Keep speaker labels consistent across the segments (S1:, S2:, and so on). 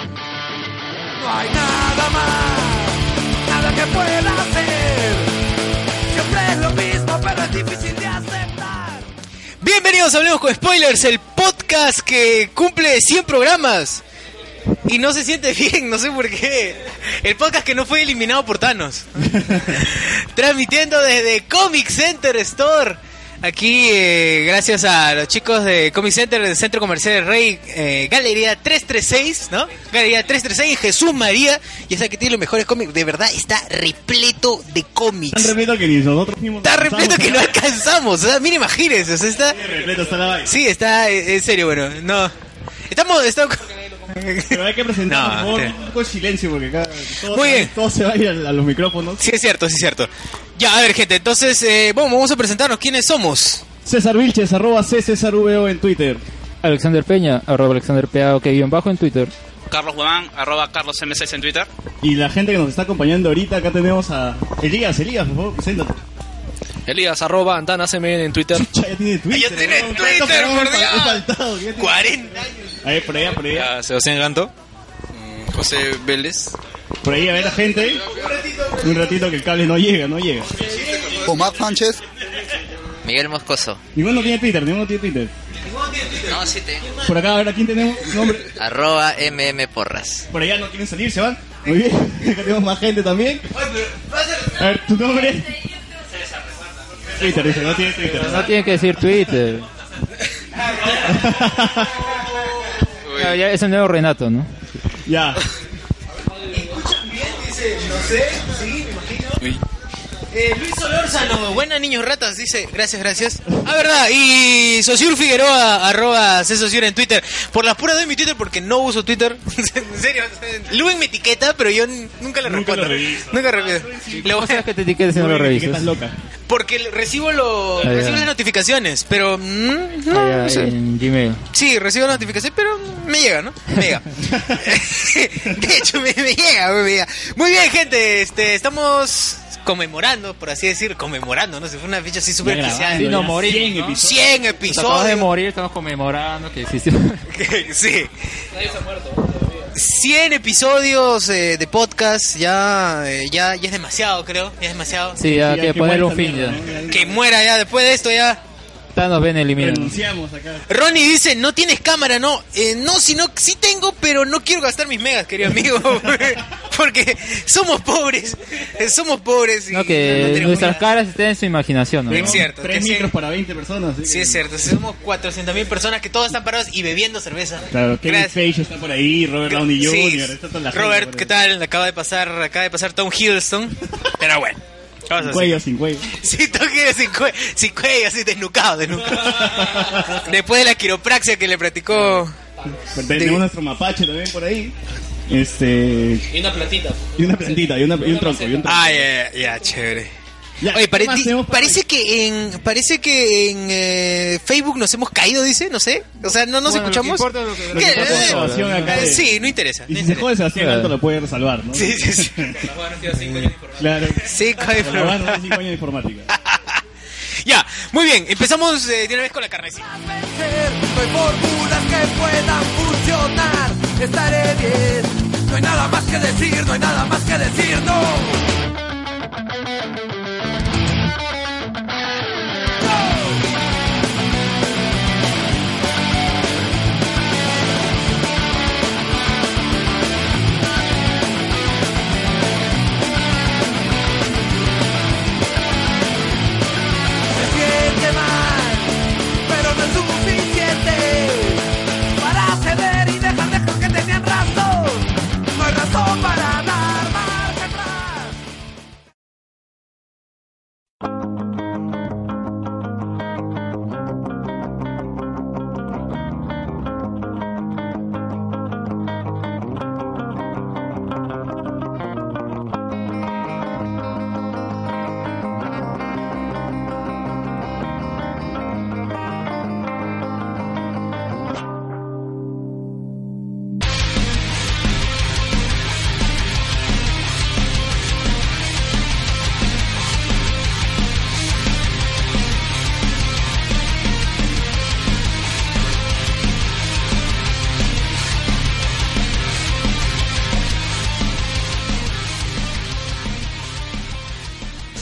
S1: No hay nada más, nada que pueda hacer. Siempre es lo mismo, pero es difícil de aceptar.
S2: Bienvenidos a Hablemos con Spoilers, el podcast que cumple 100 programas y no se siente bien, no sé por qué. El podcast que no fue eliminado por Thanos. Transmitiendo desde Comic Center Store. Aquí, eh, gracias a los chicos de Comic Center, del Centro Comercial del Rey, eh, Galería 336, ¿no? Galería 336, Jesús María, y esa que tiene los mejores cómics. De verdad, está repleto de
S3: Tan
S2: cómics.
S3: repleto que ni nosotros mismos.
S2: Está repleto que no alcanzamos. O sea, miren, imagínense. O sea, está...
S3: Está repleto está la vaina.
S2: Sí, está, eh, en serio, bueno, no. Estamos, estamos...
S3: Pero hay que
S2: No,
S3: presentar, por
S2: sí.
S3: favor, un poco de silencio porque acá todo,
S2: Muy bien.
S3: todo se va a ir a, a los micrófonos.
S2: Sí, es cierto, sí es cierto. Ya, a ver, gente, entonces, eh, vamos, vamos a presentarnos quiénes somos.
S3: César Vilches, arroba C César VO en Twitter.
S4: Alexander Peña, arroba Alexander Peña, ok, guión bajo en Twitter.
S5: Carlos Guamán, arroba Carlos M6 en Twitter.
S3: Y la gente que nos está acompañando ahorita, acá tenemos a Elías, Elías, por favor, preséntate.
S6: Elías, arroba andanasmn en Twitter.
S3: Chucha, ya tiene Twitter.
S2: Ya tiene
S3: weón.
S2: Twitter,
S3: Tanto programa
S2: por Dios.
S3: he faltado, ya tiene-
S2: 40.
S3: A ver, por allá, por allá.
S6: Sebastián Ganto.
S7: Mm,
S6: José Vélez.
S3: Por ahí, a ver la gente. Un ratito que el cable no llega, no llega.
S8: Omar Sánchez,
S9: Miguel Moscoso.
S3: Ninguno tiene Twitter, ninguno tiene Twitter.
S9: No, sí tengo.
S3: Por acá, a ver, ¿a quién tenemos? Nombre.
S9: Arroba MM Porras.
S3: Por allá no quieren salir, se van. Muy bien, acá tenemos más gente también. A ver, tu nombre. Twitter, dice, no tiene Twitter.
S4: No tiene que decir Twitter. Ya, ya es el nuevo Renato, ¿no?
S3: ya.
S2: Eh, Luis Solórzano, buenas niños ratas, dice, gracias, gracias. Ah, verdad, y Sosur Figueroa, arroba C. Sosur en Twitter. Por las puras de mi Twitter, porque no uso Twitter. en serio, Lumen me etiqueta, pero yo n- nunca le
S3: Nunca
S2: respondo.
S3: lo reviso.
S2: Nunca reviso. Ah, Le voy
S4: ¿Cómo
S2: a-
S4: sabes que te etiquetes si no
S3: Muy
S4: lo
S3: bien, que
S4: revisas?
S3: estás loca.
S2: porque le- recibo, lo,
S4: Ah, ya.
S2: recibo las notificaciones, pero... mm, no,
S4: Allá
S2: no sé.
S4: en Gmail.
S2: Sí, recibo la notificación, pero me llega, ¿no? Me llega. De hecho, me, me llega, me llega. Muy bien, gente, este, estamos conmemorando, por así decir, conmemorando, ¿no? Se fue una fecha así súper
S3: Ya grabando,
S2: especial.
S4: no,
S3: ya
S4: morir,
S3: 100
S4: ¿no?
S3: episodios.
S2: 100
S4: Nos acabamos de
S2: episodios.
S4: morir, estamos conmemorando que existió.
S2: Que- sí. 100 episodios eh, de podcast, ya, eh, ya, ya es demasiado, creo. Ya es demasiado.
S4: Sí, ya
S3: Sí,
S4: que
S3: qué
S4: poner
S3: buena
S4: un fin
S3: mierda,
S4: ya.
S3: ¿no?
S2: Que muera ya, después de esto ya.
S4: Thanos ven eliminado.
S3: Renunciamos acá.
S2: Ronnie dice, no tienes cámara, no. Eh, no, sino sí tengo, pero no quiero gastar mis megas, querido amigo. Porque somos pobres. eh, Somos pobres. Y
S4: No, que
S2: tenemos
S4: Eh, nuestras
S2: megas.
S4: caras estén en su imaginación, ¿no?
S2: Es cierto, que
S3: Tres
S2: sí.
S3: micros para 20 personas. así
S2: Sí,
S3: que-
S2: es cierto. Somos 400.000 personas que todas están paradas y bebiendo cerveza.
S3: Claro, Kevin
S2: Gracias.
S3: Feige está por ahí, Robert Downey
S2: Sí,
S3: Jr. está toda la gente
S2: Robert,
S3: por
S2: ¿qué
S3: ahí.
S2: tal? Acaba de pasar, acaba de pasar Tom Hiddleston. Pero bueno. Vamos
S3: Sin
S2: a hacer.
S3: cuello, sin cuello.
S2: Sí, Tom Hiddleston sin, cue- sin cuello, así desnucado, desnucado. Después de la quiropraxia que le practicó
S3: Pero Tenemos nuestro mapache también por ahí. Este.
S6: Y una platita.
S3: Y una plantita, y, una- y un tronco. Y un tronco.
S2: Ah, ya, ya, ya, chévere.
S3: Ya,
S2: Oye,
S3: ¿qué
S2: pare-
S3: más
S2: di-
S3: tenemos por ahí?
S2: parece que en parece que en eh, Facebook nos hemos caído, dice, no sé. O sea, no nos
S4: Bueno, lo que
S2: escuchamos.
S4: importa es lo que- lo que
S2: ¿Qué?
S3: importa es la
S2: Eh,
S3: grabación acá de-
S2: Sí, no interesa.
S3: Y
S2: no
S3: si se
S2: interesa.
S3: jode Sebastián Canto lo puede resalvar, ¿no?
S2: Sí, sí, sí.
S3: Claro.
S2: Sí, cae,
S3: Por
S2: pero-
S3: la barra de cinco años de informática.
S2: Ya, muy bien, empezamos eh, de una vez con la carnecita.
S1: A vencer, no hay fórmulas que puedan funcionar. Estaré bien. No hay nada más que decir, no hay nada más que decir, no. Se siente mal, pero no es suficiente para ceder y dejar de creer que tenían razón. No hay razón para dar marcha atrás.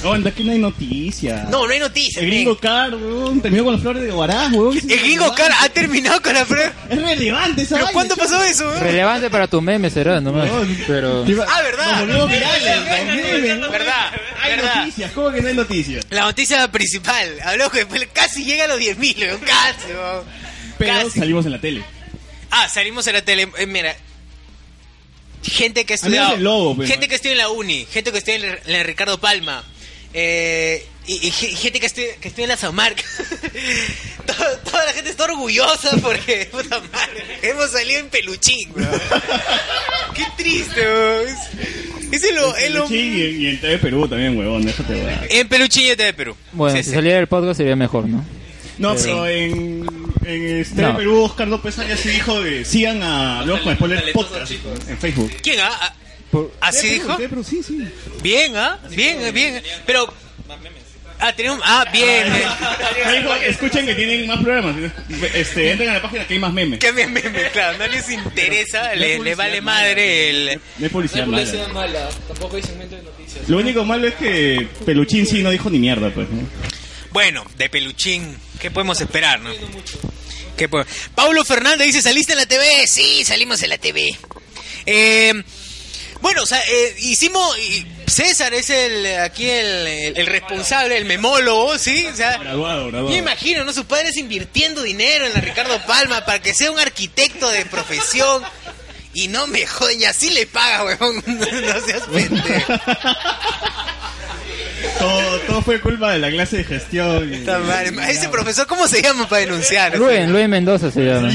S3: Huevón, es que no hay noticias.
S2: No, no hay noticias.
S3: El gringo Car, huevón, terminó con las flores de Guaraz, huevón.
S2: men. El gringo cara ha terminado con la prueba.
S3: Es relevante esa
S2: ¿Pero
S3: vaina,
S2: cuándo
S3: chamo.
S2: pasó eso? weón?
S4: Relevante para tu meme será, nomás. Pero.
S3: Tipo,
S2: Ah, ¿verdad?
S3: Nos volvemos virales, los memes, ¿no?
S2: Verdad,
S3: Hay
S2: verdad.
S3: noticias, ¿cómo que no hay noticias?
S2: La noticia principal. Habló que después casi llega a los 10.000, weón, casi. weón.
S3: Pero
S2: Casi.
S3: salimos en la tele.
S2: Ah, salimos en la tele. eh, mira. Gente que ha
S3: menos
S2: estudiado.
S3: el logo, pues,
S2: gente
S3: man.
S2: que estudia en la uni. Gente que estudia en la- en la Ricardo Palma. eh, y, y ge- gente que estudia, que estudia en la Samarca. Todo- toda la gente está orgullosa porque, puta madre, hemos salido en peluchín, weón. Qué triste, weón. Es- es lo- es lo-
S3: Sí, y, y en TV Perú también, huevón, déjate huevón.
S2: En peluchín y de Perú.
S4: Bueno,
S2: Sí,
S4: si
S2: sí.
S4: saliera el podcast sería mejor, ¿no?
S3: No,
S2: Sí.
S3: pero en, en TV
S4: No.
S3: Perú, Oscar López Arias sí dijo que sigan a Hablemos con Spoiler Podcast en Facebook. Eh,
S2: ¿Quién, ah? Ah,
S4: Por-
S2: ¿Así
S3: TV Perú,
S2: dijo?
S3: TV Perú, sí, sí.
S2: Bien, ¿ah? Bien, eh, bien. Pero... Ah, tenemos... Ah, bien.
S3: Me dijo, escuchen que tienen más programas. Este, entren a la página que hay más memes.
S2: Que me, me, me- claro, no les interesa,
S3: Pero-
S2: le,
S3: no hay
S2: le vale
S3: publicidad,
S2: madre el...
S3: No hay publicidad,
S6: No
S3: mala.
S6: mala, tampoco hay segmento de noticias.
S3: Lo único malo es que Peluchín sí no dijo ni mierda, pues. ¿no?
S2: Bueno, de peluchín, ¿qué podemos esperar, no? ¿Qué po- Paulo Fernández dice, ¿saliste en la TV? Sí, salimos en la TV. Eh, bueno, o sea, eh, hicimos... y César es el aquí el, el- el responsable, el memólogo, ¿sí? O sea,
S3: Graduado, graduado.
S2: Yo imagino, ¿no? Sus padres invirtiendo dinero en la Ricardo Palma para que sea un arquitecto de profesión. Y no me joden, y así le paga, weón. No, seas pendejo.
S3: Todo, todo fue culpa de la clase de gestión.
S2: Puta madre. Ese profesor, ¿cómo se llama para denunciar?
S4: Rubén, Rubén Mendoza se llama.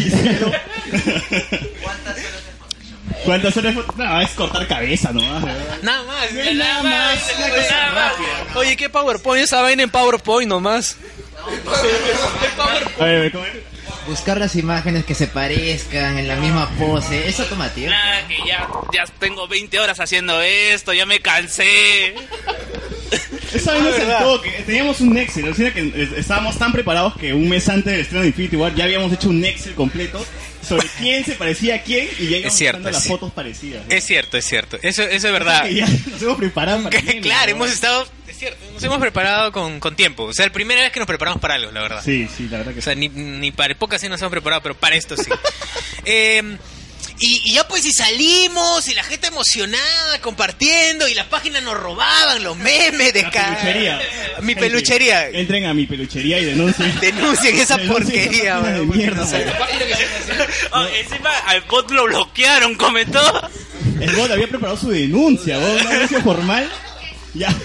S3: ¿Cuántas horas? fue? No, es cortar cabeza nomás. ¿verdad?
S2: Nada más.
S3: No hay nada más, una cosa rápida.
S6: Oye, ¿qué PowerPoint? Esa vaina en PowerPoint nomás.
S3: A ver, ¿cómo es?
S10: Buscar las imágenes que se parezcan en la misma pose. Eso toma tiempo.
S5: Nada, Ah, que ya, ya tengo 20 horas haciendo esto, ya me cansé.
S3: Esa vez nos sentó que teníamos un Excel, alucina que es- estábamos tan preparados que un mes antes del estreno de Infinity War ya habíamos hecho un Excel completo sobre quién se parecía a quién y ya
S2: Es
S3: íbamos
S2: cierto,
S3: buscando
S2: es
S3: las
S2: ci-
S3: fotos parecidas. ¿no?
S2: Es cierto, es cierto. Eso, eso es verdad.
S3: Que ya nos hemos preparado para el meme,
S2: claro,
S3: ¿no?
S2: hemos estado. Es cierto, nos hemos preparado con, con tiempo. O sea, la primera vez que nos preparamos para algo, la verdad.
S3: Sí, sí, la verdad que
S2: O
S3: sí.
S2: sea, ni, ni para el podcast sí nos hemos preparado, pero para esto sí. Eh, y, y ya pues si salimos y la gente emocionada compartiendo y las páginas nos robaban los memes de
S3: La
S2: cada-
S3: peluchería.
S2: Mi
S3: Gente,
S2: peluchería.
S3: Entren a mi peluchería y denuncien.
S2: Denuncien esa
S3: Denuncien
S2: porquería,
S3: esa página de
S2: weón,
S3: mierda,
S2: no sé.
S3: weón.
S5: Oh, encima al bot lo bloquearon, comentó.
S3: El bot había preparado su denuncia, vos, una denuncia formal. Ya,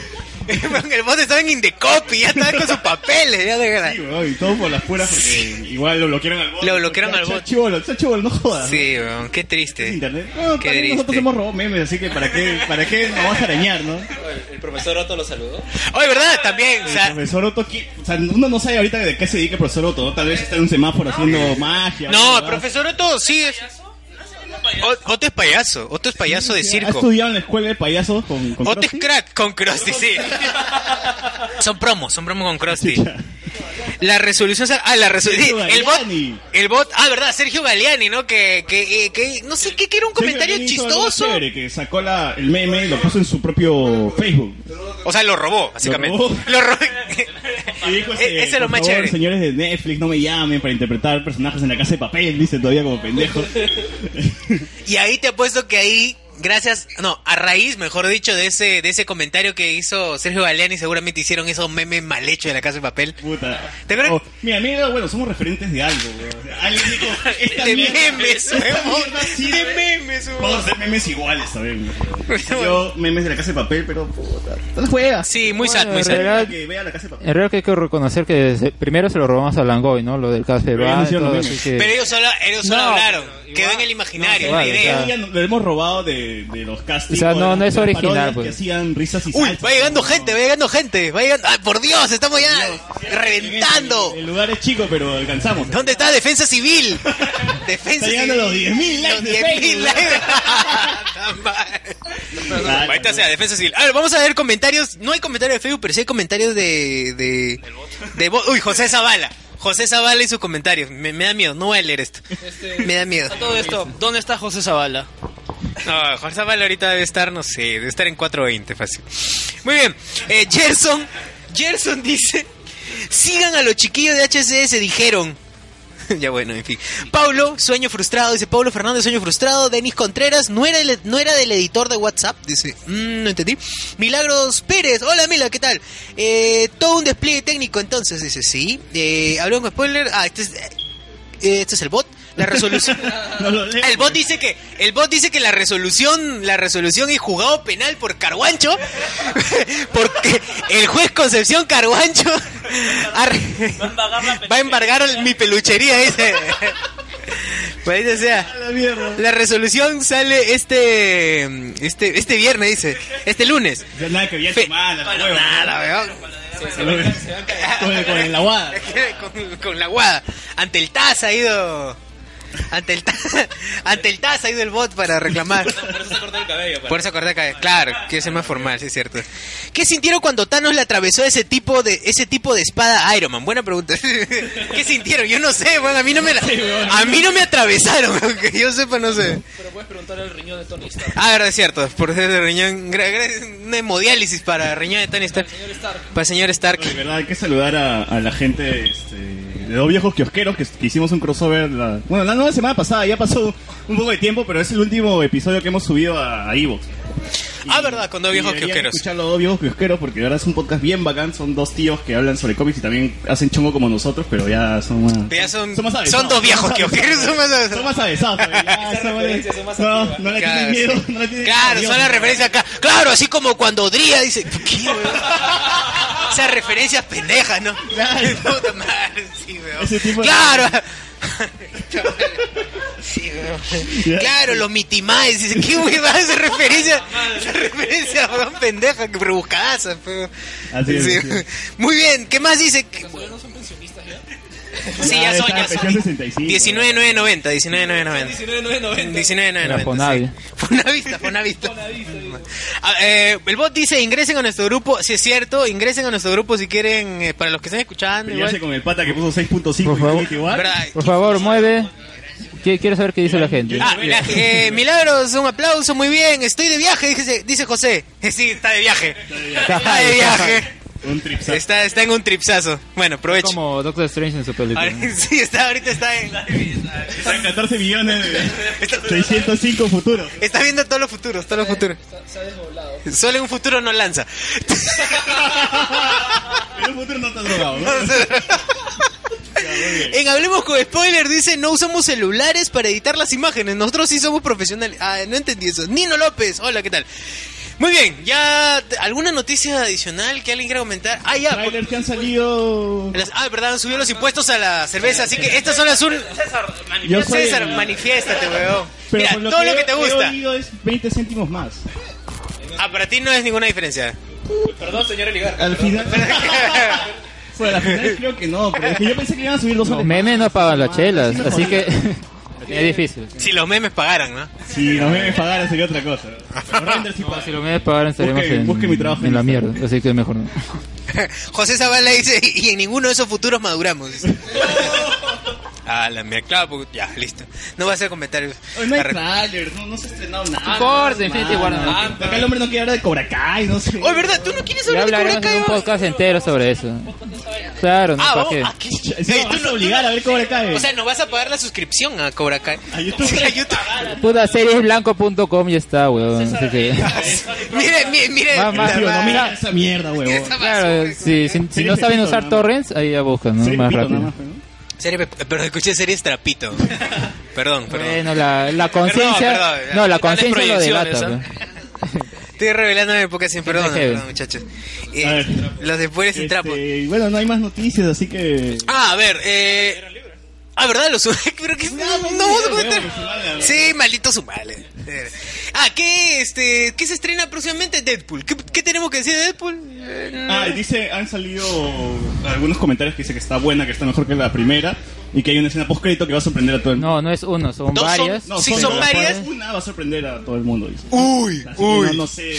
S2: el bot estaba en Indecopy, ya estaba con sus papeles. ya de verdad.
S3: sí, weón, y todo por las puras, porque igual lo bloquearon al bot.
S2: Lo bloquearon al bot.
S3: Chivolo, está chivolo, no jodas.
S2: Sí, weón, qué
S3: Es
S2: triste.
S3: Internet. No,
S2: Qué
S3: también nosotros
S2: triste.
S3: hemos robado memes, así que para qué, para qué nos vamos a arañar, ¿no?
S2: Oye, ¿verdad? También, o
S3: El
S2: sea,
S3: profesor Otto, ¿qué? o sea, uno no sabe ahorita de qué se dedica el profesor Otto, ¿no? Tal vez está en un semáforo haciendo magia.
S2: No, el
S3: ¿verdad?
S2: profesor Otto sí es. O- Otto es payaso. Otto es payaso de
S3: ¿Ha
S2: circo. Oh,
S3: estudiado en la escuela de payasos con, con
S2: Otto es
S3: Krusty?
S2: crack con Krusty, sí. Son promos, son promos con Krusty.
S3: Chucha.
S2: La resolución. sal- Ah, la resolución.
S3: Sergio
S2: El bot.
S3: Galeani.
S2: El bot. Ah, verdad, Sergio Galeani, ¿no? Que. que, eh, que no sé qué, que era un comentario
S3: Sergio Lenin hizo algo
S2: chistoso.
S3: chévere, que sacó la, el meme y lo puso en su propio Facebook.
S2: O sea, lo robó, básicamente.
S3: robó.
S2: Lo robó.
S3: Y dijo, este,
S2: E- Ese es lo
S3: por
S2: más
S3: favor,
S2: chévere.
S3: señores de Netflix, no me llamen para interpretar personajes en la casa de papel, dice todavía como pendejo.
S2: Y ahí te apuesto que ahí, gracias, no, a raíz, mejor dicho, de ese, de ese comentario que hizo Sergio Galeani, seguramente hicieron esos memes mal hechos de la casa de papel.
S3: Puta.
S2: ¿Te acuerdas?
S3: Oh, mira, mira, bueno, somos referentes de algo, weón. O sea, Alguien dijo, esta
S2: De
S3: mierda-
S2: memes,
S3: esta
S2: huevón.
S3: mierda sirve.
S2: De memes,
S3: Vamos a
S2: huevón.
S3: hacer memes iguales, sabemos. Yo, memes de la casa de papel, pero puta. No juegas.
S2: Sí, muy sad, muy
S4: Bueno,
S2: sad.
S4: real-
S3: Que vea la casa de papel.
S4: En realidad que hay que reconocer que desde- primero se lo robamos a Langoy, ¿no? Lo del café
S3: Pero
S4: Bar,
S3: ellos hicieron
S4: todo,
S3: lo
S4: así
S3: mismo.
S4: que-
S2: Pero ellos solo, ellos solo
S4: No,
S2: hablaron, quedó en el imaginario,
S4: no,
S2: en la
S4: igual,
S2: idea.
S4: o
S3: Ya
S4: sea,
S3: Lo hemos robado de, de los castings.
S4: O sea, no,
S3: de las-
S4: no es
S3: de las
S4: original,
S3: parodias
S4: pues.
S3: Que hacían risas y
S2: Uy,
S3: salsas,
S2: va llegando
S3: ¿no?
S2: gente, va llegando gente, va llegando... ¡Ay, por Dios, estamos ya reventando!
S3: El, el lugar es chico, pero alcanzamos.
S2: ¿Dónde está Defensa Civil? Defensa
S3: Está llegando
S2: Civil.
S3: los 10.000 likes
S2: Los
S3: de
S2: 10.000
S3: Facebook.
S2: likes. Ah, madre.
S3: Ah,
S2: Ahorita sea defensa civil. A ver, vamos a ver comentarios. No hay comentarios de Facebook, pero sí hay comentarios de. de, de bot. Uy, José Zavala. José Zavala y sus comentarios. Me, me da miedo, no voy a leer esto. Me da miedo.
S6: Todo esto, ¿dónde está José Zavala?
S2: No, Jorge Zavala ahorita debe estar, no sé, debe estar en 420, fácil. Muy bien, eh, Gerson, Gerson dice, sigan a los chiquillos de HCS, dijeron. ya bueno, en fin. Pablo, sueño frustrado, dice Pablo Fernández, sueño frustrado. Denis Contreras, no era, el- no era del editor de WhatsApp, dice. "Mm, no entendí. Milagros Pérez, hola Mila, ¿qué tal? Eh, todo un despliegue técnico entonces, dice, sí. Eh, Hablamos con spoiler. Ah, este es, eh, este es el bot. La resolución.
S3: No lo leo.
S2: El bot dice que el bot dice que la resolución la resolución y juzgado penal por Carguancho porque el juez Concepción Carguancho ha re-
S5: Va a embargar la
S2: va a embargar el- mi peluchería dice. Pues dice, o sea,
S3: La mierda.
S2: la resolución sale este este este viernes dice, este lunes.
S3: Ya Nada que bien
S2: Fe-
S3: mala, la hueva.
S2: Nada, weón.
S3: Con el- Con el aguada.
S2: con, con la guada. Ante el TAS ha ido. Ante el, TAS- ante el TAS ha ido el bot para reclamar.
S5: Por eso se cortó el cabello.
S2: Por eso acordé que, claro, quiero ser más formal, sí es cierto. ¿Qué sintieron cuando Thanos le atravesó ese tipo de ese tipo de espada a Iron Man? Buena pregunta. ¿Qué sintieron? Yo no sé, bueno, a mí no me la- a mí no me atravesaron, aunque yo sepa no sé.
S6: Pero puedes preguntar al riñón de Tony Stark.
S2: Ah, verdad, es cierto, por ser de riñón, gra- gra- una hemodiálisis para riñón de Tony Stark,
S6: Señor Stark.
S2: para el señor Stark.
S3: De verdad, hay que saludar a, a la gente este, de dos viejos kiosqueros que, que hicimos un crossover. la- bueno, la, no, la semana pasada, ya pasó un poco de tiempo, pero es el último episodio que hemos subido a, a Evox.
S2: Ah, verdad, con dos viejos kiosqueros.
S3: escuchar los dos viejos kiosqueros porque de verdad es un podcast bien bacán. Son dos tíos que hablan sobre cómics y también hacen chongo como nosotros, pero ya son más.
S2: Ya son-
S3: más
S2: son
S3: avesados,
S2: dos viejos
S3: más
S2: kiosqueros, son más avesados.
S3: Son más avesados, pero ya,
S6: Esas
S3: son-
S6: referencias son más
S3: no,
S6: antiguas.
S3: no le
S2: Claro,
S3: tienen miedo.
S2: sí.
S3: no le tienen
S2: Claro,
S3: miedo.
S2: son las referencias acá. Claro, así como cuando Odría dice. ¿Qué, weón? Esas referencias pendejas, ¿no?
S3: Claro.
S2: Puta madre, sí, weón.
S3: Ese tipo de-
S2: Claro. Sí, weón. Claro, los mitimaes. Dice, ¿qué weón? Esa referencia. Esa referencia, weón, pendeja, que rebuscadas.
S3: Así es, así es. Ah,
S2: Muy bien, ¿qué más dice? Sí, ya son, ya son.
S3: Pensión 65.
S2: 19,990, 19,990.
S6: 19,990.
S2: 19
S4: Era Fonavi.
S2: Fonavista, Fonavista. Ah, eh, el bot dice, ingresen a nuestro grupo, si es cierto, ingresen a nuestro grupo si quieren, eh, para los que están escuchando.
S3: Pelearse
S2: igual.
S3: con el pata que puso 6.5
S4: Por
S3: y
S4: favor.
S3: Infinity War.
S2: ¿Verdad?
S4: Por favor, mueve. Qui- Quiero saber qué dice la gente.
S2: Ah, mira, eh, milagros, un aplauso, muy bien, estoy de viaje, dice, dice José. Eh, Sí, está de viaje. Está de viaje.
S3: Un tripsazo.
S2: Está, está en un tripsazo. Bueno, aprovecho.
S4: Como Doctor Strange en su película.
S2: Ahora- sí, está, ahorita está en...
S3: Están 14 millones de 605 futuros.
S2: Está viendo todos los futuros, todos los futuros. Solo en un futuro no lanza.
S3: Pero un futuro no está drogado, ¿no?
S2: En Hablemos con Spoiler dice, no usamos celulares para editar las imágenes, nosotros sí somos profesionales. Ah, no entendí eso. Nino López, hola, ¿qué tal? Muy bien, ya t- alguna noticia adicional que alguien quiera comentar. Ah, ya. por-
S3: Trailers que han salido.
S2: las- ah, verdad, han subido los impuestos a la cerveza, así que estas son las un...
S5: César, manipula.
S3: Yo soy
S2: César,
S3: el-
S2: manifiéstate, weón.
S3: Pero
S2: Mira,
S3: por
S2: todo lo
S3: he-
S2: que te
S3: He
S2: gusta.
S3: oído es 20 céntimos más.
S2: Ah, para ti no es ninguna diferencia.
S6: Perdón, señor Oligar.
S3: Al final. Bueno, al final creo que no, pero es que yo pensé que iban a subir los
S4: Los
S3: soles.
S4: memes no pagan las chelas,
S3: sí me
S4: así que
S3: jodieron.
S4: lo tenía difícil.
S2: Si los memes pagaran, ¿no?
S3: Si los memes pagaran sería otra cosa. Los renders sí
S4: Si
S3: pagan.
S4: los memes pagaran estaríamos
S3: Busque-
S4: en,
S3: busque mi trabajo
S4: en la
S3: en Instagram.
S4: mierda, así que mejor no.
S2: José Zavala dice, y en ninguno de esos futuros maduramos. ah, la mierda, claro, porque- ya, listo. No va a hacer comentarios.
S3: Hoy no hay
S2: Arre-
S3: trailers, no, no se ha estrenado nada.
S4: No importa, Infinity War no.
S3: Ah, Acá el hombre no quiere hablar de Cobra Kai, no sé.
S2: Oye, ¿verdad? ¿Tú no quieres
S4: Ya
S2: hablar de
S4: hablaremos
S2: Cobra Kai?
S4: en un
S2: vos?
S4: podcast entero sobre eso. Claro, no,
S2: Ah,
S4: ¿para
S2: vos,
S4: qué?
S2: ah, ¿qué?
S3: Sí, no,
S2: Ey, tú
S3: vas
S2: no-
S3: a obligar a ver Cobra Kai.
S2: O sea, nos vas a pagar la suscripción a Cobra Kai.
S3: A YouTube.
S2: Sí, a YouTube.
S4: Puta seriesblanco.com y está, weón. Así que.
S2: mire, mire, mire.
S4: Más, más,
S2: la
S3: Tío, no
S2: madre.
S3: mira esa mierda, huevón.
S2: Esa
S4: Claro,
S2: basura.
S4: sí, si, si no saben usar torrents, ahí ya buscan, ¿no?
S3: Sí,
S4: Más
S3: pito nada
S4: rápido.
S3: más, ¿no?
S2: Serie- pero escuché series trapito. perdón, perdón.
S4: Bueno, la, la
S2: Perdón,
S4: Eh, conciencia.
S2: perdón, ya.
S4: No, la
S2: Tales
S4: conciencia lo
S2: proyecciones,
S4: delata,
S2: ¿ah?
S4: weón.
S2: Estoy revelando mi época sin perdón,
S4: heavy.
S2: perdón, muchachos. Eh,
S3: A ver.
S2: los de Poder sin trapo.
S3: Este, bueno, no hay más noticias, así que.
S2: Ah, a ver, eh. Ah, ¿verdad? Los Pero que. No, no vamos a comentar. Sí, maldito su madre. Ah, ¿qué, este, ¿qué se estrena próximamente? Deadpool. ¿Qué, qué tenemos que decir de Deadpool? Eh, no.
S3: Ah, dice, han salido algunos comentarios que dice que está buena, que está mejor que la primera y que hay una escena post crédito que va a sorprender a todo el mundo.
S4: No, no es uno, son
S2: No, son-
S4: varias.
S2: no, sí, son
S3: pero
S2: varias.
S3: Una va a sorprender a todo el mundo, dice.
S2: Uy,
S3: Así que No,
S2: uy.
S3: no sé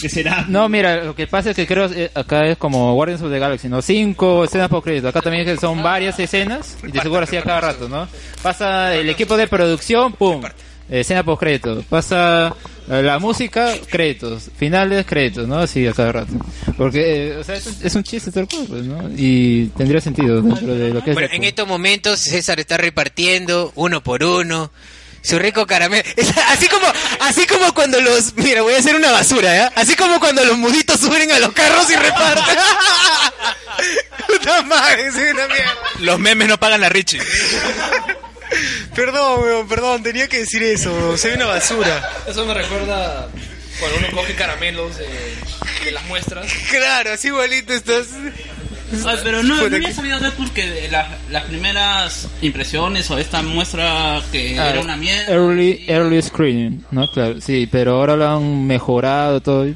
S3: qué será.
S4: No, mira, lo que pasa es que creo eh, acá es como Guardians of the Galaxy, ¿no? Cinco escenas por crédito. Acá también que son varias escenas y de seguro así a cada rato, ¿no? Pasa el equipo de producción, pum. eh, escena post crédito, pasa eh, la música, créditos, finales, créditos, ¿no? Así a cada rato. Porque, eh, o sea, es un, es un chiste tal cual, pues, ¿no? Y tendría sentido dentro de lo que es.
S2: Bueno,
S4: Deadpool.
S2: en este estos momentos César está repartiendo uno por uno su rico caramelo. Es Así como, así como cuando los. Mira, voy a hacer una basura, ¿ya? Así como cuando los muditos suben a los carros y reparten. Puta madre, soy una mierda.
S5: Los memes no pagan la Richie.
S2: Perdón, weón, perdón, tenía que decir eso, weón, soy una basura.
S6: Eso me recuerda cuando uno coge caramelos de, de las muestras.
S2: Claro, así igualito estás.
S5: Ah, pero no,
S2: Puta
S5: no había
S2: que-
S5: sabido Deadpool que las, las primeras impresiones o esta muestra que
S4: Ah,
S5: era una mierda.
S4: Early, early screening, ¿no? Claro, sí, pero ahora lo han mejorado todo,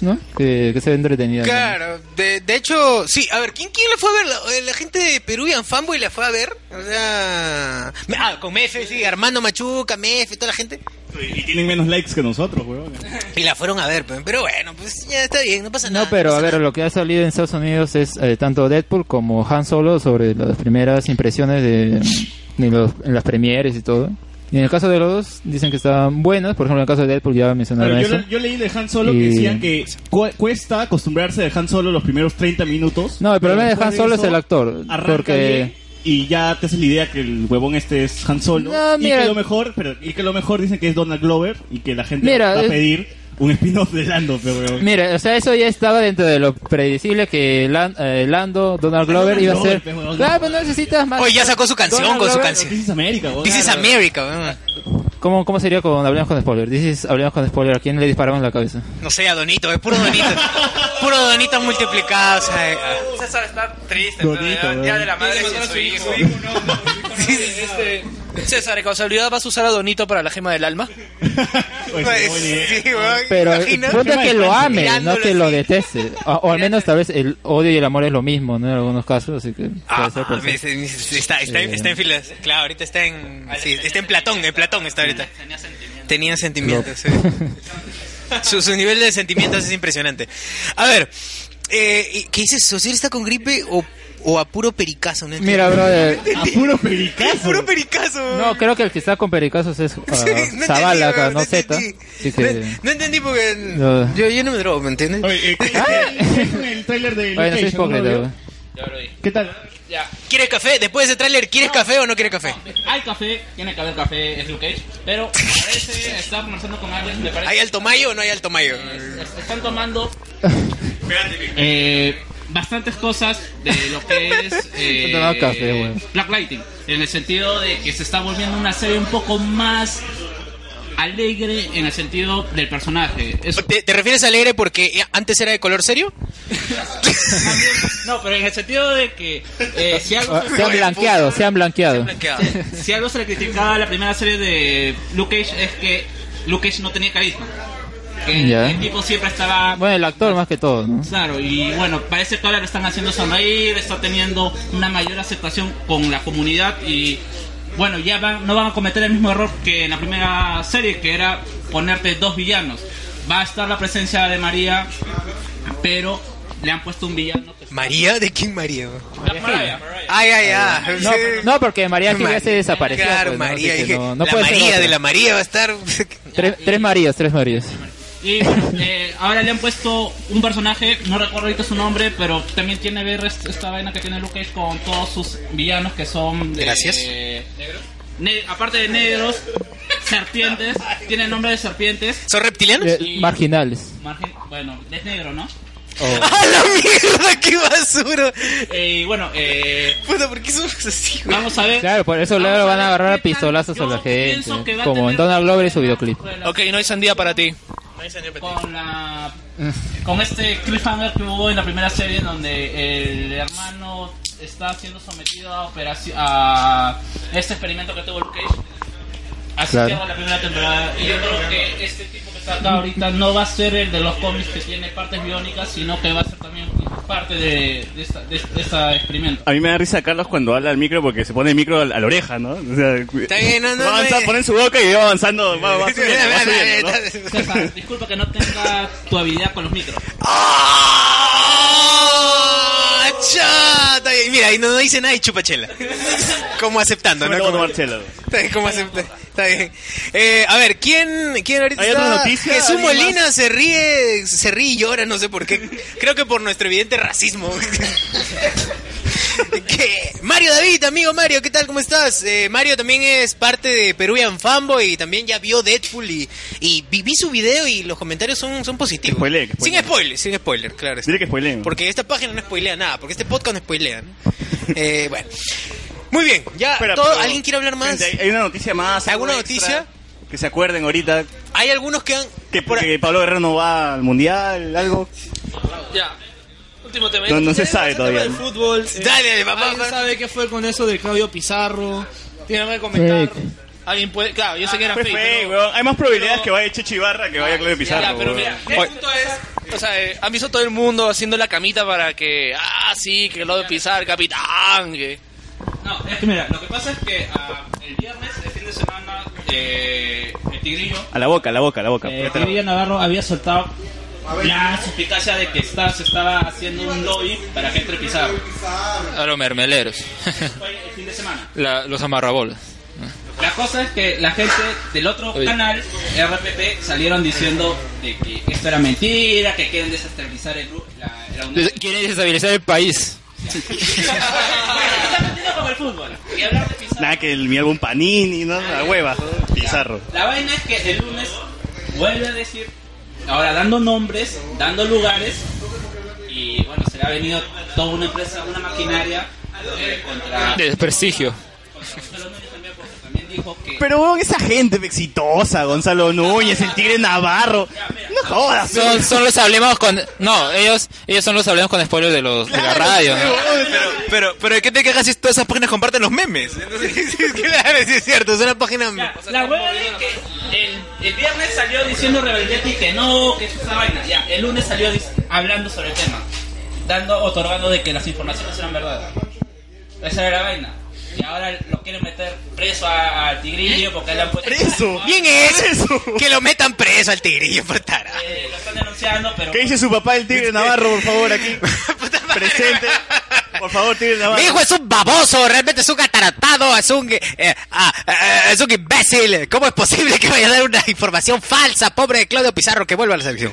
S4: ¿no? Que, que se ve entretenido. ¿no?
S2: Claro, de, de hecho, sí, a ver, ¿quién, ¿quién la fue a ver? La, eh, la gente de Peruvian Fanboy la fue a ver. O sea. me- Ah, con Mefe, sí, Armando Machuca, Mefe, toda la gente.
S3: Y tienen menos likes que nosotros, weón.
S2: Y la fueron a ver, pe- pero bueno, pues ya está bien, no pasa nada.
S4: No, pero
S2: pasa
S4: a ver,
S2: nada.
S4: lo que ha salido en Estados Unidos es eh, tanto Deadpool como Han Solo sobre las primeras impresiones de, de los- en las premieres y todo. Y en el caso de los dos, dicen que están buenos. Por ejemplo, en el caso de Deadpool ya mencionaron
S3: Claro,
S4: eso.
S3: yo, yo leí de Han Solo que
S4: Y-
S3: decían que cu- cuesta acostumbrarse de Han Solo los primeros 30 minutos.
S4: No, el problema de
S3: después
S4: Han Solo es
S3: eso,
S4: el actor.
S3: Arranca bien
S4: Porque...
S3: y ya te haces la idea que el huevón este es Han Solo.
S4: No,
S3: Y
S4: mira.
S3: que lo mejor, pero, y que lo mejor dicen que es Donald Glover y que la gente
S4: Mira,
S3: va a
S4: es-
S3: pedir un spin-off de Lando, pero weón.
S4: Mira, o sea, eso ya estaba dentro de lo predecible que Lan- eh, Lando, Donald Glover iba a ser.
S3: Glover, weón.
S4: Claro, pero no necesitas más.
S2: Oye, ya sacó su canción
S4: Donald
S2: con su
S4: Glover-
S2: canción.
S3: This is America, weón.
S2: This is
S3: Claro.
S2: America, weón.
S4: ¿Cómo, ¿Cómo sería con Hablemos con Spoiler? Dices Hablemos con Spoiler, ¿a quién le dispararon en la cabeza?
S2: No sé, a Donito, es puro Donito. puro Donito multiplicado, o sea. eh, ah.
S5: César está triste,
S3: Bonito, pero ya- ¿verdad? ya de
S5: la
S6: Madre
S5: de
S6: su hijo. no, no,
S2: Sí, sí, sí.
S6: este, César, ¿de casualidad vas a usar a Donito para la gema del alma?
S3: Oye,
S2: Pues,
S3: oye,
S2: sí, weón,
S4: Pero el
S2: imagina.
S4: punto es que lo ame, no
S2: Mirándolo
S4: que lo
S2: así.
S4: deteste. O, o al menos tal vez el odio y el amor es lo mismo, ¿no? En algunos casos, así que...
S2: Ah,
S4: puede ser,
S2: ah,
S4: puede ser.
S2: me- me- me- está, está,
S4: Eh.
S2: está en filas. Claro, ahorita está en. sí, está en Platón, en Platón está ahorita. Tenía sentimientos. sí. su, su nivel de sentimientos es impresionante. A ver, eh, ¿y ¿qué dices? ¿Sosir está con gripe o, o a puro pericazo? No entiendo.
S4: Mira, brother.
S3: A puro pericazo.
S2: Es puro pericazo.
S4: No, creo que el que está con pericazos es ah, Zavala, acá, no Z. Así
S2: No,
S4: que...
S2: no entendí porque
S4: No. Ah,
S2: yo, yo no me drogo, ¿me entiendes?
S3: Oye, eh, ¿qué- qué- qué- el tráiler de
S4: Oye, no soy
S3: Location, ¿no lo
S4: hipócrita,
S3: vio?
S4: weón.
S6: Ya lo vi.
S3: ¿Qué tal?
S6: Ya.
S2: ¿Quieres café? Después de ese tráiler, ¿quieres café o no quieres café?
S6: Hay café, tiene que haber café, es Luke Cage, pero parece estar conversando con alguien, me
S2: ¿Hay
S6: parece
S2: alto mayo o no hay alto mayo?
S6: es- están tomando eh, bastantes cosas de lo que es eh,
S4: Están tomando café, güey.
S6: Black Lighting, en el sentido de que se está volviendo una serie un poco más alegre en el sentido del personaje. Eso-
S2: ¿Te, te refieres a alegre porque antes era de color serio?
S6: no, pero en el sentido de que eh, si algo
S4: Ah, Se han blanqueado, se han blanqueado.
S6: Si algo se le criticaba a la primera serie de Luke Cage es que Luke Cage no tenía carisma. Que
S4: Ya.
S6: El tipo siempre estaba.
S4: Bueno, el actor más que todo, ¿no?
S6: Claro, y bueno, parece que ahora lo están haciendo sonreír, está teniendo una mayor aceptación con la comunidad y bueno, ya van, no van a cometer el mismo error que en la primera serie, que era ponerte dos villanos. Va a estar la presencia de María, pero le han puesto un villano. que es-
S2: ¿María? ¿De quién María?
S6: Black Mariah.
S2: Ay, ay, ay.
S4: No, Ah, no, porque María Gil ya se desapareció.
S2: Claro,
S4: pues, ¿no? Así
S2: María.
S4: que
S2: dije,
S4: no- no
S2: la
S4: puede ser
S2: María
S4: otra.
S2: de la María va a estar.
S4: Tres, tres Marías, tres Marías.
S6: Y bueno, eh, ahora le han puesto un personaje, no recuerdo ahorita su nombre, pero también tiene que ver est- esta vaina que tiene Luke Cage con todos sus villanos que son. de-
S2: Gracias.
S6: ne- aparte de negros, serpientes, tiene el nombre de serpientes.
S2: ¿Son reptilianos?
S4: Eh, marginales.
S6: Margen- bueno, es negro, ¿no?
S2: Oh. ¡A la mierda! ¡Qué basura!
S6: Eh, Y bueno, eh,
S2: Puta, ¿por qué somos así, güey?
S6: vamos a ver.
S4: Claro, por eso
S6: Vamos
S4: luego van
S6: ver
S4: a agarrar a
S6: qué tal.
S4: pistolazos a
S6: Yo
S4: la
S6: pienso
S4: gente.
S6: que va a
S4: Como en
S6: tener-
S4: Donald Glover y su videoclip.
S6: Con
S5: Ok, no hay sandía para ti.
S6: con la con este cliffhanger que hubo en la primera serie en donde el hermano está siendo sometido a operación a este experimento que tuvo Luke Cage así
S4: Claro.
S6: que la primera temporada y yo creo que este tipo que está acá ahorita no va a ser el de los cómics que tiene partes biónicas sino que va a ser también parte de, de, esta- de- de este experimento
S3: A mí me da risa Carlos cuando habla al micro porque se pone el micro a la, a la oreja, ¿no? O sea,
S2: Está bien, no, no,
S3: va
S2: no
S3: avanzando,
S2: es-
S3: pone en su boca y va avanzando, va, va subiendo, va subiendo, ¿no?
S6: César, disculpa que no tenga tu habilidad con los micros
S2: ¡Ah! ¡Chata! Mira, y no, no dice nada y chupachela. Como aceptando,
S3: Sobre
S2: ¿no?
S3: todo
S2: Como,
S3: Marcelo.
S2: como aceptando. Está bien. Eh, a ver, ¿quién, quién ahorita
S3: ¿Hay
S2: está?
S3: otra noticia?
S2: Jesús
S3: ¿Alguien
S2: Molina se ríe, se ríe y llora, no sé por qué. Creo que por nuestro evidente racismo. ¿Qué? Mario David, amigo Mario, ¿qué tal? ¿Cómo estás? Eh, Mario también es parte de Peruvian Fanboy y también ya vio Deadpool y, y vi, vi su video y los comentarios son, son positivos.
S3: Spoiler, que
S2: sin
S3: spoiler.
S2: spoiler, sin spoiler, claro.
S3: Dile que spoileen.
S2: Porque esta página no spoilea nada, porque este podcast no spoilea. ¿no? Eh, bueno. Muy bien, ya
S3: Espera,
S2: todo-
S3: pero-
S2: ¿alguien quiere hablar más?
S3: Gente, Hay hay una noticia más. algo
S2: ¿Alguna
S3: extra
S2: noticia?
S3: Que se acuerden ahorita.
S2: Hay algunos que han...
S3: Que,
S2: por-
S3: que Pablo Guerrero no va al mundial, algo.
S11: Ya. Último tema.
S3: No- no se
S11: Ya,
S3: sabe
S11: ese tema
S3: todavía.
S11: del fútbol.
S2: Dale, dale, papá,
S11: ¿Alguien
S2: papá.
S11: sabe qué fue con eso de Claudio Pizarro? Tiene algo que comentar. Alguien puede. Claro, yo sé que era
S3: Fue
S11: fake.
S3: fake,
S11: pero-
S3: weón. Hay más probabilidades
S11: pero-
S3: que vaya Checho Ibarra que vaya Claudio Pizarro.
S11: Ah, Ya, pero
S3: weón.
S11: mira, el punto es, o sea, eh, han visto todo el mundo haciendo la camita para que, ah, sí, que lo de pisar, capitán, que...
S6: No, es que mira, lo que pasa es que ah, el viernes, el fin de semana, eh, el Tigrillo
S3: A la boca, a la boca, a la boca.
S6: Eh,
S3: Apriétala.
S6: Olivia Navarro había soltado la suspicacia de que está, se estaba haciendo un lobby para que entre Pizarro.
S9: A los mermeleros.
S6: Fue el fin de semana.
S9: La- los amarrabolas.
S6: La cosa es que la gente del otro
S9: Oye.
S6: canal, RPP, salieron diciendo de que esto era mentira, que quieren desestabilizar el grupo. La, la unión.
S9: Quieren desestabilizar el país.
S6: Bueno, está metiendo como el fútbol. Y hablar de Pizarro.
S3: Nada, que el mi álbum Panini, ¿no? La hueva. Pizarro.
S6: La vaina es que el lunes vuelve a decir, ahora dando nombres, dando lugares, y bueno, se le ha venido toda una empresa, una maquinaria eh, contra...
S9: De desprestigio.
S6: Gonzalo Núñez también, porque también dijo que...
S3: Pero, weón, esa gente exitosa, Gonzalo Núñez, el Tigre Navarro. No jodas, weón.
S9: Son, son los hablemos con... No, ellos, ellos son los hablemos con spoilers de, los, de la radio. ¿no?
S2: Pero, pero, pero ¿de qué te quejas si todas esas páginas comparten los memes? Entonces, sí, es que, claro, sí es cierto, es una página...
S6: Ya, la hueá es que el, el viernes salió diciendo Rebeldetti que no, que es esa vaina. Ya, el lunes salió dis- hablando sobre el tema, dando, otorgando de que las informaciones eran verdad. Esa era la vaina. Y ahora lo quieren meter preso a- al tigrillo porque le han puesto.
S3: Preso.
S2: Bien es que lo metan preso al tigrillo, por tara.
S6: Eh, lo están denunciando, pero.
S3: ¿Qué dice su papá, el Tigre Navarro, por favor, aquí? Presente. Por favor, Tigre
S2: Mi
S3: Navarro.
S2: hijo es un baboso, realmente es un ataratado, es un, eh, ah, eh, es un imbécil. ¿Cómo es posible que vaya a dar una información falsa, pobre de Claudio Pizarro, que vuelva a la selección?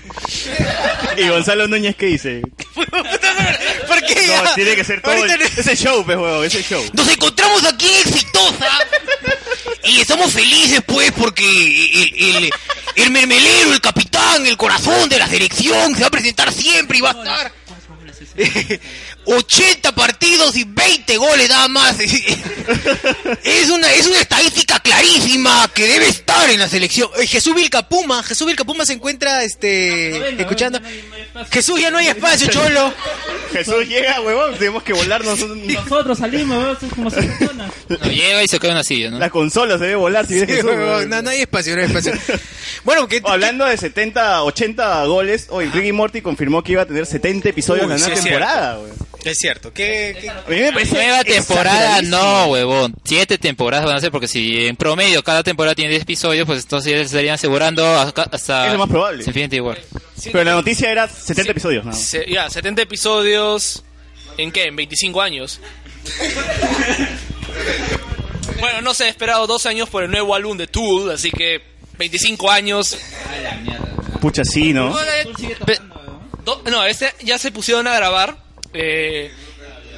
S3: ¿Y Gonzalo Núñez qué dice?
S2: ¿Por qué?
S3: No, tiene que ser todo.
S2: Ahorita
S3: el-
S2: no-
S3: Ese show, pues, huevón, ese show.
S2: Nos encontramos aquí en exitosa y estamos felices pues porque el, el, el mermelero, el capitán, el corazón de la selección se va a presentar siempre y va a estar 80 partidos y 20 goles nada más. Es una, es una estadística clarísima que debe estar en la selección. Eh, Jesús Vilcapuma, Jesús Vilcapuma se encuentra
S6: Ah, No
S2: este
S6: venga,
S2: escuchando.
S6: no hay- no hay espacio.
S2: Jesús ya no hay espacio, cholo.
S3: Jesús llega, huevón, tenemos que volarnos. un-
S6: Nosotros salimos, ¿no? Somos como seis personas.
S9: No, llega y se cae una silla, ¿no?
S3: La consola se debe volar si viene
S2: Sí,
S3: Jesús.
S2: huevón,
S3: huevón.
S2: no, no hay espacio, no hay espacio. Bueno, que
S3: Oh, Hablando de 70, 80 goles, hoy Ricky Morty confirmó que iba a tener 70 episodios
S2: Uy,
S3: en la
S2: sí
S3: nueva
S2: es
S3: temporada. güey.
S2: es cierto, que, que-
S3: A mí me parece
S9: Nueva temporada,
S3: exageradísimo.
S9: no, huevón. Siete temporadas van a ser, porque si en promedio cada temporada tiene 10 episodios, pues entonces ya estarían asegurando hasta. hasta
S3: Es lo más probable.
S9: Infinity War.
S3: Pero la noticia era 70 episodios. nada más.
S11: Se- ya, 70 episodios, ¿en qué? En 25 años. bueno, no sé, he esperado dos años por el nuevo álbum de Tool, así que 25 años.
S6: A la mierda.
S3: Pucha, sí, ¿no?
S11: Pe-
S3: ¿eh?
S11: do- no, este ya se pusieron a grabar. Eh,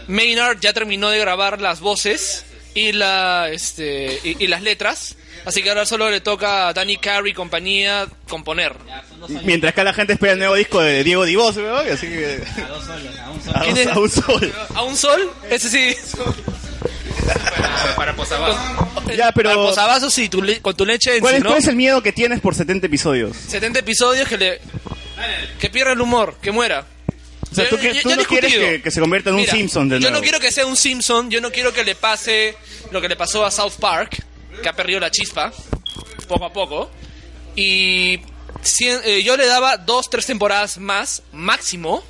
S11: Maynard ya terminó de grabar las voces y, la, este, y, y las letras. Así que ahora solo le toca a Danny Carey y compañía componer.
S3: Mientras acá la gente espera el nuevo disco de Diego Divos, weón, así que... A
S11: ¿Quién es?
S3: un, a un sol.
S11: ¿A un sol? Ese sí.
S5: Para posavasos.
S3: Ya, pero-
S11: Al posavasos y tu le- con tu leche en
S3: ¿Cuál es,
S11: sí, ¿no?
S3: cuál es el miedo que tienes por 70 episodios?
S11: 70 episodios que le... Que pierda el humor, que muera.
S3: O sea, tú,
S11: Ya-
S3: que-
S11: ya-
S3: tú
S11: ya
S3: no quieres
S11: discutido.
S3: que, que se convierta en un
S11: Mira,
S3: Simpson de
S11: Yo
S3: nuevo.
S11: no quiero que sea un Simpson, yo no quiero que le pase lo que le pasó a South Park, que ha perdido la chispa, poco a poco. Y cien- eh, yo le daba dos, tres temporadas más, máximo,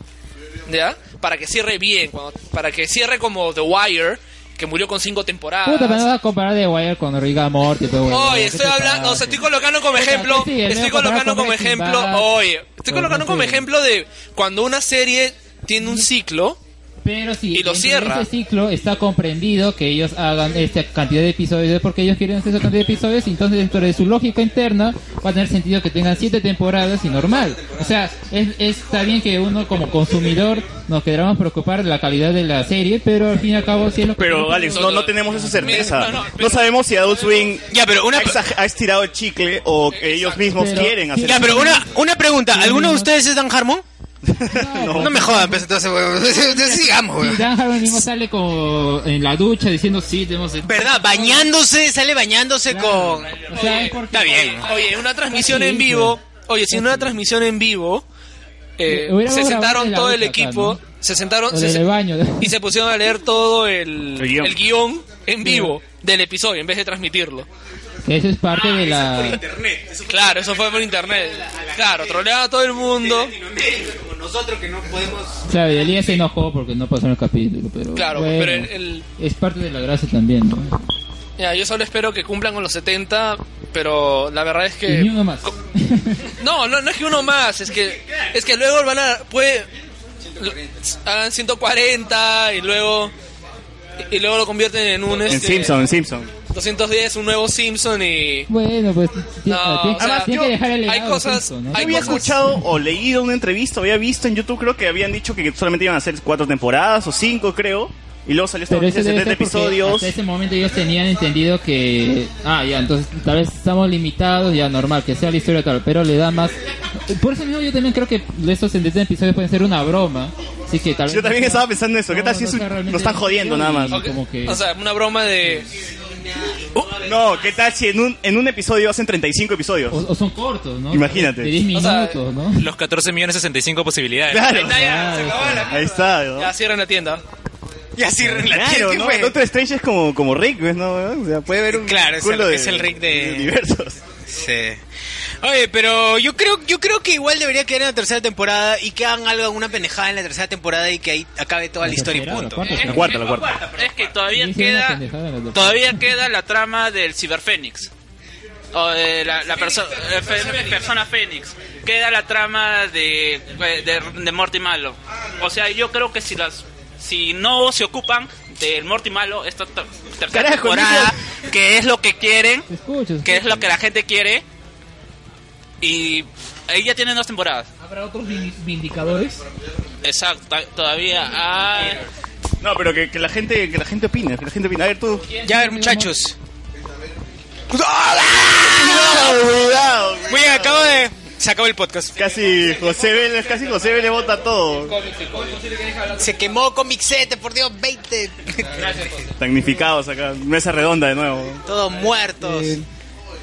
S11: ¿ya? Para que cierre bien, cuando- para que cierre como The Wire, que murió con cinco temporadas.
S4: Puta, pero no vas a comparar de Wire con Rick and Morty, pues, huevón.
S11: Oye,
S4: ¿Qué
S11: estoy
S4: te
S11: hablando, o
S4: pasa?
S11: sea, estoy colocando como
S4: Puta,
S11: ejemplo,
S4: sí, sí, el
S11: estoy
S4: mismo comparado
S11: colocando
S4: con
S11: como
S4: Breaking
S11: ejemplo,
S4: Bad.
S11: oye, estoy
S4: Pero
S11: colocando
S4: no
S11: como
S4: sé.
S11: ejemplo de cuando una serie tiene un ciclo,
S4: Pero si
S11: Y lo
S4: dentro
S11: cierra.
S4: de ese ciclo está comprendido que ellos hagan esta cantidad de episodios porque ellos quieren hacer esa cantidad de episodios, y entonces dentro de su lógica interna va a tener sentido que tengan siete temporadas y normal. O sea, es, está bien que uno como consumidor nos queramos preocupar de la calidad de la serie, pero al fin y al cabo sí es lo que...
S3: Pero Alex, no, no tenemos esa certeza. No sabemos si Adult Swing ha, exa- ha estirado el chicle o que ellos mismos quieren hacer.
S2: Ya, pero una, una pregunta. ¿Alguno de ustedes es Dan Harmon? No, me jodan, pues entonces, weón. sigamos,
S4: Sí,
S2: weón.
S4: Dan Harmon mismo sale como en la ducha diciendo sí, tenemos...
S2: ¿Verdad? Bañándose, sale bañándose con... Está bien.
S11: Oye, una transmisión en vivo.
S4: pues.
S11: Oye, si en una transmisión en vivo eh,
S4: Eh, hubiera
S11: se
S4: grabado
S11: sentaron
S4: en la
S11: todo
S4: ducha
S11: el
S4: acá,
S11: equipo,
S4: ¿no?
S11: se sentaron
S4: O
S11: se
S4: en el
S11: sen-
S4: baño.
S11: y se pusieron a leer todo el,
S4: El guión.
S11: el guión en vivo del episodio en vez de transmitirlo.
S4: Que eso es parte
S2: Ah,
S4: de la...
S11: Claro, eso fue por internet. Claro, troleaba a todo el mundo.
S2: Nosotros que no podemos...
S4: Claro, y Elías se enojó porque no pasó en el capítulo, pero
S11: Claro,
S4: bueno,
S11: pero el- el-
S4: es parte de la gracia también, ¿no?
S11: Ya, yo solo espero que cumplan con los 70, pero la verdad es que...
S4: Y ni uno más.
S11: No, no, no es que uno más, es que es que luego van a puede hagan 140 y luego y luego lo convierten en un
S3: En
S11: este,
S3: Simpson, en Simpson.
S11: 210, un nuevo Simpson y
S4: Bueno, pues
S11: no,
S4: tiene-
S11: Ah, o sea,
S4: tiene que dejar el legado
S11: hay
S4: de
S11: cosas,
S4: Simpson, ¿no?
S11: hay
S3: había
S11: cosas-
S3: escuchado o leído una entrevista, había visto en YouTube, creo que habían dicho que solamente iban a hacer cuatro temporadas o cinco, creo. Y luego salió esta
S4: Pero
S3: noticia
S4: eso
S3: de
S4: debe
S3: 70
S4: ser porque
S3: episodios.
S4: hasta ese momento ellos tenían entendido que ah ya entonces tal vez estamos limitados ya normal que sea la historia tal pero le da más por eso mismo yo también creo que estos 70 episodios pueden ser una broma así que tal vez
S3: Yo también estaba pensando eso. ¿Qué tal si es un- nos están jodiendo nada más? Uh,
S4: como que
S11: o sea, una broma de
S3: No, ¿qué tal si en un, en un episodio hacen 35 episodios?
S4: o son cortos no
S3: Imagínate.
S4: de 10 minutos no
S12: Los 14 millones 65 posibilidades.
S3: Claro.
S11: Ahí está, ya, se acabó la-
S3: Ahí está, ¿no?
S11: ya cierran la tienda.
S2: Ya cierran la
S3: Claro, ¿no?
S2: tienda, ¿qué fue?
S3: Doctor Strange es como, como Rick, ¿ves? ¿no? O sea, puede haber un
S2: Claro, es el-
S3: culo de-
S2: es el Rick de-
S3: universos.
S2: Sí. Oye, pero yo creo, yo creo que igual debería quedar en la tercera temporada y que hagan algo, una penejada en la tercera temporada y que ahí acabe toda la historia y punto.
S5: La
S3: cuarta, la cuarta.
S5: Es que todavía
S4: una
S5: queda,
S4: pendejada, la-
S5: todavía queda la trama del ciberfénix. O de la, la perso- eh, fe- persona Fénix. Queda la trama de, eh, de, de Morty Malo. O sea, yo creo que si las si no se ocupan del Morty Malo esta ter- tercera
S3: Carajo,
S5: temporada, que es lo que quieren,
S4: Te escucho,
S5: que es lo que la gente quiere, y ahí ya tienen dos temporadas.
S10: ¿Habrá otros vin- vindicadores?
S5: Exacto, ta- todavía hay...
S3: No, pero que, que la gente, que la gente opine, que la gente opine. A ver tú.
S2: Ya, a ver, muchachos.
S3: Cuidado, cuidado.
S2: Muy bien, acabo de... Se acabó el podcast.
S3: Casi José Vélez, casi José Vélez vota todo.
S2: Se quemó Comixete, por Dios, 20.
S3: Tagnificados acá. Mesa redonda de nuevo.
S2: Todos muertos.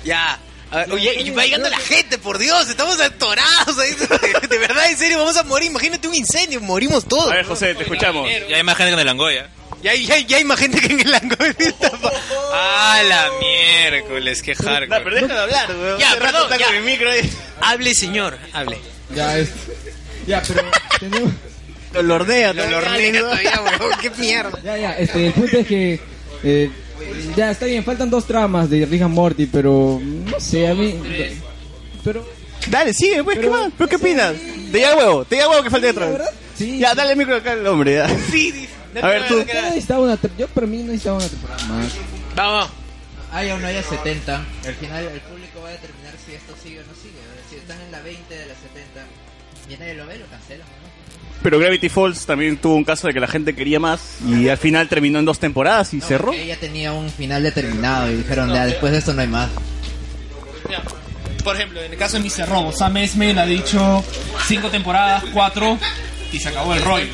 S2: Ya. A ver, oye, y va llegando la gente, por Dios, estamos atorados. ahí. De verdad, en serio, vamos a morir. Imagínate un incendio, morimos todos.
S3: A ver, José, te escuchamos.
S12: Y hay más gente con el Angoya.
S2: Ya hay, ya hay- ya hay más gente que en el Angol. ¡Ah, la miércoles! ¡Qué
S3: No, pero
S2: hardcore!
S3: déjame hablar, weón.
S2: Ya,
S3: Hace rato
S2: perdón,
S3: está
S2: ya.
S3: con el micro ahí.
S2: Hable, señor, hable.
S10: Ya, es... ya, pero tenemos...
S3: Lo lordea,
S2: Lo
S3: lo
S2: lordea
S3: lordea.
S2: todavía, weón, ¡Qué mierda!
S10: Ya, ya, este, el punto es que... eh, ya, está bien, faltan dos tramas de Rick and Morty, pero... No sé, a mí... Pero...
S3: Dale, sigue, pues, ¿qué más? ¿Pero qué opinas? Te llega el huevo, te llega el huevo que falta detrás.
S10: Sí,
S3: Ya, dale el micro acá al hombre, ya.
S2: Sí,
S3: A ver, tú.
S10: yo necesitaba una... tem- Yo para mí no necesitaba una temporada más.
S2: Vamos.
S10: Haya o no haya 70, al final el público va a determinar si esto sigue o no sigue. Si están en la 20 de la 70 y nadie lo ve, lo cancelan.
S3: Pero Gravity Falls también tuvo un caso de que la gente quería más y al final terminó en dos temporadas y cerró.
S10: Ella tenía un final determinado y dijeron, ya, después de esto no hay más.
S11: Por ejemplo, en el caso
S6: Eso ni se robó. Sam Esmail ha dicho cinco temporadas, cuatro, y se acabó el rollo.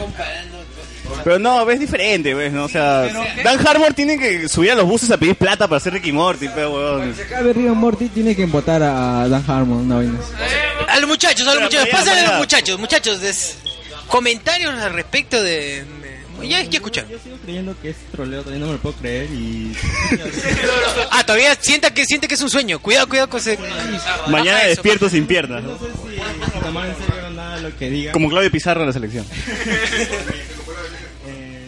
S3: Pero no, ves diferente, ves, ¿no? O sea, Dan Harmon tiene que subir a los buses a pedir plata para hacer Ricky Morty, pe, weón.
S10: Acá de Rick Morty tiene que embotar a Dan Harmon, una vaina. así.
S2: A los muchachos, a los
S3: Pero,
S2: muchachos.
S3: pero ya,
S2: Pásenle a los
S3: ya.
S2: muchachos, muchachos. des- Comentarios al respecto de. de- Ya, ya escucharon.
S13: Yo sigo creyendo que es troleo, todavía no me lo puedo creer y...
S2: Ah, todavía sienta que siente que es un sueño. Cuidado, cuidado con ese. pues.
S3: Mañana despierto sin piernas.
S13: No sé si tomar en serio nada lo que diga.
S3: Como Claudio Pizarro en la selección.
S13: Eh,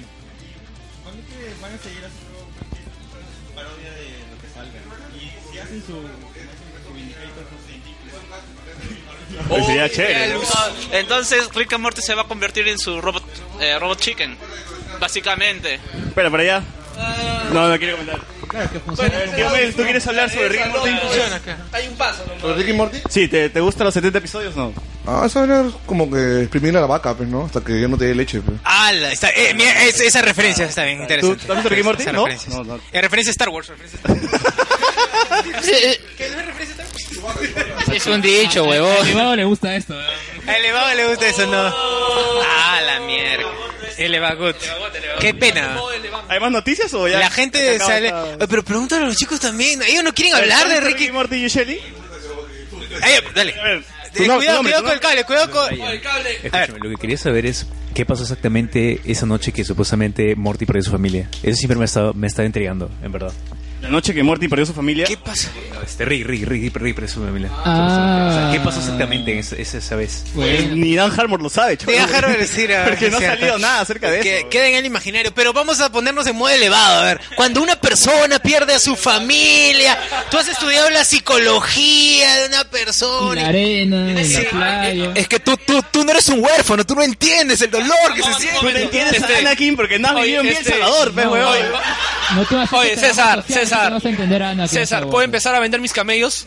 S13: para mí que van a seguir haciendo parodia de lo que salga. Y si hacen su... su Vindicator, no sé,
S3: Pues sería chévere. ¿no?
S13: Oh,
S5: Entonces Rick and Morty se va a convertir en su robot eh, Robot Chicken, básicamente.
S3: Espera, para allá. No, no quiero comentar.
S13: Ah. Claro, que
S5: funciona.
S3: Bueno, tío Mel, ¿tú quieres hablar sobre Rick and Morty?
S11: Funciona acá. Hay un paso. nomás.
S3: ¿Ricky Morty? Sí, ¿te, te gustan los 70 episodios no?
S7: Ah, esa vaina es como que exprimirle a la vaca, pues, ¿no? Hasta que ya no te dé leche, pues.
S14: Ah,
S2: ¡Ala! Está, eh, mira, es- esa referencia está bien interesante.
S7: ¿Tú- tú has visto Rick and Morty?
S2: Esa
S7: No.
S2: referencia.
S7: No, no.
S2: Eh, referencia a Star Wars. referencia a Star Wars. ¿Qué no es referencia a Star Wars?
S9: Es un
S4: Ah,
S9: dicho,
S2: A
S9: huevón.
S2: Elevado le gusta esto.
S4: ¿eh?
S2: A Elevado le gusta eso, no.
S3: Oh.
S2: ¡Ah, la mierda! Elevagot. ¡Qué pena!
S3: ¿Hay más noticias o ya?
S2: La gente
S3: acaba
S2: sale.
S3: esta-
S2: Eh, Pero pregúntale a los chicos también. Ellos no quieren
S3: A ver,
S2: hablar de
S3: ¿sabes
S2: Ricky.
S3: Rick and Morty y Shelly?
S2: Ay, dale.
S3: tu nom-
S2: Eh,
S3: tu
S2: cuidado,
S3: nombre, tu
S2: cuidado con el cable, cuidado con.
S15: Escúchame, lo que quería saber es qué pasó exactamente esa noche que supuestamente Morty perdió su familia. Eso siempre me ha estado, me está intrigando, en verdad.
S3: La noche que Morty perdió su familia. ¿Qué
S2: pasa?
S15: Este Rick, Rick, Rick, Rick, Rick perdió su familia.
S3: Ah.
S15: O sea, ¿Qué pasó exactamente en esa, esa- esa vez?
S3: Pues, Ni Dan Harmon ah, lo sabe, chaval.
S2: Te dejaron decir a ver,
S3: Porque no ha
S2: es cierto.
S3: salido nada acerca de
S2: Que-
S3: eso.
S2: Queda en el imaginario, pero vamos a ponernos en modo elevado. A ver, cuando una persona pierde a su familia, tú has estudiado la psicología de una persona.
S16: La arena, en
S2: Sí.
S16: la playa.
S2: Es que tú, tú, tú no eres un huérfano, tú no entiendes el dolor que se siente.
S3: Tú no entiendes a Anakin porque no has vivido en Bien Salvador, pe, huevón.
S16: No te vas a hacer
S11: Oye, César,
S16: trabajo social, no te
S11: César.
S16: vas a entender a Ana,
S11: César,
S16: por
S11: ¿puedo
S16: favor.
S11: empezar a vender mis camellos?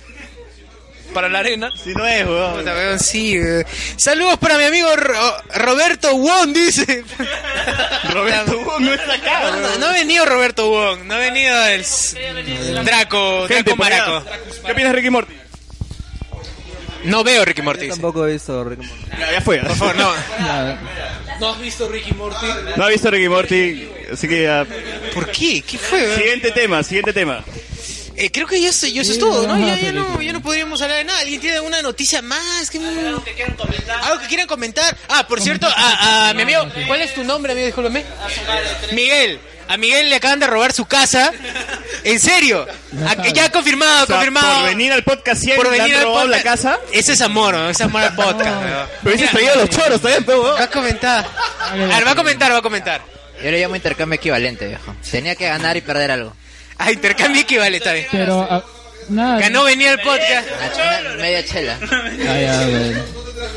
S11: Para la arena.
S3: Si no es, weón.
S2: Puta, weón, sí, weón. Saludos para mi amigo Ro- Roberto Wong, dice.
S3: Roberto Wong no está acá.
S2: No, no ha venido Roberto Wong, no ha venido el s- Draco,
S3: Gente,
S2: Draco
S3: por allá.
S2: Maraco.
S3: ¿Qué opinas de Ricky Morty?
S2: No veo Ricky Morty.
S17: Tampoco he visto Rick and Morty.
S3: Ya, ya fue.
S2: Por favor, no.
S11: ¿No has visto Ricky Morty?
S3: No ha visto Ricky Morty, así que ah. ya.
S2: ¿Por qué? ¿Qué fue?
S3: Siguiente tema, siguiente tema.
S2: Eh, creo que ya eso, ya eso es todo, ¿no? Ya, ya no, ya no podríamos hablar de nada. ¿Alguien tiene alguna noticia más? ¿Qué- ¿Algo que quieran comentar? Ah, por cierto, a, a mi amigo, ¿cuál es tu nombre, amigo? Discúlpame. Miguel. A Miguel le acaban de robar su casa. ¿En serio? A- ya
S3: O
S2: confirmado,
S3: sea,
S2: confirmado.
S3: Por venir al podcast 100
S2: Por
S3: le
S2: venir
S3: han
S2: al
S3: robado la
S2: podcast.
S3: casa.
S2: Ese es amor, ¿no? ese es amor al podcast. ¿no?
S3: Pero hubieses traído los choros también, pe, huevón.
S2: Va a comentar. A ver, va a comentar, va a comentar.
S10: Yo le llamo intercambio equivalente, viejo. Tenía que ganar y perder algo.
S2: Ah, intercambio equivale, está bien.
S16: Pero, ah, nada.
S2: Ganó venir al podcast.
S10: Media chela.
S16: Ah, ya, bueno.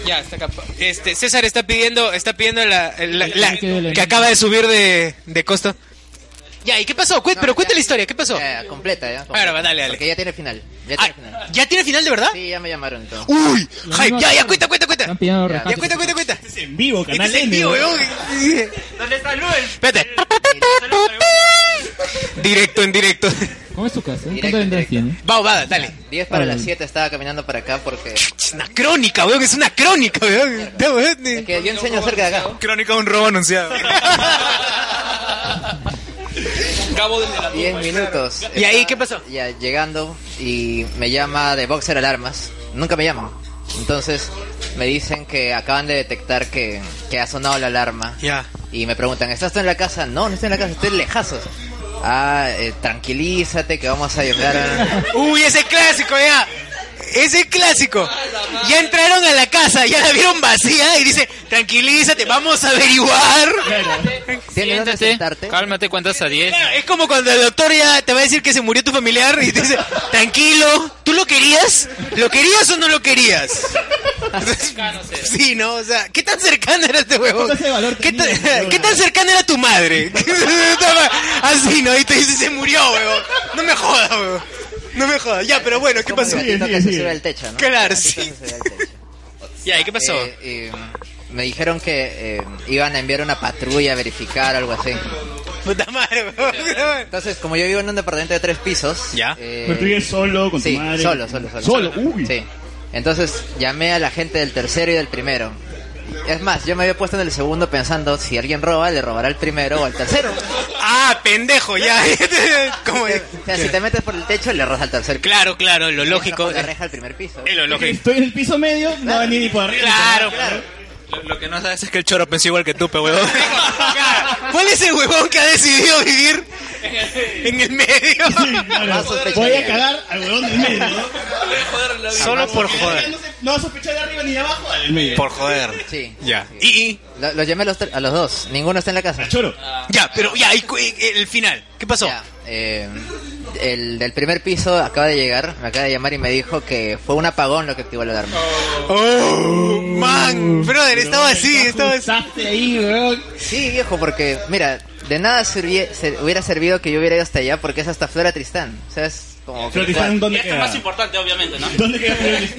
S2: Ya, está acá. Este, César está pidiendo, está pidiendo la, la- la-
S10: que del
S2: que acaba de subir de, de costo. Ya, ¿y qué pasó? Cué- pero cuéntale la historia, ¿qué pasó?
S10: Ya, completa, ya.
S2: Ahora, va, dale, dale.
S10: Porque ya tiene final. Ya tiene final.
S2: ¿Ya tiene final de verdad?
S10: Sí, ya me llamaron y todo.
S2: ¡Uy! Hype, ya, ya, cuenta, cuenta, cuenta.
S10: rescate.
S2: Ya, cuenta, cuenta, cuenta. Este es
S3: en vivo,
S2: canal en vivo, weón.
S5: ¿Dónde está Luis?
S2: Espérate. Directo, en directo.
S16: ¿Cómo es tu casa?
S10: Directo,
S16: ¿Cuántas ventas tiene?
S2: Va, va, dale.
S10: 10 para
S16: Ah,
S10: las
S16: bueno.
S10: 7 estaba caminando para acá porque...
S2: Es una crónica, weón, es una crónica, weón. eh, Ya, weón.
S10: Que yo enseño acerca de acá.
S2: Crónica de un robo anunciado.
S10: 10 minutos.
S2: ¿Y ahí qué pasó?
S10: Pues Ya llegando y me llama de Boxer Alarmas. Nunca me llaman. Entonces me dicen que acaban de detectar que, que ha sonado la alarma.
S2: Ya.
S10: Y me preguntan, ¿estás tú en la casa? No, no estoy en la casa, estoy lejazos. Ah, eh, tranquilízate que vamos a llegar a...
S2: Uy, ese clásico ya. Ese clásico. Ya entraron a la casa, ya la vieron vacía y dice, tranquilízate, vamos a averiguar.
S9: Siéntate, cálmate, cuentas a 10.
S2: Es como cuando el doctor ya te va a decir que se murió tu familiar y te dice, tranquilo, ¿tú lo querías? ¿Lo querías o no lo querías? Sí, ¿no? O sea, ¿qué tan cercana era este huevo? ¿Qué, tan- ¿Qué tan cercana era tu madre? Así, ¿no? Y te dice, se murió, huevo. No me jodas, huevo. No me jodas. Ya, pero bueno, ¿qué pasó?
S10: gatito que se sube al techo, ¿no? Eh,
S2: Claro,
S10: El
S2: sí.
S10: Ya,
S2: ¿y qué pasó?
S10: me dijeron que eh, iban a enviar una patrulla a verificar algo así.
S2: Puta madre,
S10: Entonces, como yo vivo en un departamento de tres pisos. eh, Ya.
S3: Pero tú vives solo, con tu
S10: sí,
S3: madre.
S10: Solo, solo, solo.
S3: Solo, uy.
S10: Sí. Entonces, llamé a la gente del tercero y del primero. Es más, yo me había puesto en el segundo pensando, si alguien roba, le robará al primero o al tercero.
S2: Ah, pendejo, ya. Como-
S10: O sea, si te metes por el techo, le rozas al tercer piso.
S2: Claro, claro, lo lógico.
S10: La reja al primer piso.
S2: Es lo lógico.
S3: Estoy en el piso medio, no va ni ni por arriba.
S2: Claro,
S12: Lo, lo que no sabes es que el choro pensó igual que tú, pe huevón.
S2: ¿Cuál es el huevón que ha decidido vivir en el medio?
S3: Voy a cagar al huevón del medio.
S2: Solo por joder.
S3: No va a sospechar de arriba ni de abajo.
S2: Por joder.
S10: Sí.
S2: Ya.
S10: Y, Los llamé a los, tre- a los dos. Ninguno está en la casa.
S3: Choro.
S2: Ya, pero ya, y cu- y- el final. ¿Qué pasó?
S10: eh, el del primer piso acaba de llegar, me acaba de llamar y me dijo que fue un apagón lo que activó la alarma.
S2: ¡Oh! ¡Man! Brother, estaba así, estaba así.
S10: Sí, viejo, porque, mira, de nada servía- se- hubiera servido que yo hubiera ido hasta allá porque es hasta Flora Tristán. O sea, es como...
S3: Flora Tristán, ¿dónde
S6: Y esto es más importante, obviamente, ¿no?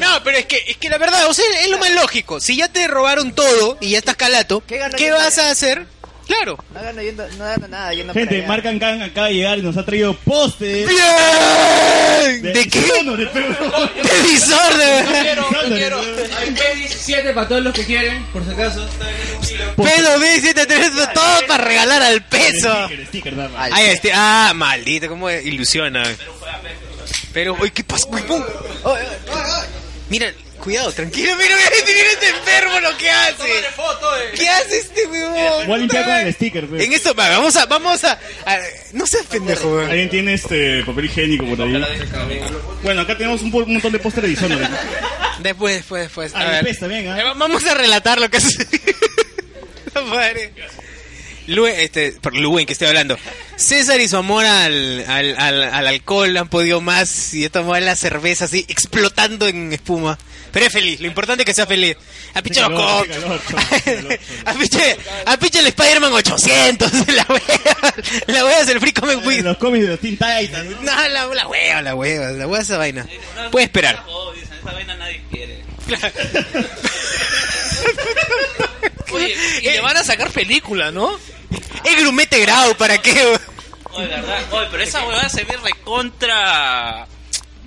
S2: No, pero es que, es que la verdad, o sea, es lo más lógico. Si ya te robaron todo y ya estás calato, ¿qué,
S10: que
S2: vas a hacer? Claro.
S10: No gano, yendo- no gano nada yendo para
S3: Gente,
S10: allá.
S3: Marcan Khan acaba de llegar y nos ha traído postes.
S2: ¡Bien!
S3: ¿De, qué? de Perú.
S2: No quiero.
S18: Hay 17 para todos los que quieren, por si acaso.
S16: Pues,
S2: Pedo B73, todo para regalar al peso. Ahí está. Ah, maldito, cómo ilusiona. Pero, uy, ¿qué pasó? Uy, pum.
S10: eh,
S2: Mira, cuidado, tranquilo, mira, mira este enfermo lo que hace. ¿Qué hace este huevón?
S3: Voy a limpiar con el sticker. pues.
S2: En esto, va, vamos a, vamos a, a- no seas pendejo, weón.
S3: ¿Alguien tiene este papel higiénico por ahí? Bueno, acá tenemos un, po- un montón de pósteres de Dishonored.
S2: Después, después, después.
S3: Ah,
S2: A ver.
S3: limpieza también, ¿ah?
S2: Eh, va- Vamos a relatar lo que hace. Madre. Luen, este, por Luen que estoy hablando. César y su amor al, al, al, al alcohol han podido más y esta mujer la cerveza así explotando en espuma. Pero es feliz, lo importante es que sea feliz. A pinche los
S19: calor,
S2: cocos. A pinche, a pinche el Spider-Man 800. La wea, la wea es el free comic book.
S3: Los cómics de los Teen Titans.
S2: No, la, la wea, la wea, la wea esa vaina. Puede esperar.
S6: Esa vaina nadie quiere.
S16: Oye, y le van a sacar película, ¿no?
S2: Es grumete grado, ¿para qué?
S6: Oye, verdad. Oye, pero esa huevada se ve recontra.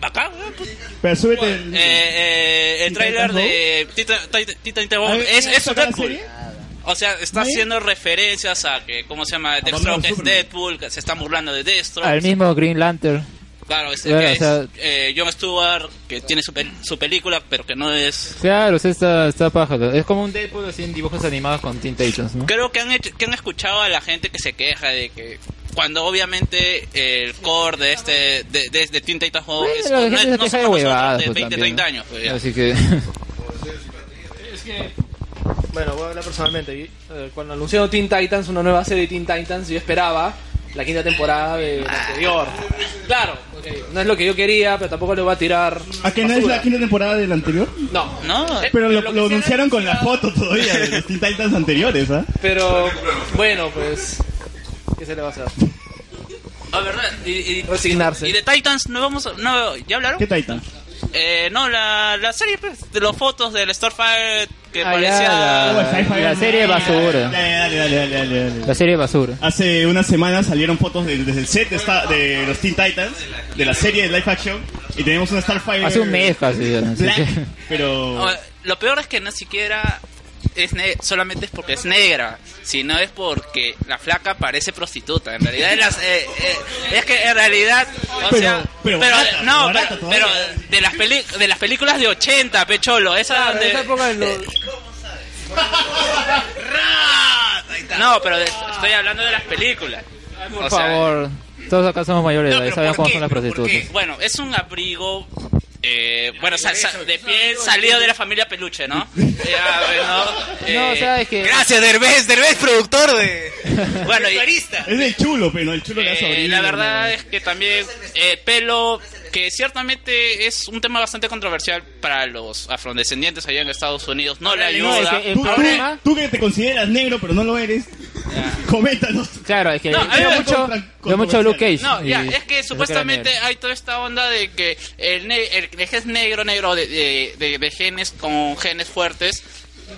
S6: Bacán, weón. pues.
S3: Pero súbete.
S6: Eh, eh, el tráiler de Titan Titan- Titan Table es, es Deadpool. O sea, está haciendo referencias a que, ¿cómo se llama? Deathstroke es Deadpool, que se están burlando de Deathstroke.
S4: Al mismo Green Lantern.
S6: Claro, es,
S4: Claro,
S6: que
S4: o
S6: es,
S4: sea-
S6: eh, John Stewart, que tiene su, pel- su película, pero que no es...
S4: Claro, o sea, está, está paja. Es como un Deadpool así en dibujos animados con Teen Titans, ¿no?
S6: Creo que han, hecho- que han escuchado a la gente que se queja de que... Cuando obviamente el core de este de, de, de Teen Titans Go es,
S4: Pero la
S6: no
S4: gente se
S6: es- no
S4: queja de
S6: somos
S4: huevadas,
S6: nosotros de
S4: pues,
S6: 20,
S4: también,
S6: 30
S4: ¿no?
S6: años. pues, ya.
S4: Así que...
S11: Bueno, voy a hablar personalmente. Y, eh, Cuando anunció Teen Titans, una nueva serie de Teen Titans, yo esperaba la quinta temporada de la anterior. Claro, ok, no es lo que yo quería, pero tampoco le voy a tirar.
S3: ¿A qué no es la quinta temporada del anterior?
S11: No,
S6: no.
S3: Pero lo, lo anunciaron con la foto todavía de los Teen Titans anteriores, ¿ah?
S11: Pero bueno, pues. ¿Qué se le va a hacer?
S6: Ah, verdad. Y, y-
S11: Resignarse.
S6: Y de Titans, no vamos a- no, ¿ya hablaron?
S3: ¿Qué Titan?
S6: Eh, no, la, la serie pues, de los fotos del Starfire que
S4: Ah, ya,
S6: parecía...
S4: la, la serie basura.
S3: Dale, dale, dale, dale, dale.
S4: La serie basura.
S3: Hace una semana salieron fotos de- desde el set de, esta- de los Teen Titans, de la serie de Life Action, y tenemos una Starfire.
S4: Hace un mes casi. ya, así
S3: Black,
S4: que-
S3: pero.
S6: Ah, Lo peor es que no siquiera es ne- solamente es porque es negra, sino es porque la flaca parece prostituta. En realidad es, las- eh, eh, es que en realidad, o
S19: Pero-
S6: sea,
S19: pero barata,
S6: no,
S19: barata
S6: pero,
S19: todavía.
S6: pero de las peli- de las películas de 80, pecholo, esa
S11: Claro,
S6: donde- Eh,
S11: esa época de los-
S6: no, pero de- estoy hablando de las películas.
S4: Por
S6: O sea,
S4: favor. Todos acá somos mayores de edad y sabemos cómo son las prostitutas.
S6: Bueno, es un abrigo. eh, bueno, sa- sa- de piel salido de la familia peluche, ¿no? Eh, Ya, bueno, eh,
S4: No, o sea, es que...
S2: Gracias, Derbez, Derbez, productor de...
S6: bueno, y-
S3: Es el chulo, pero el chulo de la
S6: eh,
S3: sobrina.
S6: la verdad es que también eh, pelo, que ciertamente es un tema bastante controversial para los afrodescendientes allá en Estados Unidos, no le
S3: No, es
S6: ayuda.
S3: que el tú,
S6: Ahora-
S3: tú- tú que te consideras negro, pero no lo eres, coméntanos.
S4: Claro, es que
S6: No, a mí
S4: veo
S6: me-
S4: mucho, veo mucho Luke Cage.
S6: No, ya,
S4: y-
S6: es
S4: y
S6: que
S4: Joker
S6: supuestamente
S4: Negro.
S6: hay toda esta onda de que el, ne- el, el gen negro, negro de, de- de- de genes con genes fuertes,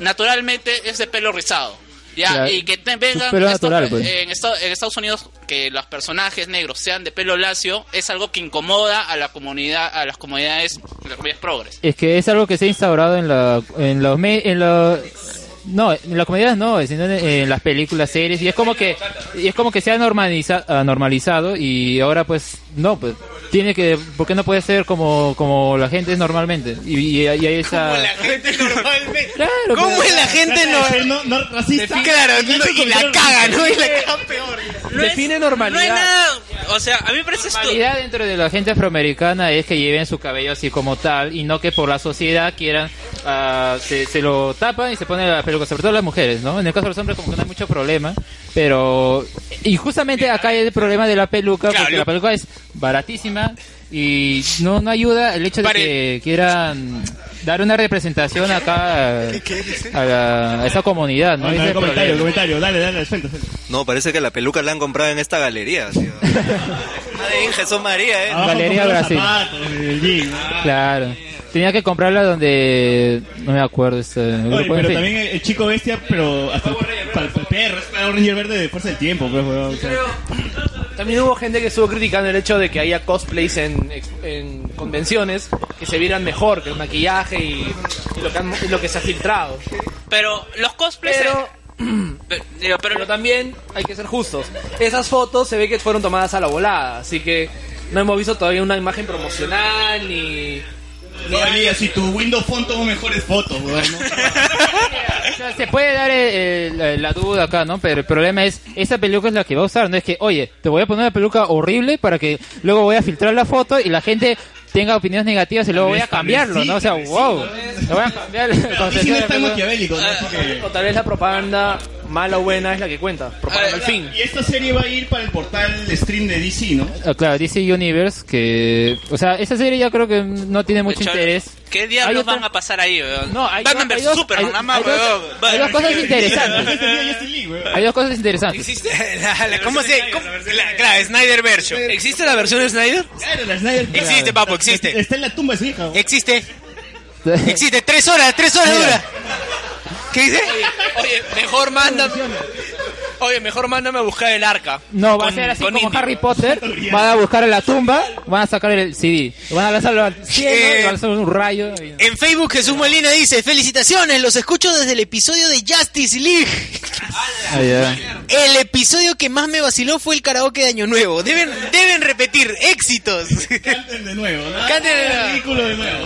S6: naturalmente es de pelo rizado. Ya,
S4: Claro.
S6: y que te vengan
S4: Pelo
S6: estos-
S4: natural, pues.
S6: en, esta- en Estados Unidos que los personajes negros sean de pelo lacio es algo que incomoda a la comunidad, a las comunidades, las comunidades progres.
S4: Es que es algo que se ha instaurado en la en los me- en la- no, en las comedias no, sino en, en las películas, series y es como que y es como que se ha normaliza- ah, normalizado y ahora pues no, pues tiene que porque no puede ser como como la gente es normalmente y, y- y hay esa
S2: gente normalmente.
S4: Claro,
S2: ¿Cómo
S4: pues.
S2: es la gente
S4: Trata de
S2: no,
S4: ser
S3: no, racista?
S2: Claro, no, y la caga, ¿no? Y la caga
S6: peor.
S11: Define normalidad.
S6: No es nada, o sea, a mí me parece esto.
S4: normalidad dentro de la gente afroamericana es que lleven su cabello así como tal y no que por la sociedad quieran ah, se, se lo tapan y se pone la peluca, sobre todo las mujeres, ¿no? En el caso de los hombres como que no hay mucho problema, pero... Y justamente acá hay el problema de la peluca, porque la peluca es baratísima y no, no ayuda el hecho de que quieran dar una representación acá a, a la- a esa comunidad, ¿no?
S3: Ah, No, no,
S4: Ese es el
S3: comentario,
S4: problema.
S3: comentario, dale, dale, suelta, suelta.
S20: No, parece que la peluca la han comprado en esta galería. sí. Madre de Jesús María, ¿eh?
S4: Abajo Galería compra los Brasil. zapatos, Claro. Tenía que comprarla donde... No me acuerdo. Este, grupo,
S3: Oye,
S4: en
S3: pero
S4: fin.
S3: también el, el chico bestia, pero hasta para el perro, es para un Ranger verde de fuerza del tiempo, pues, weón. o sea.
S17: También hubo gente que estuvo criticando el hecho de que haya cosplays en, ex- en convenciones que se vieran mejor que el maquillaje y, y lo, que han- y lo que se ha filtrado.
S5: Pero los cosplays.
S17: Pero,
S5: pero,
S17: también hay que ser justos. Esas fotos se ve que fueron tomadas a la volada, así que no hemos visto todavía una imagen promocional ni.
S3: Todavía, si tu Windows Phone tomó mejores fotos, weón. ¿no?
S4: O sea, se puede dar eh, eh, la, la duda acá, ¿no? Pero el problema es, esa peluca es la que va a usar, no es que, oye, te voy a poner una peluca horrible para que luego voy a filtrar la foto y la gente tenga opiniones negativas y luego voy a cambiarlo, ¿no? O sea, wow. Lo voy a cambiar.
S17: Aquí sí no está
S3: maquiavélico,
S17: O tal vez la propaganda mala o buena es la que cuenta. Propaganda al fin.
S3: Y esta serie va a ir para el portal stream de DC, ¿no?
S4: Ah, claro, DC Universe, que... O sea, esa serie ya creo que no tiene mucho interés.
S5: ¿Qué diablos van a pasar ahí, weón?
S4: No, hay
S5: Batman
S4: dos- hay
S5: vs
S4: dos-
S5: Superman,
S4: hay-
S5: nada más,
S4: hay dos-
S5: weón.
S4: hay dos cosas interesantes. Hay dos cosas interesantes.
S5: Existe
S2: La- la- ¿Cómo se.? cómo- la- Claro, Snyder Version.
S11: ¿Existe la versión de Snyder?
S3: Claro, la Snyder.
S2: Existe, papo, existe.
S3: Está en la tumba de su hija.
S2: Existe. Existe. Tres horas, tres horas dura. ¿Qué dice?
S11: Oye, mejor mándame. Oye, mejor mándame a buscar el arca.
S4: No, va
S11: Con-
S4: a ser así
S11: con
S4: como
S11: Indy.
S4: Harry Potter. Van a buscar a la tumba, van a sacar el CD. lo Van a lanzarlo al cielo,
S2: Eh,
S4: y van a lanzar un rayo.
S2: En Facebook Jesús Molina dice, felicitaciones, los escucho desde el episodio de Justice League. El episodio que más me vaciló fue el karaoke de Año Nuevo. Deben, deben repetir, éxitos.
S3: Canten de nuevo, ¿no?
S2: Canten de nuevo.
S3: Ridículo de nuevo.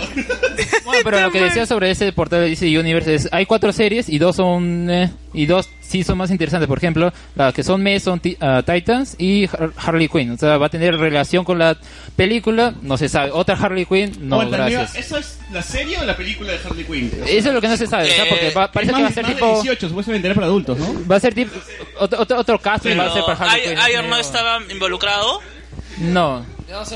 S4: Bueno, pero lo que decía sobre ese portal de DC Universe es, hay cuatro series y dos son eh, y dos sí son más interesantes. Por ejemplo, las que son Mason son Ti- ah, Titans y Har- Harley Quinn. O sea, va a tener relación con la película, no se sabe. Otra Harley Quinn, no,
S3: Oye, la nueva-
S4: gracias.
S3: ¿Eso es la serie o la película de Harley Quinn?
S4: Eso es lo que no se sabe, o sea, porque va- parece
S3: es
S4: que va a
S3: más-
S4: ser
S3: Eh, más
S4: tipo-
S3: de 18, supuestamente era para adultos, ¿no?
S4: Va a ser tipo otro, otro, otro caso y va a ser para Harley Quinn.
S5: Ayer pues, no estaba involucrado.
S4: No.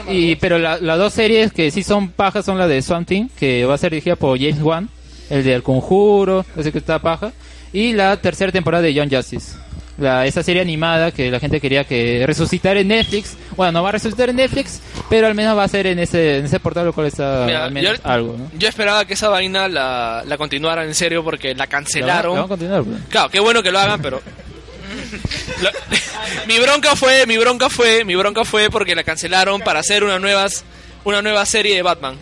S4: Y, pero la- las dos series que sí son pajas son la de Swamp Thing, que va a ser dirigida por James Wan, el del Conjuro, ese que está paja, y la tercera temporada de Young Justice. La, esa serie animada que la gente quería que resucitar en Netflix. Bueno, no va a resucitar en Netflix, pero al menos va a ser en ese, en ese portal, lo cual está
S11: Mira,
S4: al menos
S11: yo-
S4: algo, ¿no?
S11: Yo esperaba que esa vaina la, la continuaran en serio porque
S4: La
S11: la
S4: van- la
S11: cancelaron.
S4: van a continuar, pues.
S11: Claro, qué bueno que lo hagan, pero Lo- mi bronca fue, mi bronca fue, mi bronca fue porque la cancelaron para hacer una nuevas una nueva serie de Batman.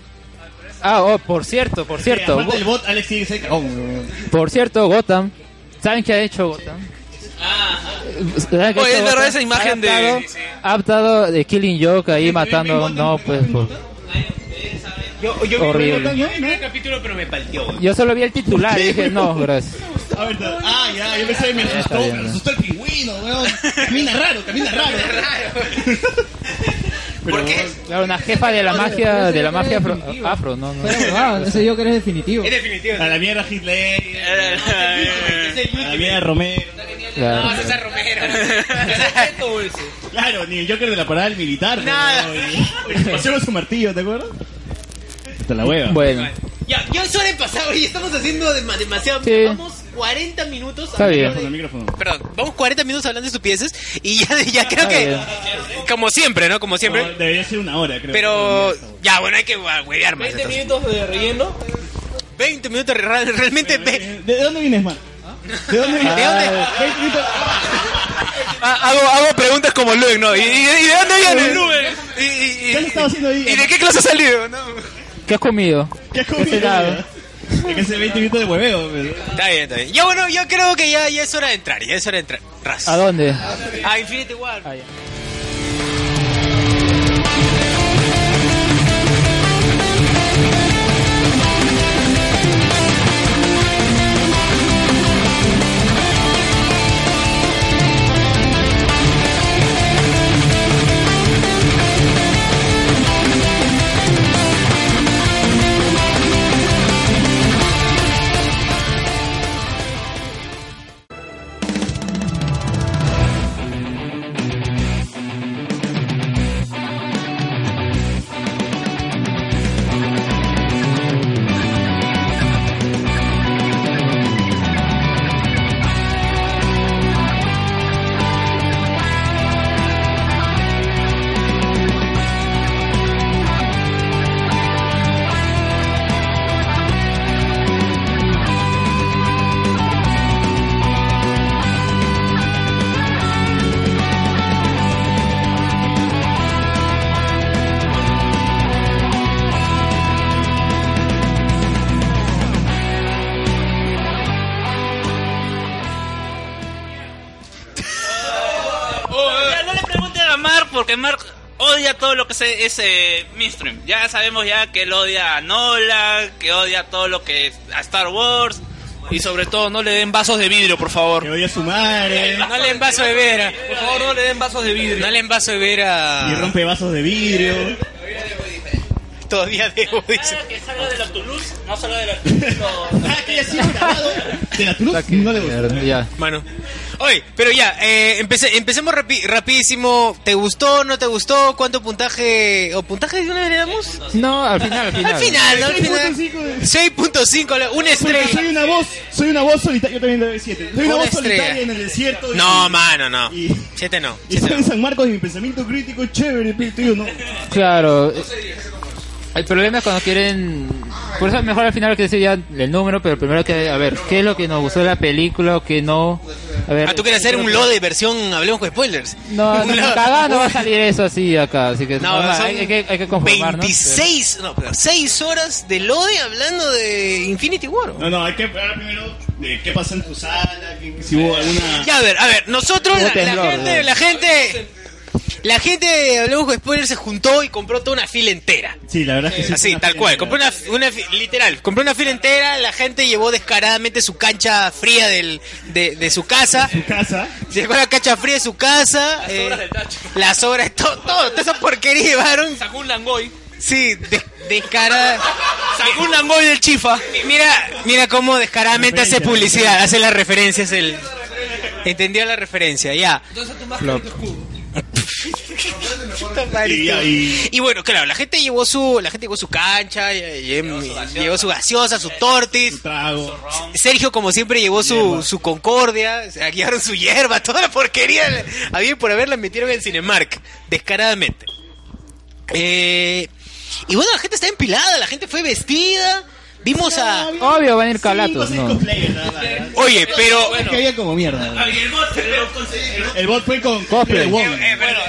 S4: Ah, oh, por cierto, por cierto.
S11: aparte el
S3: bot Alex sigue
S16: Oh.
S3: cerca.
S4: Por cierto, Gotham. ¿Saben qué ha hecho Gotham?
S3: Ah.
S4: ¿Saben qué ha
S11: Oye,
S4: hecho
S11: es verdad
S4: Gotham?
S11: esa imagen de-
S4: Ha adaptado, ha adaptado de Killing Joke ahí matando. No, pues. por-
S13: Yo, yo
S4: Horrible.
S13: vi el primer ¿eh? capítulo, pero me partió.
S4: Yo solo vi el titular y dije, no, gracias.
S3: Ah, ¿verdad? Ah, ya, yo pensé, me asustó,
S4: bien,
S3: me
S4: ¿no?
S3: asustó el pingüino, weón. Camina raro, camina raro. ¿Por qué?
S4: Claro, una jefa de la magia, de la magia afro, afro, no, no.
S16: Ah, ese Joker es definitivo.
S3: definitivo. A la mierda Hitler. A la mierda Romero.
S4: Claro.
S13: No, César
S3: Romero. claro, ni el Joker de la parada del militar.
S13: Nada.
S3: weón. Pasemos su martillo, ¿te acuerdas? Hasta la hueva.
S4: Bueno.
S2: Ya, ya es hora de pasar, y estamos haciendo dema- demasiado.
S4: Sí.
S2: Vamos 40 minutos.
S4: Está bien.
S2: hablando de- Perdón, vamos 40 minutos hablando de estupideces y ya, ya creo
S3: Está
S2: que.
S3: bien.
S2: Como siempre, ¿no? Como
S3: No,
S2: siempre.
S3: debería ser una hora, creo.
S2: Pero. Ya, bueno, hay que hue- huevear más.
S17: 20
S2: entonces.
S17: minutos de relleno.
S2: 20 minutos re- re- realmente. ve-
S3: ¿De dónde vienes, man? ¿De dónde vienes?
S2: ¿De dónde?
S11: Ah, hago, hago preguntas como Luen, ¿no? ¿Y, y, y de dónde vienes?
S3: Luen.
S11: ¿Y, y, y-
S3: ¿Qué has estado haciendo hoy?
S11: ¿y de qué clase has salido? No.
S4: ¿Qué has comido?
S3: ¿Qué has comido?
S4: cenado?
S3: Es que hace 20 minutos de hueveo. weón.
S2: Está bien, está bien. Ya, bueno, yo creo que ya, ya es hora de entrar. Ya es hora de entrar. Ah, Ras.
S4: ¿A dónde?
S5: Ah,
S2: A Infinity War.
S5: Oh, eh. porque Mark odia todo lo que se- es eh, mainstream. Ya sabemos ya que él odia a Nolan, que odia todo lo que es a Star Wars.
S11: Y sobre todo, no le den vasos de vidrio, por favor. Que
S3: odia a su madre.
S11: No le den vasos de vidrio. Por favor, no le den vasos de vidrio.
S2: No le envaso de ver
S3: Y
S2: a...
S3: rompe vasos de vidrio.
S2: Todavía debo, dice.
S5: Ah,
S2: Ah,
S5: Que salga de la Toulouse, no salga de la Toulouse.
S3: De la Toulouse no le gusta.
S4: Ya.
S2: Mano. Oye, pero ya, eh, empece- empecemos rapi- rapidísimo. ¿Te gustó, no te gustó? ¿Cuánto puntaje? ¿O puntaje de una vez le damos?
S4: No, al final, al final.
S2: Al final, ¿no? Al final. 6.5, le- una
S3: Porque
S2: estrella.
S3: soy una voz, soy una voz solitaria. Yo también le doy 7. Soy una,
S2: Una
S3: voz solitaria
S2: estrella.
S3: en el desierto. de-
S2: No, mano, no. Siete no.
S3: Y estoy en San Marcos y mi pensamiento crítico es chévere, pero tuyo no.
S4: Claro. eh, El problema es cuando quieren... Por eso mejor al final que decir ya el número, pero primero que... A ver, ¿qué es lo que nos gustó de la película o qué no? A ver...
S2: Ah, tú quieres hacer un load de versión, hablemos con spoilers.
S4: No,
S2: Un
S4: no,
S2: load.
S4: cagada no va a salir eso así acá, así que...
S2: No,
S4: no,
S2: son
S4: hay, hay que, hay que conformarnos.
S2: 26, no, 6 horas de lode hablando de Infinity War.
S3: No, no, hay que hablar primero de qué pasa en tu sala, que- que si hubo alguna.
S2: Ya, a ver, a ver, nosotros,
S3: Hubo
S2: la, la
S3: temblor,
S2: gente,
S3: ¿verdad?
S2: la gente, la gente de Hablemos con Spoilers se juntó y compró toda una fila entera.
S3: Sí, la verdad es que sí.
S2: Así, tal cual. Compró una, fi- una fi- literal, compró una fila entera, la gente llevó descaradamente su cancha fría del, de, de su casa.
S3: Su casa.
S2: Llegó la cancha fría de su casa. Las obras
S11: Eh,
S2: del tacho. Las obras, todo, todo, toda esa porquería llevaron.
S11: Sacó un langoy.
S2: Sí, de- descarada.
S11: Sacó un langoy del chifa.
S2: Mira, mira cómo descaradamente hace publicidad, hace las referencias. El... Entendió la referencia, ya. Puta madre.
S1: Y- y-
S2: Y bueno, claro, la gente llevó su, la gente llevó su cancha, lle- lle- llevó su gaseosa, su tortis. Sergio, como siempre, llevó su, su concordia, se llevaron su hierba, toda la porquería. Había y por haberla metieron en Cinemark, descaradamente. Eh, y bueno, la gente está empilada, la gente fue vestida. Vimos a.
S4: Obvio, van a ir calatos, ¿no?
S2: Oye, pero.
S3: Es que había como mierda. El bot fue con.
S4: Cosplay.
S11: Bueno,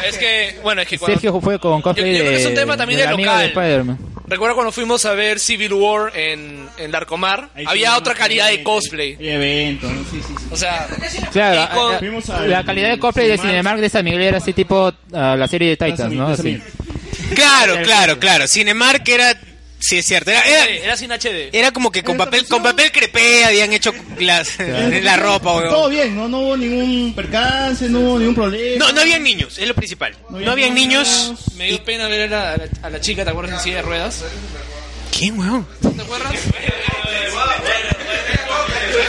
S11: es que, bueno, es que cuando-
S4: Sergio fue con cosplay
S11: Yo- yo creo
S4: de...
S11: que es un tema también
S4: del
S11: de
S4: amigo
S11: local.
S4: de Spider-Man.
S11: Recuerdo cuando fuimos a ver Civil War en, en Larcomar, había otra calidad de cosplay.
S3: evento, ¿no? Sí, sí, sí.
S11: O sea,
S4: Claro,
S11: y con-
S4: la- eh, la, la calidad de cosplay de Cinemark de San Miguel era así tipo ah, la serie de Titans, ¿no? Así.
S2: Claro, claro, claro. Cinemark era. Sí, es cierto. Era, era-
S11: Era sin HD.
S2: era como que con papel, con papel crepé habían hecho las- la ropa, weón.
S3: Todo bien, ¿no? No hubo ningún percance, no hubo ningún problema.
S2: No, no habían niños, es lo principal. No, habían niños.
S11: Me dio pena ver a la, a la- a la chica, ¿te acuerdas? En silla de ruedas.
S2: ¿Quién, weón?
S11: ¿Te acuerdas?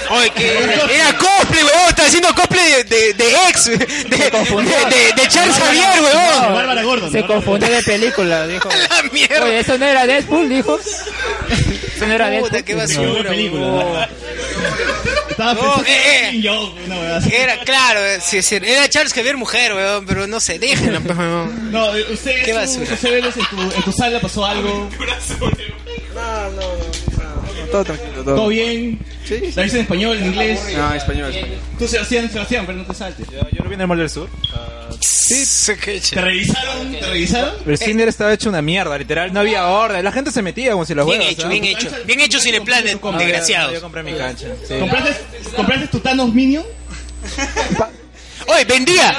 S2: Oye, que era cosplay, weón. Está haciendo cosplay de, de, de ex, de, de- de Charles Javier, weón.
S4: Se confundió de película, dijo.
S2: ¡La mierda!
S4: Oye, eso no era Deadpool, dijo. Eso no era Deadpool.
S2: Puta, qué basura, weón.
S3: Estaba
S2: No,
S3: pensando
S2: eh, eh.
S3: en yo, una verdad.
S2: Era, claro, eh, sí, sí, era Charles Javier mujer, weón, pero no sé, déjenlo, pues, weón.
S3: No, eh, usted,
S2: Qué
S3: tú-
S2: basura.
S3: José Vélez, en tu, en tu sala pasó algo.
S21: No, no, no. Todo tranquilo, todo.
S3: ¿Todo bien? ¿La viste en español, en inglés?
S21: No, Ah, español, español.
S3: Tú, Sebastián, Sebastián, pero no te saltes.
S21: Yo no vine al Mall del Sur.
S3: ¿Te revisaron? ¿Te revisaron?
S21: El cine
S10: Eh.
S21: estaba hecho una mierda, literal. No había orden. La gente se metía como si los
S2: Bien
S21: huevos,
S2: hecho,
S21: ¿sabes?
S2: bien hecho. Bien hecho Cineplanet,
S21: Ah, ya, Yo
S2: desgraciado.
S21: compré mi cancha. sí.
S3: ¿Compraste, ¿Compraste tu Thanos Minion?
S2: Oye, vendía,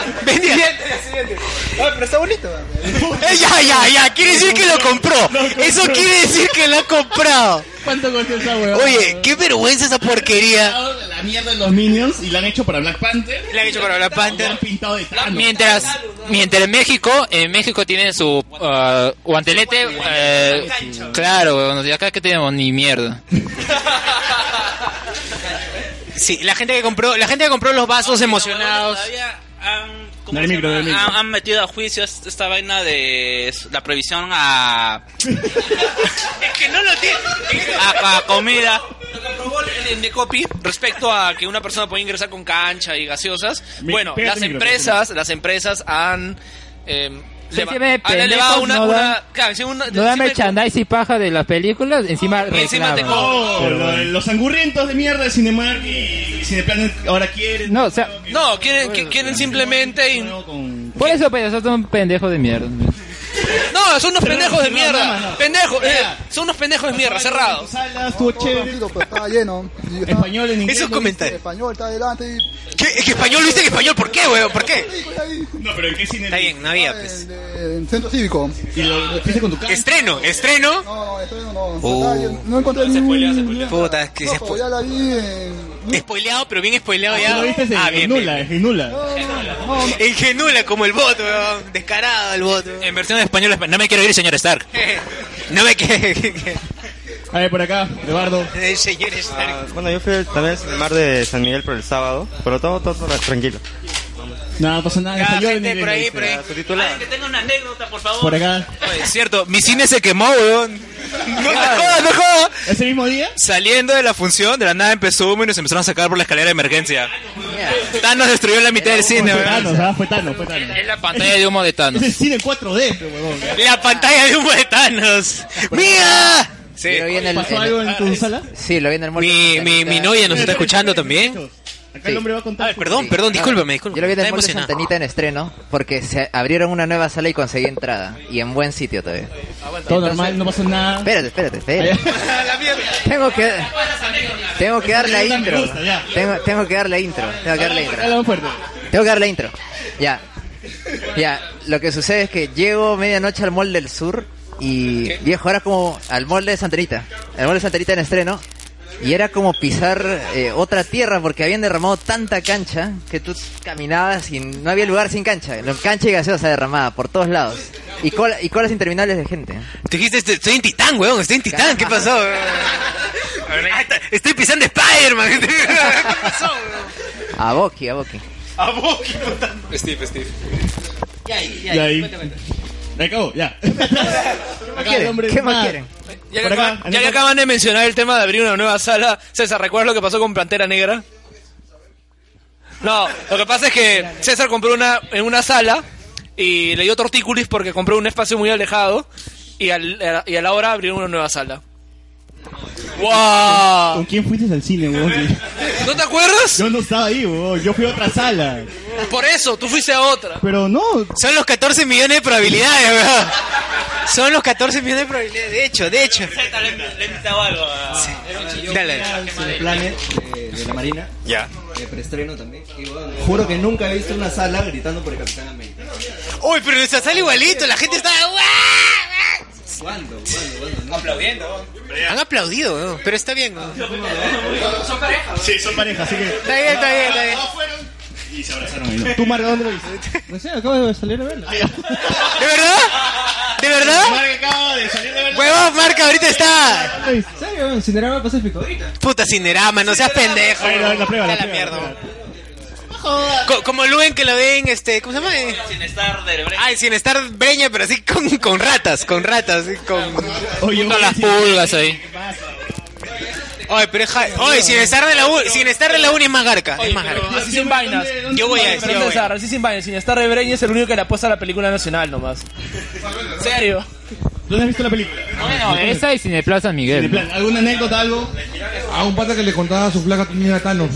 S2: vendía.
S21: Ay, pero está bonito.
S2: Eh, ya, ya, ya, quiere decir que lo compró. Eso quiere decir que lo ha comprado.
S3: ¿Cuánto costó esa huevada?
S2: Oye, qué vergüenza esa porquería.
S3: La mierda de los Minions y la han hecho para Black Panther.
S2: La han hecho para Black Panther.
S3: La han pintado de Thanos.
S9: Mientras, mientras en México, en México tienen su ah,
S4: uh,
S9: guantelete, eh, claro, weón, y acá que tenemos ni mierda.
S2: Sí, la gente que compró, la gente que compró los vasos emocionados.
S5: Todavía han, ¿cómo
S2: Del
S5: se
S2: micro,
S5: llama?
S2: del micro.
S5: Ah, Han- han metido a juicio es- esta vaina de s- la prohibición a.
S2: Es que no lo tiene.
S5: a, a comida.
S11: Lo que aprobó el Indecopi respecto a que una persona puede ingresar con cancha y gaseosas.
S5: Mi-
S11: bueno,
S5: pégate
S11: las
S5: el micrófono.
S11: empresas, las empresas han eh,
S4: Sí,
S11: leva-
S4: sí, me
S11: han
S4: pendejos,
S11: elevado una,
S4: no dan-
S11: una- claro, encima una-
S4: No da merchandise y paja de las películas, encima
S11: y encima
S4: reclama.
S11: te
S3: Oh,
S4: Pero
S3: lo-
S4: bueno.
S3: los angurrientos de mierda de Cinemark y Cineplanet ahora quieren.
S4: No, o sea,
S11: No, quieren, qui- quieren simplemente in-
S4: pues, por eso, pero son pendejos de mierda.
S11: No, son
S3: Cerrado,
S11: unos pendejos de
S3: cerrado,
S11: mierda.
S3: nada más.
S11: Pendejos, eh,
S3: Mira.
S11: son unos pendejos de mierda, cerrados.
S16: Ah,
S3: estuvo chévere.
S8: estaba lleno. Y estaba-
S3: Español en inglés, Esos ¿no? comentarios.
S8: Español está adelante. y-
S2: ¿Qué? ¿Es que español lo viste en español? ¿Por qué, weón? ¿Por qué?
S3: No, pero ¿en qué cine? Está
S2: bien, no había, pues.
S8: eh, En centro cívico.
S3: Y lo viste con tu cara.
S2: Estreno, estreno.
S8: No, estreno no.
S2: Oh.
S8: No encontré ningún.
S2: Puta, es que se
S8: Ojo, ya la vi en.
S2: Spoileado, pero bien spoileado
S3: Lo
S2: ya.
S3: viste en
S2: Ah, bien.
S3: Genula, en Genula.
S2: En genula, como el voto, weón. Descarado el voto.
S9: En versión española, no me quiero ir, señor Stark.
S2: No me que
S3: A ver, por acá, Eduardo.
S2: El señor Stark.
S22: Bueno, yo fui al- también al mar de San Miguel por el sábado, pero todo, todo, todo tranquilo.
S3: No, pasa
S5: Ah,
S3: nada. español en inglés.
S5: Alguien que tenga una anécdota, por favor.
S3: Por acá.
S2: Pues,
S9: Es cierto, mi cine se quemó, weón. No
S5: Claro.
S9: jodas, no jodas.
S3: ¿Ese mismo día?
S9: Saliendo de la función, de la nada empezó humo y nos empezaron a sacar por la escalera de emergencia. Thanos destruyó la mitad del cine,
S3: Fue
S9: weón.
S3: Thanos, ah, fue
S16: pues.
S3: Thanos, fue Thanos.
S9: La pantalla de humo de Thanos.
S3: Ese cine en 4D, pero huevón.
S2: La pantalla de humo de Thanos. ¡Mía! Sí.
S10: Yo lo vi en el-
S3: ¿Pasó
S10: en-
S3: algo en tu sala?
S10: Sí, lo vi en el molde.
S2: Mi, mi, mi novia nos está escuchando también.
S3: Acá el hombre va a contar. su-
S2: Perdón, perdón, discúlpame, discúlpame.
S10: Yo lo vi en el
S2: Está
S10: molde
S2: emocionado.
S10: Santanita en estreno porque se abrieron una nueva sala y conseguí entrada. Y en buen sitio todavía.
S3: Todo normal, no pasó nada.
S10: Espérate, espérate, espérate. Tengo que, tengo que dar la
S3: Esa me
S10: intro.
S3: gusta, ya.
S10: Tengo, tengo que dar la intro. Tengo que dar la intro.
S3: Habla más fuerte.
S10: Tengo que dar la intro. Ya. Ya, lo que sucede es que llego medianoche al Mall del Sur y viejo, era como al Mall de Santanita. Al Mall de Santanita en estreno. Y era como pisar eh, otra tierra porque habían derramado tanta cancha que tú caminabas y no había lugar sin cancha. La Cancha y gaseosa derramada por todos lados. Y, cola- y colas interminables de gente.
S2: Tú dijiste, "Estoy- estoy en Titán, weón, estoy en Titán, ¿qué pasó? weón? Ah, está- Estoy pisando Spider-Man. ¿Qué pasó, weón?
S10: A Boki, a Boki.
S2: A vos, qué
S12: Steve, Steve.
S5: Ya,
S3: ya, ya, ahí. cuenta, Ya acabó, ya. Acá el
S11: quieren?
S3: hombre
S11: ¿Qué más
S3: nada.
S11: quieren? Ya que,
S3: Por acá,
S11: acaban- ya que acaban de mencionar el tema de abrir una nueva sala, César, ¿recuerdas lo que pasó con Plantera Negra? No, lo que pasa es que César compró una en una sala y le dio tortícolis porque compró un espacio muy alejado y, al- y a la hora abrieron una nueva sala. ¡Wow!
S3: ¿Con quién fuiste al cine, huevón?
S11: ¿No te acuerdas?
S3: Yo no estaba ahí, huevón. Yo fui a otra sala.
S11: Por eso, tú fuiste a otra.
S3: Pero no.
S2: Son los 14 millones de probabilidades, weón. Son los 14 millones de probabilidades. De hecho, de hecho.
S5: Le he invitado algo a...
S2: Dale.
S13: Planet eh, de la Marina.
S2: Ya.
S13: De preestreno también. Y bueno, juro que nunca he visto una sala gritando por el Capitán América.
S2: Uy, pero se sale igualito, la gente está.
S13: ¿Cuándo?
S2: Aplaudiendo, Han aplaudido, weón, pero está bien, weón.
S5: Son parejas.
S3: Sí, son pareja, así que.
S2: Está bien, está bien, está bien.
S3: Y se abrazaron ahí, ¿no? ¿Tú, Marga, dónde lo viste?
S13: No sé, Pues acabo de salir a verla.
S2: ¿De verdad? ¿De verdad?
S3: Marga acaba de salir de verla.
S2: Huevón, Marca, ahorita está.
S13: ¿En serio? ¿En Cinerama Pacífico?
S2: Puta Cinerama, no seas pendejo.
S3: Ahí, la- la prueba, la
S2: Está
S3: prueba,
S2: mierda,
S3: la
S2: weón. Co- como Luen que lo ven, este, ¿cómo se llama? eh?
S5: Bienestar del Brecht.
S2: Ay, sin estar breña, pero así con, con ratas, con ratas, así con,
S9: Junto a las pulgas ahí.
S2: Oye, pero es ja- Oye, sin estar de la uni, sin estar de la uni es más garca, es más garca.
S17: Así sin vainas.
S2: Yo voy a decir, yo voy.
S17: César, así sin vainas. Sin estar de Breña es el único que le apuesta a la película nacional nomás. ¿En serio?
S3: ¿Dónde has visto la película?
S4: Bueno, eh. esa y Cineplaza San Miguel.
S3: En plan, ¿Alguna anécdota, algo?
S14: A un pata que le contaba a su flaca tenía Thanos. eh".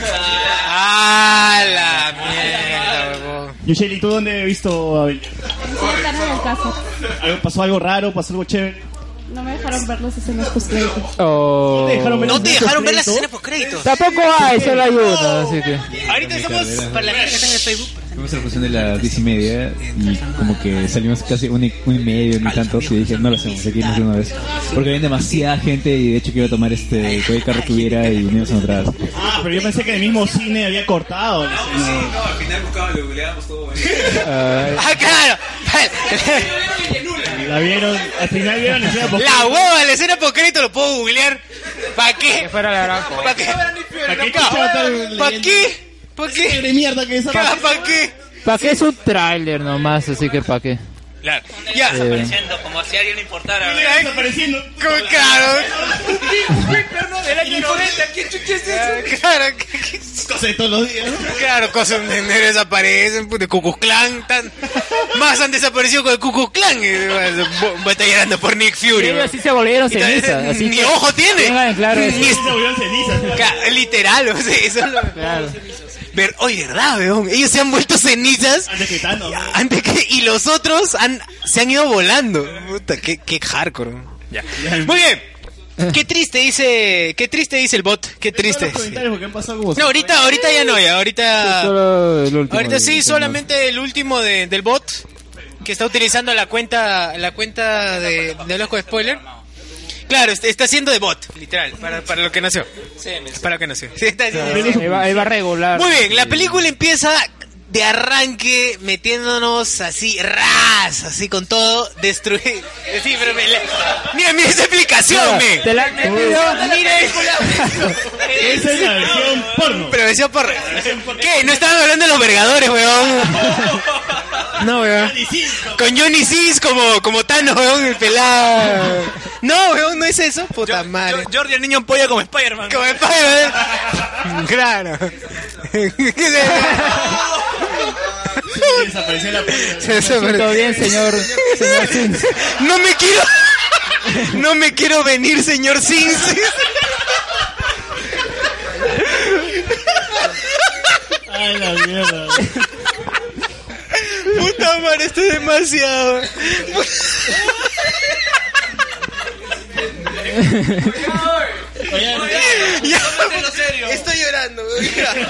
S14: pero-
S2: Ah, la mierda, huevón.
S3: Yusheli, ¿tú dónde has visto a Abel?
S23: Tarde del caso.
S3: ¿Algo- ¿Pasó algo raro? ¿Pasó algo chévere?
S23: No me dejaron ver las escenas post
S4: Oh.
S2: No te dejaron ver las escenas por créditos.
S4: Tampoco hay, solo hay una, así que.
S2: Ahorita estamos para la gente que está en el Facebook.
S21: Fuimos a la función de las diez y media y como que salimos casi un y, un y medio ni tantos y dije no lo hacemos aquí más de una vez porque había demasiada gente y de hecho que iba a tomar este cualquier carro que hubiera y no íbamos a entrar
S3: Ah, pero yo pensé que el mismo cine había cortado. la escena.
S12: al final buscaba, lo googleábamos todo.
S2: Ah, claro.
S3: La vieron, al final vieron escena post-
S2: La hueva, la escena por crédito lo puedo googlear. ¿Para qué? ¿Para qué?
S3: ¿Para qué
S2: ¿Para
S3: chucha va a estar
S2: qué? ¿Para
S3: leyendo?
S2: qué? ¿Para qué?
S3: de mierda que esa
S2: ¿Para qué?
S4: ¿Para qué es un tráiler nomás? Así que ¿para qué?
S2: Claro.
S4: Ya.
S5: Desapareciendo, como si a alguien le importara.
S2: Mira,
S5: ¿verdad?
S3: Desapareciendo.
S2: Con caro.
S5: del año 90, ¿qué chucha es eso?
S2: Claro,
S3: cosas de todos los días.
S2: Claro, cosas de enero desaparecen, puta, Cucus Clan, tan... más han desaparecido con el Cucus Clan. Batallando por Nick Fury.
S4: Ellos
S2: weón.
S4: sí se volvieron
S2: Y tal-
S4: cenizas. Así
S2: Ni
S4: que
S2: ojo tiene.
S4: tengan claro
S2: Ni-
S4: eso.
S3: Se volvieron cenizas.
S2: Ca- Literal, o sea, eso es lo- Ver, oye, ¿verdad, weón? Ellos se han vuelto cenizas. Antes que y los otros han, se han ido volando. Puta, qué, qué hardcore. weón. Muy bien. Qué triste dice, qué triste dice el bot, qué triste.
S3: Porque han pasado como
S2: No, ahorita, ahorita ya no, ya, ahorita.
S4: Solo el último.
S2: Ahorita sí,
S4: el-
S2: solamente el último de- del bot que está utilizando la cuenta la cuenta de, de loco de spoiler. Claro, está, está haciendo de bot, literal, para, para lo que nació. Para lo que nació. Sí, está haciendo-
S4: Ahí va, ahí va a regular.
S2: Muy bien, la película empieza de arranque metiéndonos así, ras, así con todo, destruir. Sí, pero me- la- Mira, mira esa explicación,
S1: Mira,
S2: me.
S1: te la-
S2: Mira Esa es la versión porno. Pero versión porno. ¿Qué? No estaban hablando de los vergadores, weón. No, weón. Con Johnny Cis como, como Thanos, weón, el pelado. No, weón, no es eso, puta madre. Jordi, el niño en polla como Spider-Man. Como Spider-Man. Claro.
S3: Desapareció la
S2: Se desapareció.
S4: Todo bien, señor. señor Sims.
S2: No me quiero. No me quiero venir, señor Sims.
S1: Ay, la mierda.
S2: Puta madre, esto es demasiado. Ya, Estoy llorando.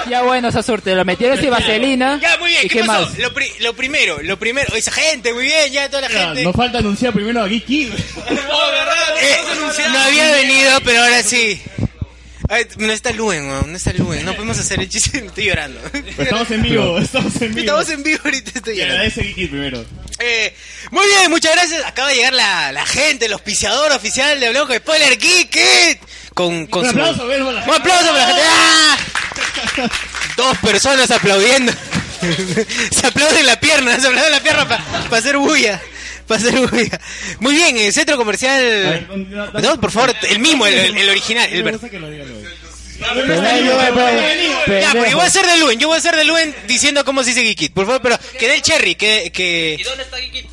S4: Ya bueno, esa suerte. Lo metieron sin vaselina.
S2: Ya, muy bien,
S4: ¿Y
S2: ¿qué,
S4: qué
S2: pasó?
S4: más?
S2: Lo, pri- lo primero, lo primero. Esa gente, muy bien, ya toda la gente.
S3: Nos falta anunciar primero a Geek Kid.
S2: Eh, no había venido, pero ahora sí. Ay, no está Luen, weón, no está Luen. No podemos hacer el chiste, estoy llorando.
S3: Estamos en vivo, estamos en vivo.
S2: Estamos en vivo ahorita, estoy
S3: Te
S2: llorando.
S3: agradece Geek Kid primero.
S2: Eh, muy bien, muchas gracias. Acaba de llegar la, la gente, el auspiciador oficial de Blanco Spoiler Kick. Con, con
S3: Un
S2: su-
S3: aplauso, ven, hola.
S2: Un aplauso para la gente. ¡Ah! Dos personas aplaudiendo. se aplauden la pierna, se aplauden la pierna para hacer bulla. Para hacer bulla. Muy bien, el centro comercial. No, por favor, el mismo, el, el- el original. El ver- ya, porque voy a ser de Luen, yo voy a ser de Luen diciendo cómo se dice Geekit. Por favor, pero que dé el cherry, que. que... ¿Y dónde está Geekit?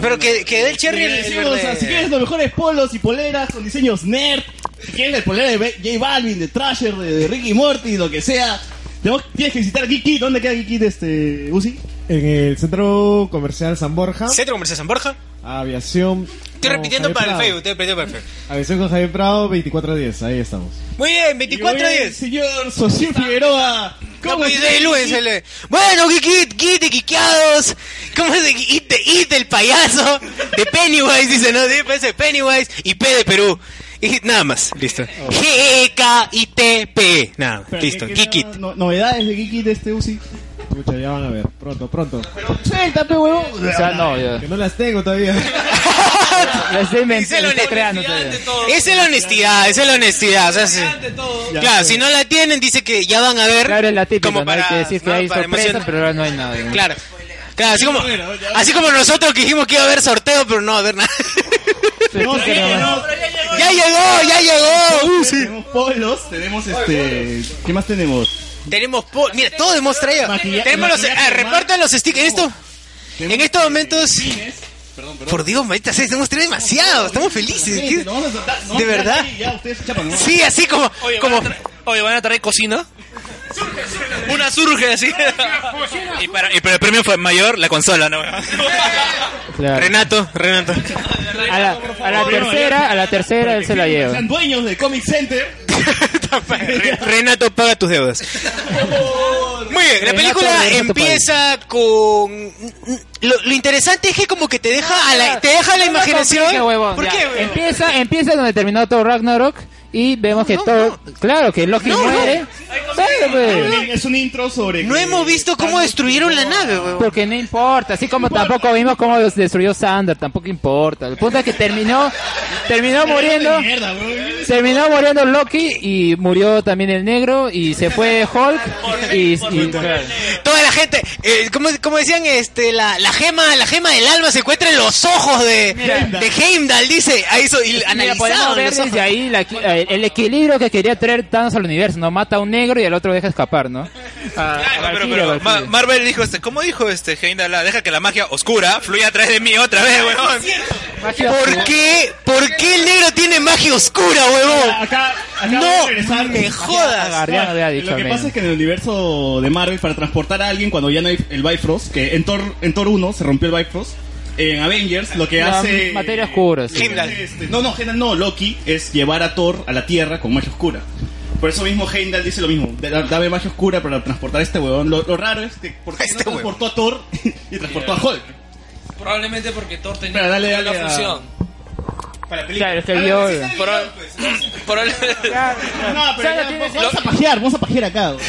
S2: pero que, que dé el cherry.
S3: Y
S2: el-
S3: le
S2: el
S3: decimos, o sea,
S2: verde.
S3: si quieres los mejores polos y poleras con diseños nerd, si quieres el polera de B- J Balvin, de Trasher, de, de Ricky Morty, lo que sea, tenemos- tienes que visitar Geek Kid. ¿Dónde queda Geek Kid, este, Uzi?
S13: En el Centro Comercial San Borja.
S2: Centro Comercial San Borja.
S13: Aviación.
S2: Estoy repitiendo para el Facebook, estoy repitiendo para el Facebook.
S13: Aviación con Javier Prado, 2410. Ahí estamos.
S2: Muy bien, 24
S3: Muy bien,
S2: 10.
S3: Señor Socio Figueroa.
S2: ¿Cómo dice Luen? se le- Bueno, Geekit, Geek de Quiqueados. ¿Cómo es de Geek de- Geek del payaso? De Pennywise, dice, ¿no? pues, De parece Pennywise y P de Perú. Y nada más, listo.
S13: Oh.
S3: E,
S2: G-E-K-I-T-P. Nada, más, listo,
S13: ¿qué
S2: Geekit.
S3: No- novedades de Geek Kid, este Uzi.
S13: Escucha, ya van a ver. Pronto, pronto.
S3: Suelta, pe huevón.
S13: O sea, no, ya. Que no las tengo todavía.
S4: Las estoy
S2: Esa es la
S4: inventando. estoy creando
S2: honestidad,
S4: todavía.
S2: esa es la honestidad, esa es la honestidad. o sea, sí.
S4: Ya,
S2: Claro,
S4: sí.
S2: si no la tienen, dice que ya van a ver.
S4: Claro, es la típica.
S2: Como
S4: ¿no? Hay
S2: para-
S4: que decir que
S2: no,
S4: hay
S2: para
S4: sorpresa,
S2: emocionar.
S4: pero ahora no hay nada. ¿no?
S2: Claro. Claro, así como, así como nosotros que dijimos que iba a haber sorteo, pero no va a haber nada. ya llegó, ya llegó. Uh, sí.
S3: Tenemos polos, tenemos este. ¿Qué más tenemos?
S2: Tenemos, po- mira, todo hemos traído.
S3: Maquillaje-
S2: Tenemos los,
S3: maquillaje
S2: ah, repartan los stickers. ¿En esto? En estos momentos,
S3: Perdón, perdón.
S2: por Dios, maldita sea, hemos traído demasiado. Estamos felices.
S3: Sí,
S2: ¿qué?
S3: lo vamos a soltar, no,
S2: ¿De
S3: ya,
S2: verdad?
S3: sí, ya, ustedes chapan, ¿no?
S2: Sí, así como,
S11: Oye,
S2: como
S11: Van a tra- Oye, ¿van a traer cocina? Una surge así.
S3: Ah,
S20: pues, Y para, y para el premio fue mayor, la consola, ¿no?
S7: Ah,
S2: Renato, Renato.
S4: A la, a la tercera, a la tercera él se la lleva.
S3: Sean dueños de Comic Center.
S2: Re- Renato paga tus deudas. Muy bien, la
S4: Renato,
S2: película
S4: Renato
S2: empieza con lo, lo interesante es que como que te deja a la te deja a la
S4: No me
S2: imaginación.
S4: complique, huevón,
S2: ¿Por
S4: ya.
S2: qué? huevón?
S4: Empieza, empieza donde terminó todo Ragnarok y vemos que todo, claro, que Loki
S2: No, no.
S4: muere. Claro, pues.
S3: Es un intro sobre.
S2: No hemos visto cómo destruyeron la nave, huevón.
S4: Porque no importa, así como tampoco vimos cómo los destruyó Sander, tampoco importa. El punto es que terminó, terminó muriendo, terminó muriendo Loki y murió también el negro y se fue Hulk y, y-
S2: Toda la gente, eh, como, como decían, este, la, la gema, la gema del alma se encuentra en los ojos de, de Heimdall, dice, ahí hizo, y
S4: Mira, podemos
S2: analizado
S4: ver
S2: los ojos.
S4: desde eh, ahí la- el equilibrio que quería traer Thanos al universo, no mata a un negro y al otro deja escapar, ¿no?
S6: Ah, pero, pero, Ma- Marvel dijo este, ¿cómo dijo este Heindala? Deja que la magia oscura fluya a través de mí otra vez, weón.
S2: ¿Por qué? ¿Por qué el negro tiene magia oscura, huevón? no, me jodas.
S4: Guardián había dicho
S3: Ah, lo
S4: al
S3: que
S4: menos.
S3: pasa es que en el universo de Marvel, para transportar a alguien cuando ya no hay el Bifrost, que en Thor, en Thor 1 se rompió el Bifrost, en Avengers lo que
S4: La
S3: hace...
S4: materia oscura, sí.
S3: Heimdall. Este, no, no, Heimdall no, Loki es llevar a Thor a la Tierra con magia oscura. Por eso mismo Heimdall dice lo mismo, "Da- dame magia oscura para transportar a este huevón. Lo, lo raro es que ¿por qué no transportó a Thor y transportó a Hulk?
S11: Probablemente porque Thor tenía
S3: Espera, dale, dale
S11: la
S3: a-
S11: función.
S3: Para
S4: Claro, es que vio.
S11: Pro- probablemente.
S3: No, pero ya, vamos vamos a pajear, vamos a pajear acá. huevón.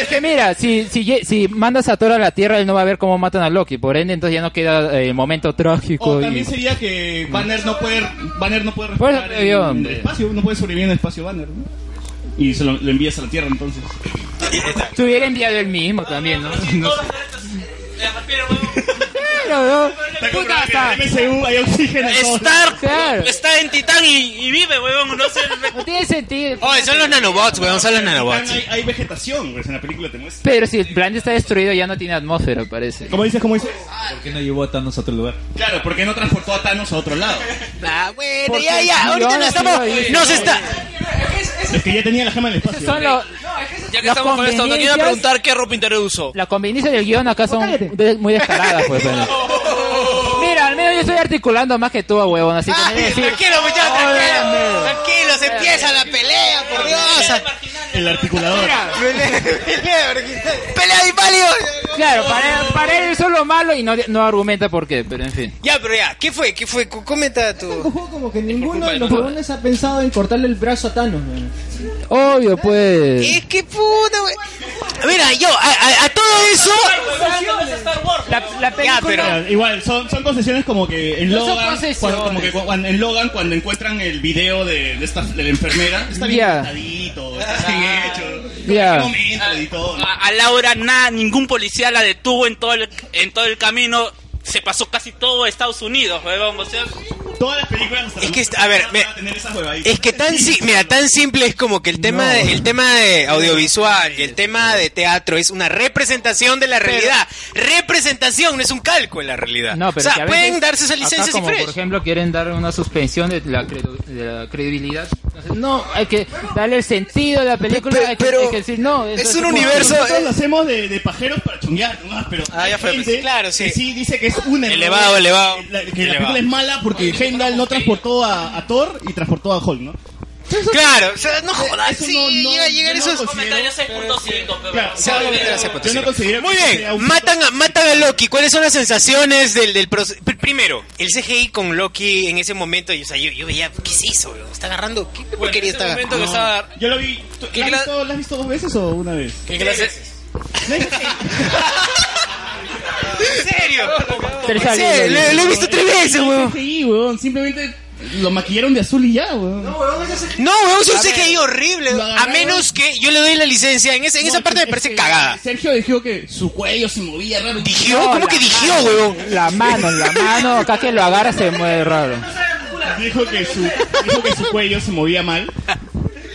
S4: Es que mira, si, si, ye- si mandas a Thor a la Tierra, él no va a ver cómo matan a Loki. Por ende, entonces ya no queda eh, el momento trágico.
S3: O
S4: y-
S3: también sería que Banner no puede, Banner no puede
S4: Pues,
S3: respirar en,
S4: yo,
S3: el
S4: hombre.
S3: espacio, no puede sobrevivir en el espacio Banner, ¿no? Y se lo, lo envías a la Tierra entonces.
S4: Se hubiera enviado el mismo también, ¿no? No sé. Claro, ¿no?
S5: Puta,
S3: está. MCU, hay oxígeno.
S5: Stark
S4: Claro.
S5: está en Titán y, y vive, huevón. No, se... no
S4: tiene sentido.
S2: Oye, son los nanobots, weón, son los nanobots.
S3: Hay, hay vegetación, pues en la película te muestra.
S4: Pero si el planeta está destruido, ya no tiene atmósfera, parece.
S3: ¿Cómo dices? ¿Cómo dices?
S21: ¿Por qué no llevó a Thanos a otro lugar?
S3: Claro, porque no transportó a Thanos a otro lado.
S2: Ah, bueno,
S4: Porque
S2: ya,
S4: si
S2: ya,
S4: yo
S2: ahorita
S4: no
S2: no estamos.
S4: quiero ir,
S2: No
S4: no,
S2: se está.
S3: Es que ya tenía la gema del espacio.
S4: Son los-
S11: Ya que
S4: Las
S11: estamos con esto, te quiero
S4: conveniencias-
S11: preguntar qué ropa interior uso.
S4: Las conveniencias del guión acá son de- muy descaradas, pues. pero- Mira, al menos yo estoy articulando más que tú, ah, huevón, así que no voy a decir-
S2: Tranquilo, muchachos, tranquilo. Tranquilos, empieza la pelea, por Dios.
S3: El articulador.
S2: Pelea de inválidos.
S4: Claro, para, para él eso es lo malo y no, no argumenta por qué, pero en fin.
S2: Ya, pero ya, ¿qué fue? ¿Qué fue? Cu- Comenta tú.
S16: Este Como que ninguno de los huevones ha pensado en cortarle el brazo a Thanos, man.
S4: Obvio, pues.
S2: Es que puta, wey. Mira, yo, a, a- a todo eso.
S4: película-
S3: Ah, Pero igual, son, son concesiones como que en
S4: No son
S3: Logan,
S4: concesiones.
S3: cuando, como que cu- cuando- en Logan cuando encuentran el video de, de esta, de la enfermera, está bien
S4: Ya.
S3: cortadito, está bien hecho.
S4: Ya.
S3: Un momento y todo.
S5: Ah. A, a Laura, nada, ningún policía la detuvo en todo el, en todo el camino. Se pasó casi todo Estados Unidos, huevón. O sea,
S3: Todas las películas
S2: Es que, a ver, mira,
S3: tener esas huevaditas.
S2: Es que tan, si- mira, tan simple es como que el tema, de- el tema de audiovisual y el tema de teatro es una representación de la realidad. representación, no es un calco en la realidad.
S4: No, pero
S2: o sea,
S4: que a veces
S2: pueden darse esas
S4: acá
S2: licencias y
S4: como,
S2: fresh.
S4: Por ejemplo, quieren dar una suspensión de la, credo- de la credibilidad. Entonces, no, hay que darle el sentido a la película. hay, que, hay que decir, no. eso
S2: es un eh.
S4: como-
S3: Nosotros lo hacemos de, de pajeros para chonguear, nomás, pero
S2: Ah, ya
S3: hay
S2: fue,
S3: gente
S2: claro, sí.
S3: que sí dice que es un error.
S2: Elevado, elevado.
S3: Que eh, la- que la
S2: Elevado.
S3: película es mala porque Heimdall no transportó a, a Thor y transportó a Hulk, ¿no?
S2: Claro, o sea, no jodas,
S3: Eso
S2: sí,
S3: no- no-
S2: llega a llegar
S3: yo no
S2: esos
S3: comentarios Claro,
S2: Se va a meter a ese
S3: yo no
S2: potencial.
S3: considero
S2: Muy
S3: que sea
S2: bien,
S3: un-
S2: matan a, matan a Loki. ¿Cuáles son las sensaciones del, del proceso? Primero, el CGI con Loki en ese momento, y, o sea, yo, yo veía, ¿qué se hizo? bro? ¿Está agarrando? ¿Qué qué porquería está agarrando?
S3: No. Yo lo vi. ¿tú-
S2: ¿Qué
S3: ¿la, has
S2: cla-
S3: visto, la has visto dos veces o una vez?
S2: ¿Qué clase? ¿En serio?
S3: Tres
S2: Sí,
S3: años,
S2: lo, lo he visto tres veces, weón.
S3: Sí, weón, simplemente lo maquillaron de azul y ya, weón. No, weón,
S2: No, weón, es un CGI horrible. A menos que yo le doy la licencia. En, ese, en esa parte me parece cagada.
S3: Sergio dijo que su cuello se movía raro.
S2: ¿Dijió?
S4: No,
S2: ¿Cómo
S4: la
S2: que dijió,
S4: mano,
S2: weón?
S4: La mano, la mano. Acá que lo agarra se mueve raro.
S3: Dijo que su, dijo que su cuello se movía mal.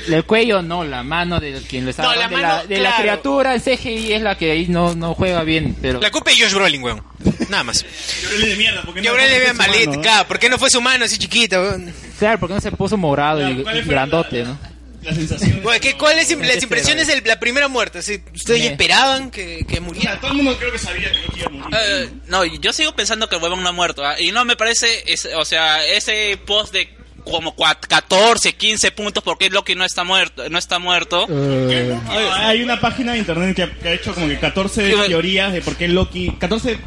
S4: El cuello no, la mano de quien lo estaba
S2: No, la
S4: de,
S2: mano,
S4: la, de la
S2: claro.
S4: criatura, el CGI es la que ahí no, no juega bien. Pero
S2: La culpa es Josh Brolin, weón. Nada más.
S3: Yo le de mierda, porque
S2: Yo le veía malito, claro. ¿Por qué no fue su mano así chiquita, weón?
S4: claro, porque no se puso morado y,
S2: ¿cuál
S4: y
S2: fue
S4: grandote, ¿no?
S3: La sensación.
S2: Güey, ¿qué- ¿Cuáles
S4: Hay que
S2: las impresiones de la primera muerte? Sí, ¿Ustedes
S4: Me-
S2: esperaban que, que muriera?
S3: Todo el mundo creo que sabía que Loki iba a morir.
S5: Eh, no, yo sigo pensando que el huevón no ha muerto. ¿ah? Y no me parece, ese- o sea, ese post de como cua- 14, 15 puntos porque Loki no está muerto. No está muerto.
S2: Eh.
S17: Eh,
S3: Hay una página de internet que ha, que ha hecho como que 14 teorías de por qué Loki. 14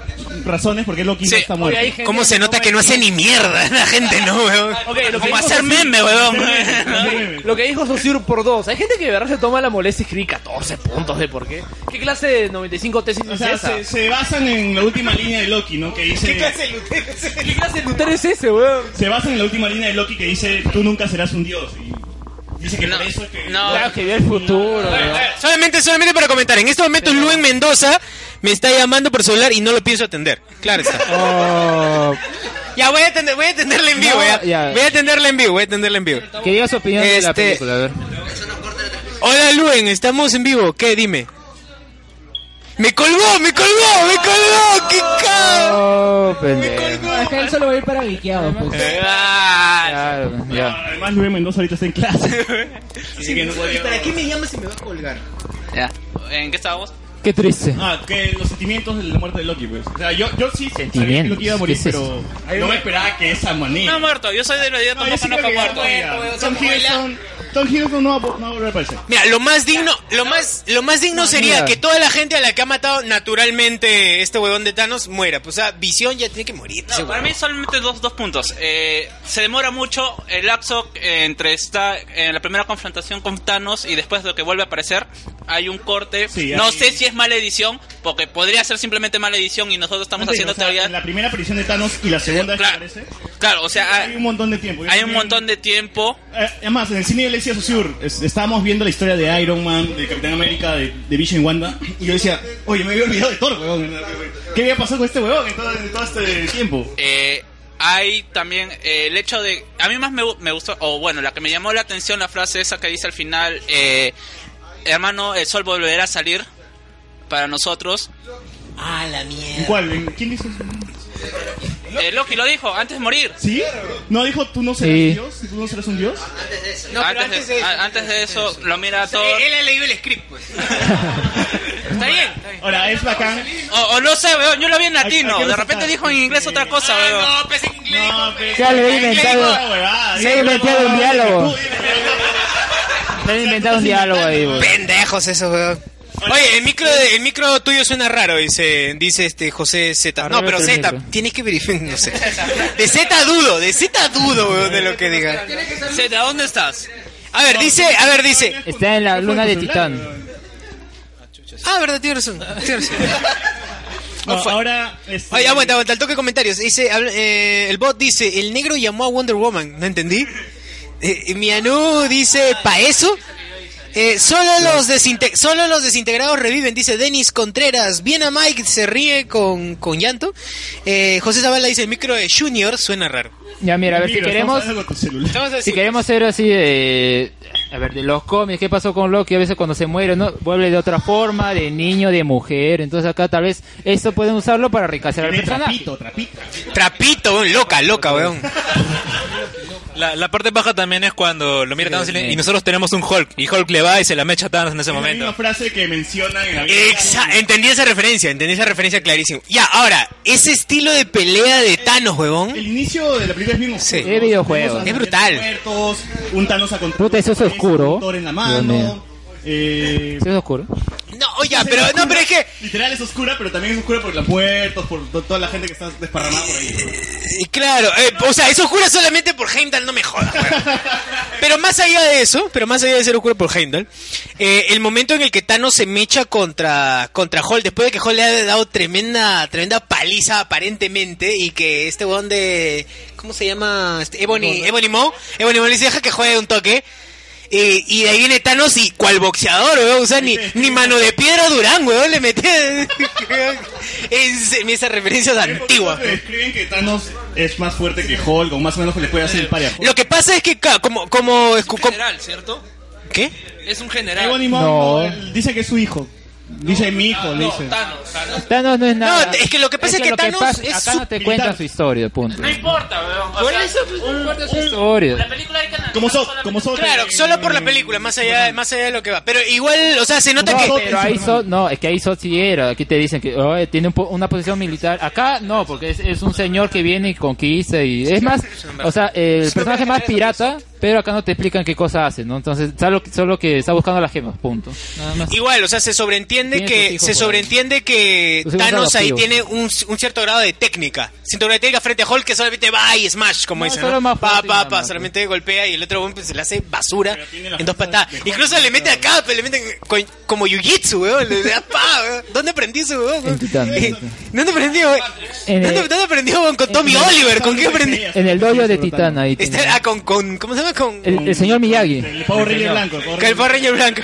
S3: razones por qué Loki no está muerto.
S2: ¿Cómo se nota que no hace ni mierda la gente, no, weón?
S17: Ah, lo que
S2: Como
S17: dijo
S2: hacer
S17: Sosur-
S2: meme, weón.
S17: Lo que dijo Sosur por dos. Hay gente que de verdad se toma la molestia y escribe 14 puntos de por qué. ¿Qué clase de 95 tesis
S3: O sea,
S17: es esa?
S3: se, se basan en la última línea de Loki, ¿no? Que dice.
S17: ¿Qué clase de Lutero es ese, weón?
S3: Se basan en la última línea de Loki que dice: Tú nunca serás un dios. Y dice que por eso es que.
S17: Claro, que vio el futuro, weón.
S2: Eh, Solamente, solamente para comentar, en estos momentos Luen Mendoza me está llamando por celular y no lo pienso atender. Claro está.
S4: Oh,
S2: Ya voy a atender, voy a atenderle en vivo,
S4: No,
S2: ya.
S4: ya.
S2: Voy a atenderle en vivo, voy a atenderle en vivo.
S4: quería su opinión de la
S2: Este-
S4: película, a ver.
S2: Hola Luen, estamos en vivo. ¿Qué? Dime. Me colgó, me colgó, me colgó. ¡Qué cago!
S4: Oh, pendejo.
S16: Es que él solo va a ir para guiqueado. pues.
S2: Eh, ah,
S4: Claro, ya.
S3: Además, Luis Mendoza ahorita está en clase. Así que no podía-
S2: ¿Para qué me llamas si me va a colgar?
S6: Ya. ¿En qué estábamos?
S4: Qué triste.
S3: Ah, que los sentimientos de la muerte de Loki, pues. O sea, yo, yo sí sabía que
S4: Sentimientos,
S3: Loki iba a morir,
S4: ¿qué es
S3: pero
S4: eso?
S3: no me esperaba que esa manera.
S6: No ha muerto, yo soy de la idea
S3: yo
S6: tampoco
S3: sí
S6: no
S3: creo
S6: fue
S3: que
S6: muerto.
S3: ya está. Tom Hiddleston, Tom Hiddleston no va, a- no va a volver a aparecer.
S2: Mira, lo más digno, lo más, lo más digno sería
S3: mira.
S2: que toda la gente a la que ha matado naturalmente este huevón de Thanos muera. Pues, o sea, Visión ya tiene que morir. ese
S6: No, para
S2: huevón.
S6: mí solamente dos, dos puntos. Eh, se demora mucho el lapso entre esta, en la primera confrontación con Thanos y después de lo que vuelve a aparecer. Hay un corte.
S3: Sí,
S6: no
S3: hay-
S6: sé si es mala edición, porque podría ser simplemente mala edición y nosotros estamos
S3: Antes,
S6: haciendo
S3: o sea,
S6: teoría.
S3: La primera aparición de Thanos y la segunda
S6: Claro.
S3: desaparece.
S6: Claro, o sea,
S3: Hay un montón de tiempo. Yo
S6: hay un
S3: también-
S6: montón de tiempo.
S3: Eh, además, en el cine yo le decía a Susur, es- estábamos viendo la historia de Iron Man, de Capitán América, de, de Vision y Wanda, y yo decía, oye, me había olvidado de Thor, weón. ¿Qué había pasado con este weón en todo, en todo este tiempo?
S6: Eh, hay también eh, el hecho de. A mí más me, gu- me gustó, o bueno, la que me llamó la atención, la frase esa que dice al final: eh, Hermano, el sol volverá a salir para nosotros.
S2: Ah, la mierda.
S3: ¿En cuál? ¿En- ¿Quién dice eso?
S6: Eh, Loki lo dijo antes de morir.
S3: ¿Sí? ¿No dijo tú no serás
S6: Sí.
S3: Dios? ¿Tú no serás un Dios?
S6: No, antes, de, a- antes de eso, lo mira todo.
S2: Él ha leído el script, pues.
S6: Está bien. está bien.
S3: Ahora, es bacán.
S6: O, o no sé, weón, yo lo vi en latino.
S3: Hay- hay que
S6: De repente
S3: respetar.
S6: dijo en inglés otra cosa, weón.
S2: No, pues en inglés.
S3: No, pues,
S4: Se ha
S3: ¿en qué
S4: inventado.
S3: dijo esa huevada?
S4: Se ha
S3: Dijo,
S4: inventado un
S3: no,
S4: diálogo.
S3: tú dime.
S4: Se ha inventado un diálogo ahí, güey.
S2: Pendejos esos, weón. Oye, el micro,
S6: eh.
S2: de- el micro tuyo suena raro, dice, dice este José Z. No, pero Z, tienes que verificar, no sé. De Z dudo, de Z dudo, weón, de lo que diga.
S6: Zeta, ¿dónde estás?
S2: A ver, dice, a ver, dice.
S4: Está en la luna de Titán.
S2: Ah, verdad, tienes razón. Tienes razón.
S3: No,
S2: fue.
S3: ahora, este-
S2: Oye, aguanta, aguanta, al toque de comentarios. Dice, habla- eh, el bot dice, el negro llamó a Wonder Woman, ¿no entendí? Eh, eh, Mianú dice, ¿pa' eso? Eh, solo, los desinte- solo los desintegrados reviven, dice Denis Contreras. Bien a Mike, se ríe con, con llanto. Eh, José Zavala dice, el micro de Junior suena raro.
S4: Ya, mira, a ver, si
S2: Mira, estamos
S4: queremos.
S2: hablando
S4: Si queremos ser así, eh, a ver, de los cómics, ¿qué pasó con Loki? A veces cuando se muere, ¿no? Vuelve de otra forma, de niño, de mujer. Entonces acá tal vez esto pueden usarlo para enriquecer al
S3: Tiene
S4: personaje.
S3: trapito, trapito.
S2: Trapito, weón, loca, loca, weón.
S7: La, la parte baja también es cuando lo mira Thanos y, le- y nosotros tenemos un Hulk. Y Hulk le va y se la mecha a Thanos en ese
S3: Es la misma
S7: momento.
S3: frase que menciona en la
S2: Exa- entendí esa referencia, entendí esa referencia clarísimo. Ya, ahora, ese estilo de pelea de Thanos, huevón.
S3: El inicio de la película es bien oscuro.
S2: Es videojuego.
S3: Vemos a
S2: Es
S3: los
S2: brutal.
S3: Muertos, un Thanos a contra-
S4: Puta, eso es oscuro.
S3: un Thor en la
S4: Dios
S3: mano.
S4: mío.
S3: Eh,
S4: ¿Sí es oscuro?
S2: No, oye, pero no, pero es que
S3: Literal es oscura, pero también es oscura por los muertos, por to- toda la gente que está desparramada por ahí.
S2: Y Claro, eh, o sea, es oscura solamente por Heimdall, no me jodas. weón. Pero más allá de eso, pero más allá de ser oscura por Heimdall, eh, el momento en el que Thanos se mecha contra contra Hall, después de que Hall le ha dado tremenda tremenda paliza aparentemente y que este weón de ¿cómo se llama? Este, Ebony Ebony Maw, Ebony Maw le dice, "Deja que juegue un toque." Eh, y de ahí viene Thanos y cual boxeador, weón, o sea, ni, ni mano de piedra Durán, weón, le metía... Es- esa referencia es antigua.
S3: Te describen que Thanos es más fuerte que Hulk, o más o menos que le puede hacer el pari a Hulk.
S2: Lo que pasa es que ca- como como es
S11: general, ¿cierto?
S2: ¿Qué?
S11: Es un general.
S3: Ebony Maw,
S2: No.
S3: él dice que es su hijo. Dice mi hijo, le dice.
S11: Thanos, Thanos.
S4: Thanos no es nada.
S2: es que lo que pasa es que
S4: lo
S2: Thanos
S4: pasa-
S2: es
S4: Acá
S2: su-
S4: no te cuenta
S2: militar.
S4: su historia, punto.
S6: No importa, weón. O sea, un- un-
S4: pues, Historia.
S6: la película hay que analizar
S3: Como so,
S6: solamente-
S3: como so,
S2: Claro, solo por la película, más allá, más allá de lo que va. Pero igual, o sea, se nota que...
S4: pero ahí Sot, no, es que ahí Sot sí era. Aquí te dicen que "Oye, tiene un po- una posición militar. Acá no, porque es, es un señor que viene y conquista. y Es más, o sea, el personaje más pirata, pero acá no te explican qué cosa hace, ¿no? Entonces, solo, solo que está buscando las gemas, punto. Nada más.
S2: Igual, o sea, se sobreentiende
S4: Tiene sus
S2: que
S4: hijos
S2: se
S4: por ahí.
S2: sobreentiende que
S4: Sus hijos
S2: Thanos ahí
S4: adoptivos.
S2: tiene un, un cierto grado de técnica. Cierto grado de técnica frente a Hulk que solamente va y smash, como
S4: No,
S2: dicen.
S4: solo
S2: ¿no?
S4: más
S2: Pa,
S4: fuerte y
S2: pa,
S4: nada
S2: pa,
S4: más.
S2: solamente golpea y el otro weón, pues, se le hace basura
S3: la
S2: en dos patadas.
S3: de Hulk,
S2: Incluso le mete acá, pues, le meten co- como jiu-jitsu, weón. Le da pa, weón. ¿Dónde aprendí eso, weón?
S4: Titán.
S2: ¿Dónde aprendió? weón?
S4: En el-
S2: ¿Dónde, dónde aprendió weón, con
S4: eh,
S2: Tommy Oliver? ¿Con qué aprendió?
S4: En el dojo de Titán, ahí tiene.
S2: Este- ah, con, con- ¿Cómo se llama? Con.
S4: El, el señor Miyagi.
S3: El Power Ranger blanco.
S2: Con el Power Ranger blanco.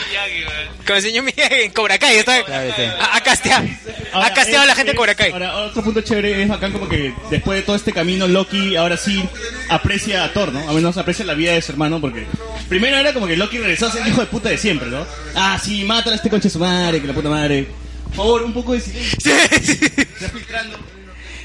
S2: Como enseñó mi en Cobra Kai. Está, ha, ha casteado, ha casteado a la
S8: eh,
S2: gente de Cobra Kai.
S3: Ahora, otro punto chévere es bacán como que después de todo este camino, Loki ahora sí aprecia a Thor, ¿no? A menos aprecia la vida de su hermano porque... Primero era como que Loki regresó a ser el hijo de puta de siempre, ¿no? Ah, sí, mátala a este conche su madre, que la puta madre. Por favor, un poco de silencio. Está filtrando.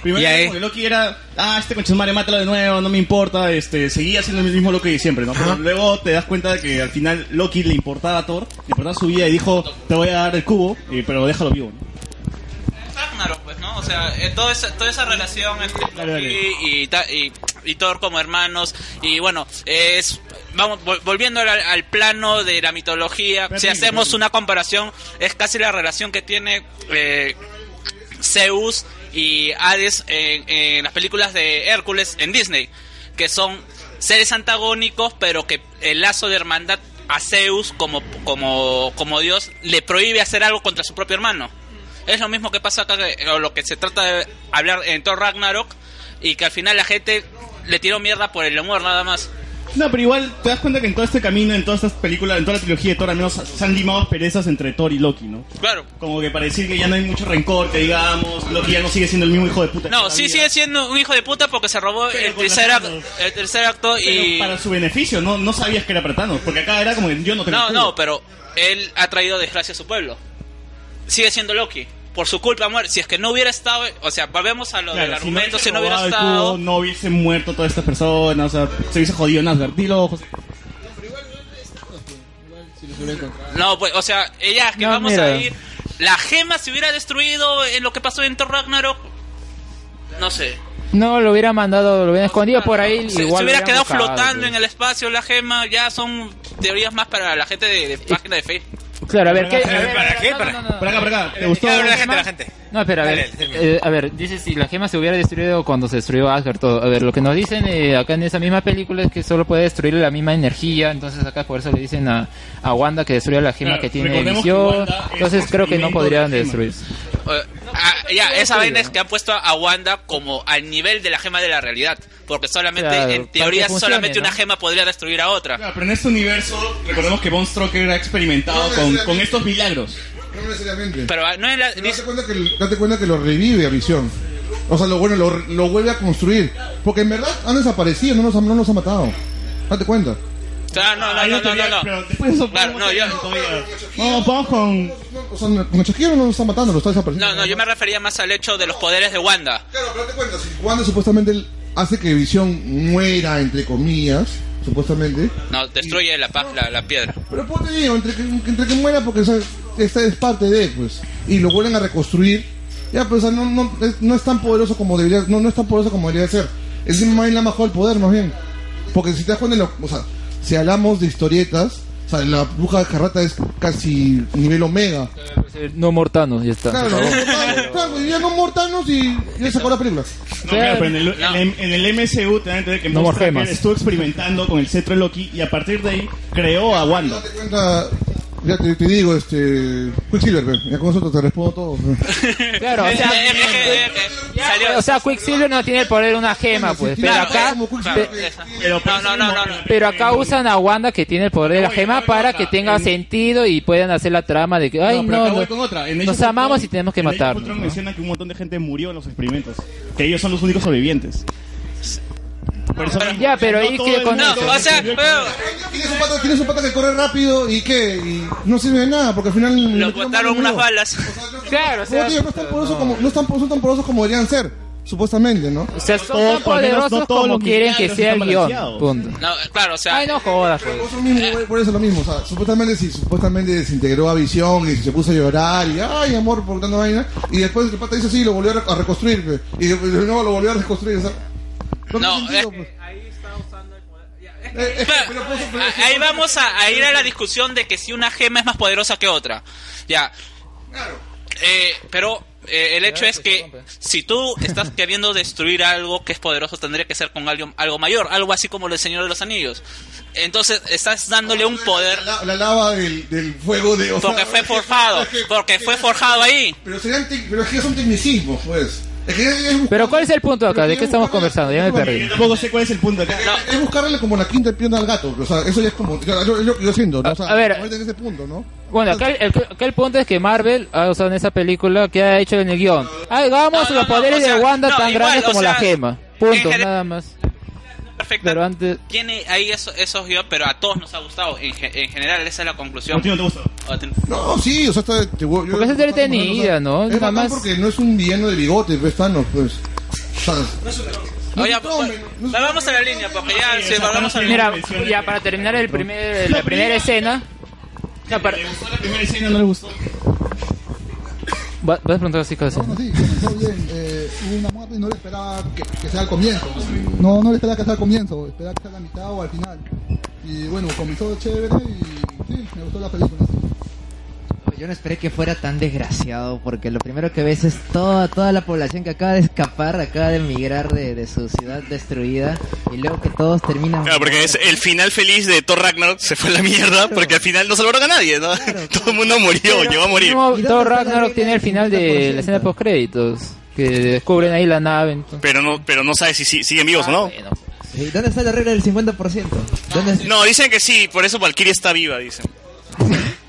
S3: Primero
S2: Y
S3: era
S2: ahí-
S3: como que Loki era, ah, este conche su madre, mátalo de nuevo, no me importa, este, seguía siendo el mismo Loki de siempre, ¿no? Pero luego te das cuenta de que al final Loki le importaba a Thor, le importaba su vida y dijo, te voy a dar el cubo, eh, pero déjalo vivo, ¿no?
S6: Ragnarok, pues, ¿no? O sea, eh, toda esa, toda esa relación entre Loki y, ta- y, y Thor como hermanos. Y bueno, es. Vamos, vol- volviendo al, al plano de la mitología, si hacemos una comparación, es casi la relación que tiene eh, Zeus y Hades en, en las películas de Hércules en Disney, que son seres antagónicos, pero que el lazo de hermandad a Zeus como, como, como Dios le prohíbe hacer algo contra su propio hermano. Es lo mismo que pasa acá, que- o lo que se trata de hablar en Thor Ragnarok, y que al final la gente le tiró mierda por el humor nada más.
S3: No, pero igual te das cuenta que en todo este camino, en todas estas películas, en toda la trilogía de Thor, al menos se han limado perezas entre Thor y Loki, ¿no?
S6: Claro.
S3: Como que para decir que ya no hay mucho rencor, que digamos, Loki ya no sigue siendo el mismo hijo de puta.
S6: No, sí sigue siendo un hijo de puta porque se robó el
S3: con las
S6: tercer, ac-
S3: manos.
S6: el tercer acto y...
S3: Pero para su beneficio, no, no sabías que era para Thanos, porque acá era como que yo no tengo
S6: No,
S3: cubo.
S6: no, pero él ha traído desgracia a su pueblo. Sigue siendo Loki. Por su culpa muere. Si es que no hubiera estado... O sea, volvemos a lo
S3: Claro,
S6: del
S3: si no
S6: argumento.
S3: hubiese
S6: Si no, hubiera
S3: robado el
S6: estado...
S3: cubo, no hubiese muerto todas estas personas, o sea, se hubiese jodido Nazgar. Dilo, José.
S6: No, pues, o sea, ella es que vamos
S3: mira.
S6: a ir. La gema se hubiera destruido en lo que pasó en Thor Ragnarok. No sé.
S4: No, lo hubiera mandado, lo hubiera escondido por ahí. igual
S6: Se, se
S4: lo
S6: hubiera
S4: hubieran
S6: quedado
S4: buscado,
S6: flotando
S4: pues.
S6: en el espacio la gema. Ya son teorías más para la gente de, de página de Facebook.
S4: Claro, a ver, ¿qué?
S6: A ver,
S2: ¿Para qué?
S6: Para,
S3: acá, para acá. ¿Te gustó?
S2: la gente, la gente.
S4: No, espera, a ver.
S2: Dale, termina.
S4: eh, a ver, dice si la gema se hubiera destruido cuando se destruyó Asgard todo. A ver, lo que nos dicen eh, acá en esa misma película es que solo puede destruir la misma energía. Entonces acá por eso le dicen a, a Wanda que destruya la gema
S6: Claro,
S4: que tiene
S6: recordemos que
S4: visión.
S6: Wanda es
S4: Entonces creo que no
S6: experimento
S4: podrían
S6: de la gema.
S4: destruirse.
S6: Eh, ah, ya, esa vaina es que han puesto a Wanda como al nivel de la gema de la realidad. Porque solamente,
S3: Claro,
S6: en
S3: para
S6: teoría,
S3: que funcione,
S6: solamente
S3: ¿no?
S6: una gema podría destruir a otra.
S3: Claro, pero en este universo, recordemos que Von Stroker ha experimentado con, con estos milagros.
S6: No Pero ah, no es la.
S14: Date cuenta que- date cuenta que lo revive a Visión. O sea, lo bueno, lo, lo vuelve a construir. Porque en verdad han desaparecido, no nos, han- no nos ha matado. Date cuenta.
S6: Claro, no, no, no, no, no, no. Claro, no, yo-
S14: No, vamos con. O sea, con el chasquido no nos está matando, lo está desapareciendo.
S6: No, no, yo me refería más al hecho de los poderes de Wanda.
S14: Wanda supuestamente él hace que Visión muera, entre comillas, supuestamente.
S6: No, destruye la, pa- la, la piedra.
S14: Pero ponte digo, entre que, entre que muera porque o sea, esta es parte de, pues, y lo vuelven a reconstruir, ya, pues, o sea, no, no, es, no es tan poderoso como debería, no, no es tan poderoso como debería ser. Es más bien la bajó el poder, más bien. Porque si te das cuenta, lo- o sea, si hablamos de historietas, o sea, la bruja carrata es casi nivel omega.
S4: Eh, No mortanos, ya está.
S14: Claro,
S4: se acabó.
S14: claro, claro, y ya no mortanos y ya sacó la película.
S3: No, mira, pero en el, en el- en el MCU te dan a entender que
S14: No
S3: Monster
S14: more gemas.
S3: Hunter estuvo experimentando con el cetro de Loki y a partir de ahí creó a Wanda.
S14: Cuenta- Ya te, te digo, este. Quicksilver, pues, ya con nosotros te respondo todo.
S4: Claro, o sea, o sea, Quicksilver no tiene el poder de una gema, pues. Pero
S6: Claro,
S4: acá,
S6: claro, esa. no, no, no, no, no.
S4: pero acá usan a Wanda que tiene el poder de la gema para que tenga sentido y puedan hacer la trama de que, ay,
S3: pero
S4: no,
S3: acá voy
S4: no,
S3: con otra. En
S4: nos
S3: Age of
S4: amamos
S3: Ultron-
S4: y tenemos que
S3: en Age of
S4: matarnos.
S3: Ultron
S4: ¿no?
S3: menciona que un montón de gente murió en los experimentos, que ellos son los únicos sobrevivientes. Por eso mismo,
S4: Ya, pero
S3: no
S4: ahí
S3: todo
S4: que
S3: el
S4: con
S3: mundo-
S4: eso-
S14: Tiene su pata, tiene su pata que corre rápido y que y no sirve de nada porque al final
S6: Lo botaron unas balas.
S4: Claro,
S14: O sea, no, es tan poderoso como, no es tan- son tan poderosos como deberían ser, supuestamente, ¿no?
S4: O sea, son tan poderosos como quieren que sea el guión. Punto.
S6: No, claro, o sea.
S4: Ay, no jodas, pues.
S14: Por eso, mismo, güey, por eso lo mismo, o sea, supuestamente si supuestamente desintegró a Visión y se puso a llorar y ay amor por tanta vaina y después el pata hizo así y lo volvió a re- a reconstruir pues, y de de nuevo lo volvió a reconstruir, o sea, no, tiene
S6: eh,
S14: sentido, pues. Eh,
S6: Ah, Ahí vamos a, a ir a la discusión de que si una gema es más poderosa que otra. Ya. Eh, pero eh, el hecho es que si tú estás queriendo destruir algo que es poderoso, tendría que ser con algo, algo mayor, algo así como el Señor de los Anillos. Entonces estás dándole un poder
S14: La, la lava del, del fuego de o sea,
S6: porque fue forjado, porque fue forjado ahí.
S14: pero serían tec- pero es que son tecnicismos, pues.
S4: Pero ¿cuál es el punto acá? ¿De qué estamos conversando? Ya me perdí.
S2: Tampoco sé cuál es el punto acá.
S14: Es buscarle como la quinta pierna al gato. O sea, eso ya es como. Yo, yo- yo- yo siento, ¿no? O sea,
S4: A- a ver.
S14: ahorita en ese punto, ¿no?
S4: Bueno, acá el, acá el punto es que Marvel, ah, o sea, en esa película, ¿qué ha hecho en el guión? Ah, hagamos los poderes de Wanda tan grandes como la gema. Punto, nada más. Pero antes...
S6: Tiene ahí eso- esos guiones, pero a todos nos ha gustado. En, ge- en general, esa es la conclusión.
S14: ¿A ti no te
S2: gustó?
S14: No, sí, o sea, está. Te, yo-
S4: Porque es entretenida, ¿no?
S14: Es
S4: Nada
S14: bacán
S4: más-
S14: porque no es un villano de bigote, pues, Thanos, pues. O sea,
S6: Oye, pues, vamos a la línea, porque ya sí, vamos a la
S4: Mira,
S6: línea.
S4: ya para terminar el primer, la primera escena... No, para-
S2: La primera escena no le gustó.
S4: Va- Vas a preguntar así, casi.
S24: Todo bien, eh, hubo una muerte y no le esperaba que, que sea al comienzo. No, no le esperaba que sea al comienzo, esperaba que sea a la mitad o al final. Y bueno, comenzó chévere y sí, me gustó la película.
S10: Pues Yo no esperé que fuera tan desgraciado, porque lo primero que ves es toda, toda la población que acaba de escapar, acaba de emigrar de, de su ciudad destruida, y luego que todos terminan.
S3: Claro, porque es el final feliz de Thor Ragnarok se fue a la mierda porque al final no salvaron a nadie, ¿no? Todo el mundo murió, llegó a morir.
S4: No, Thor Ragnarok tiene el final de la escena post créditos que descubren ahí la nave. entonces-
S3: Pero no, pero no sabes si, si siguen vivos o no.
S10: ¿Y dónde está la regla del 50%? ¿Dónde es-
S3: No, dicen que sí, por eso Valkyrie está viva, dicen.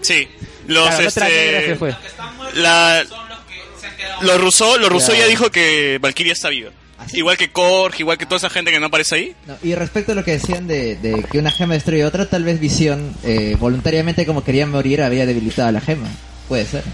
S3: Sí. Los
S10: Claro, la otra negra
S3: este
S10: se fue.
S3: la los Rousseau, los Rousseau
S10: Claro.
S3: ya dijo que Valkyrie está viva.
S4: ¿Ah,
S3: Igual que Korg, igual que toda esa gente que no aparece ahí.
S10: No, y respecto a lo que decían de, de que una gema destruye a otra, tal vez Visión eh, voluntariamente como quería morir había debilitado a la gema. Puede ser.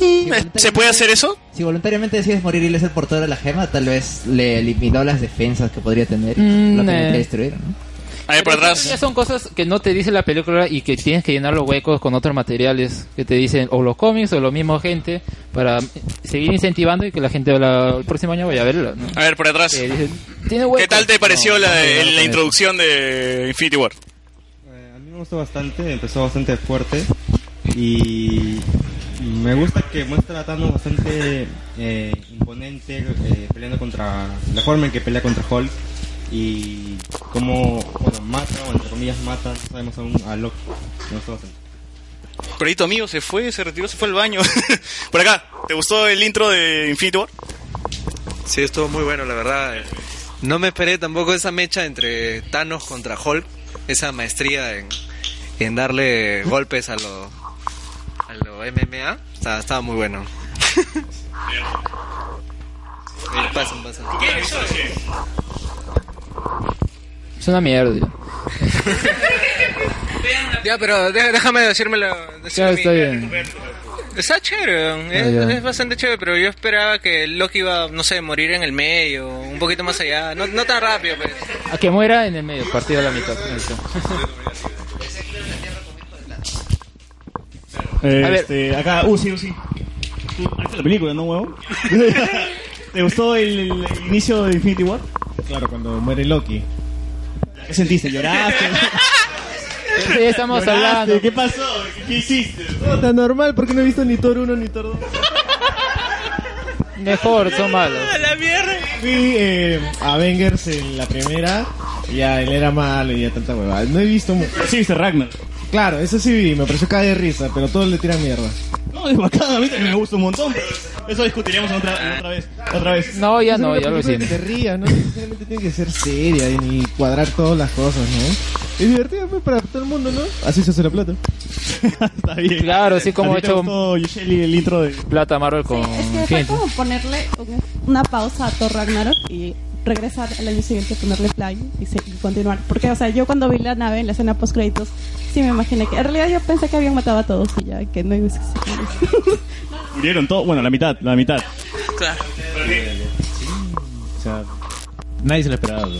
S3: Mm, ¿Se puede hacer eso?
S10: Si voluntariamente decides morir y le es el portador de la gema, tal vez le eliminó las defensas que podría tener. y
S4: Mm,
S10: lo que
S4: eh.
S10: quería destruir, ¿no?
S3: Ahí por atrás.
S4: Ya son cosas que no te dice la película y que tienes que llenar los huecos con otros materiales que te dicen o los cómics o lo mismo gente para seguir incentivando y que la gente la- el próximo año vaya a verla. ¿no?
S3: A ver, por atrás.
S4: Eh, dice, ¿Tiene huecos?
S3: ¿Qué tal te pareció
S4: No,
S3: la,
S4: no,
S3: la
S4: no, no, no.
S3: introducción de Infinity War?
S8: A mí me gustó bastante, empezó bastante fuerte y me gusta que muestra a Thanos bastante eh, imponente eh, peleando contra la forma en que pelea contra Hulk y cómo bueno, mata o entre comillas mata, no sabemos aún a Loki. Me gustó bastante.
S3: Proyecto amigo se fue, se retiró, se fue al baño. por acá, ¿te gustó el intro de Infinity War?
S16: Sí, estuvo muy bueno, la verdad. No me esperé tampoco esa mecha entre Thanos contra Hulk, esa maestría en, en darle Eh, golpes a lo, a lo MMA. Estaba, estaba muy bueno. Eh, Pasen, pasen.
S4: Es una mierda.
S16: Ya, pero de- déjame decírmelo.
S4: Ya está bien.
S16: Está chévere, es,
S4: Ah, ya.
S16: es bastante chévere, pero yo esperaba que Loki iba, no sé, morir en el medio, un poquito más allá. No, no tan rápido, pues. pero.
S4: A que muera en el medio, partido a la mitad. Ahí está.
S2: Eh,
S4: A ver.
S2: Este, acá, uh, sí, uh, sí. Tú, ahí está la película, ¿no, huevo? ¿Te gustó el, el inicio de Infinity War?
S8: Claro, cuando muere Loki.
S2: ¿Qué sentiste? ¿Lloraste?
S4: Sí, estamos
S2: ¿Lloraste?
S8: hablando.
S2: ¿Qué pasó? ¿Qué, qué hiciste?
S8: Tan normal, porque no he visto ni Thor 1 ni Thor 2.
S4: Mejor, son malos.
S8: la mierda! Vi eh, Avengers en la primera. y Ya, él era malo y ya tanta huevada. No he visto. mu-
S2: Sí, viste Ragnar.
S8: Claro, eso sí vi, me pareció caer de risa, pero todos le tiran mierda.
S2: No, es bacán, a mí también me gusta un montón. pero Eso discutiremos en otra, en otra vez. Otra vez.
S4: No, ya
S8: Es
S4: no,
S8: una
S4: ya lo
S8: película
S4: hicimos.
S8: que Te rías, no necesariamente tiene que ser seria y ni cuadrar todas las cosas, ¿no? Es divertido pues, para todo el mundo, ¿no? Así se hace la plata.
S2: Está bien.
S4: Claro, así como
S2: ¿A
S4: ha
S2: ti te
S4: hecho
S2: gustó, Yusheli, el intro de...
S4: Plata Marvel con
S23: Es que fue
S4: gente.
S23: como ponerle un- una pausa a Thor Ragnarok y regresar el año siguiente, ponerle play y, se- y continuar. Porque, o sea, yo cuando vi la nave en la escena post créditos, sí me imaginé que en realidad yo pensé que habían matado a todos y ya, que no iba a existir.
S2: Murieron todos, bueno, la mitad, la mitad.
S6: Claro.
S7: O sea, nadie se lo esperaba. bro.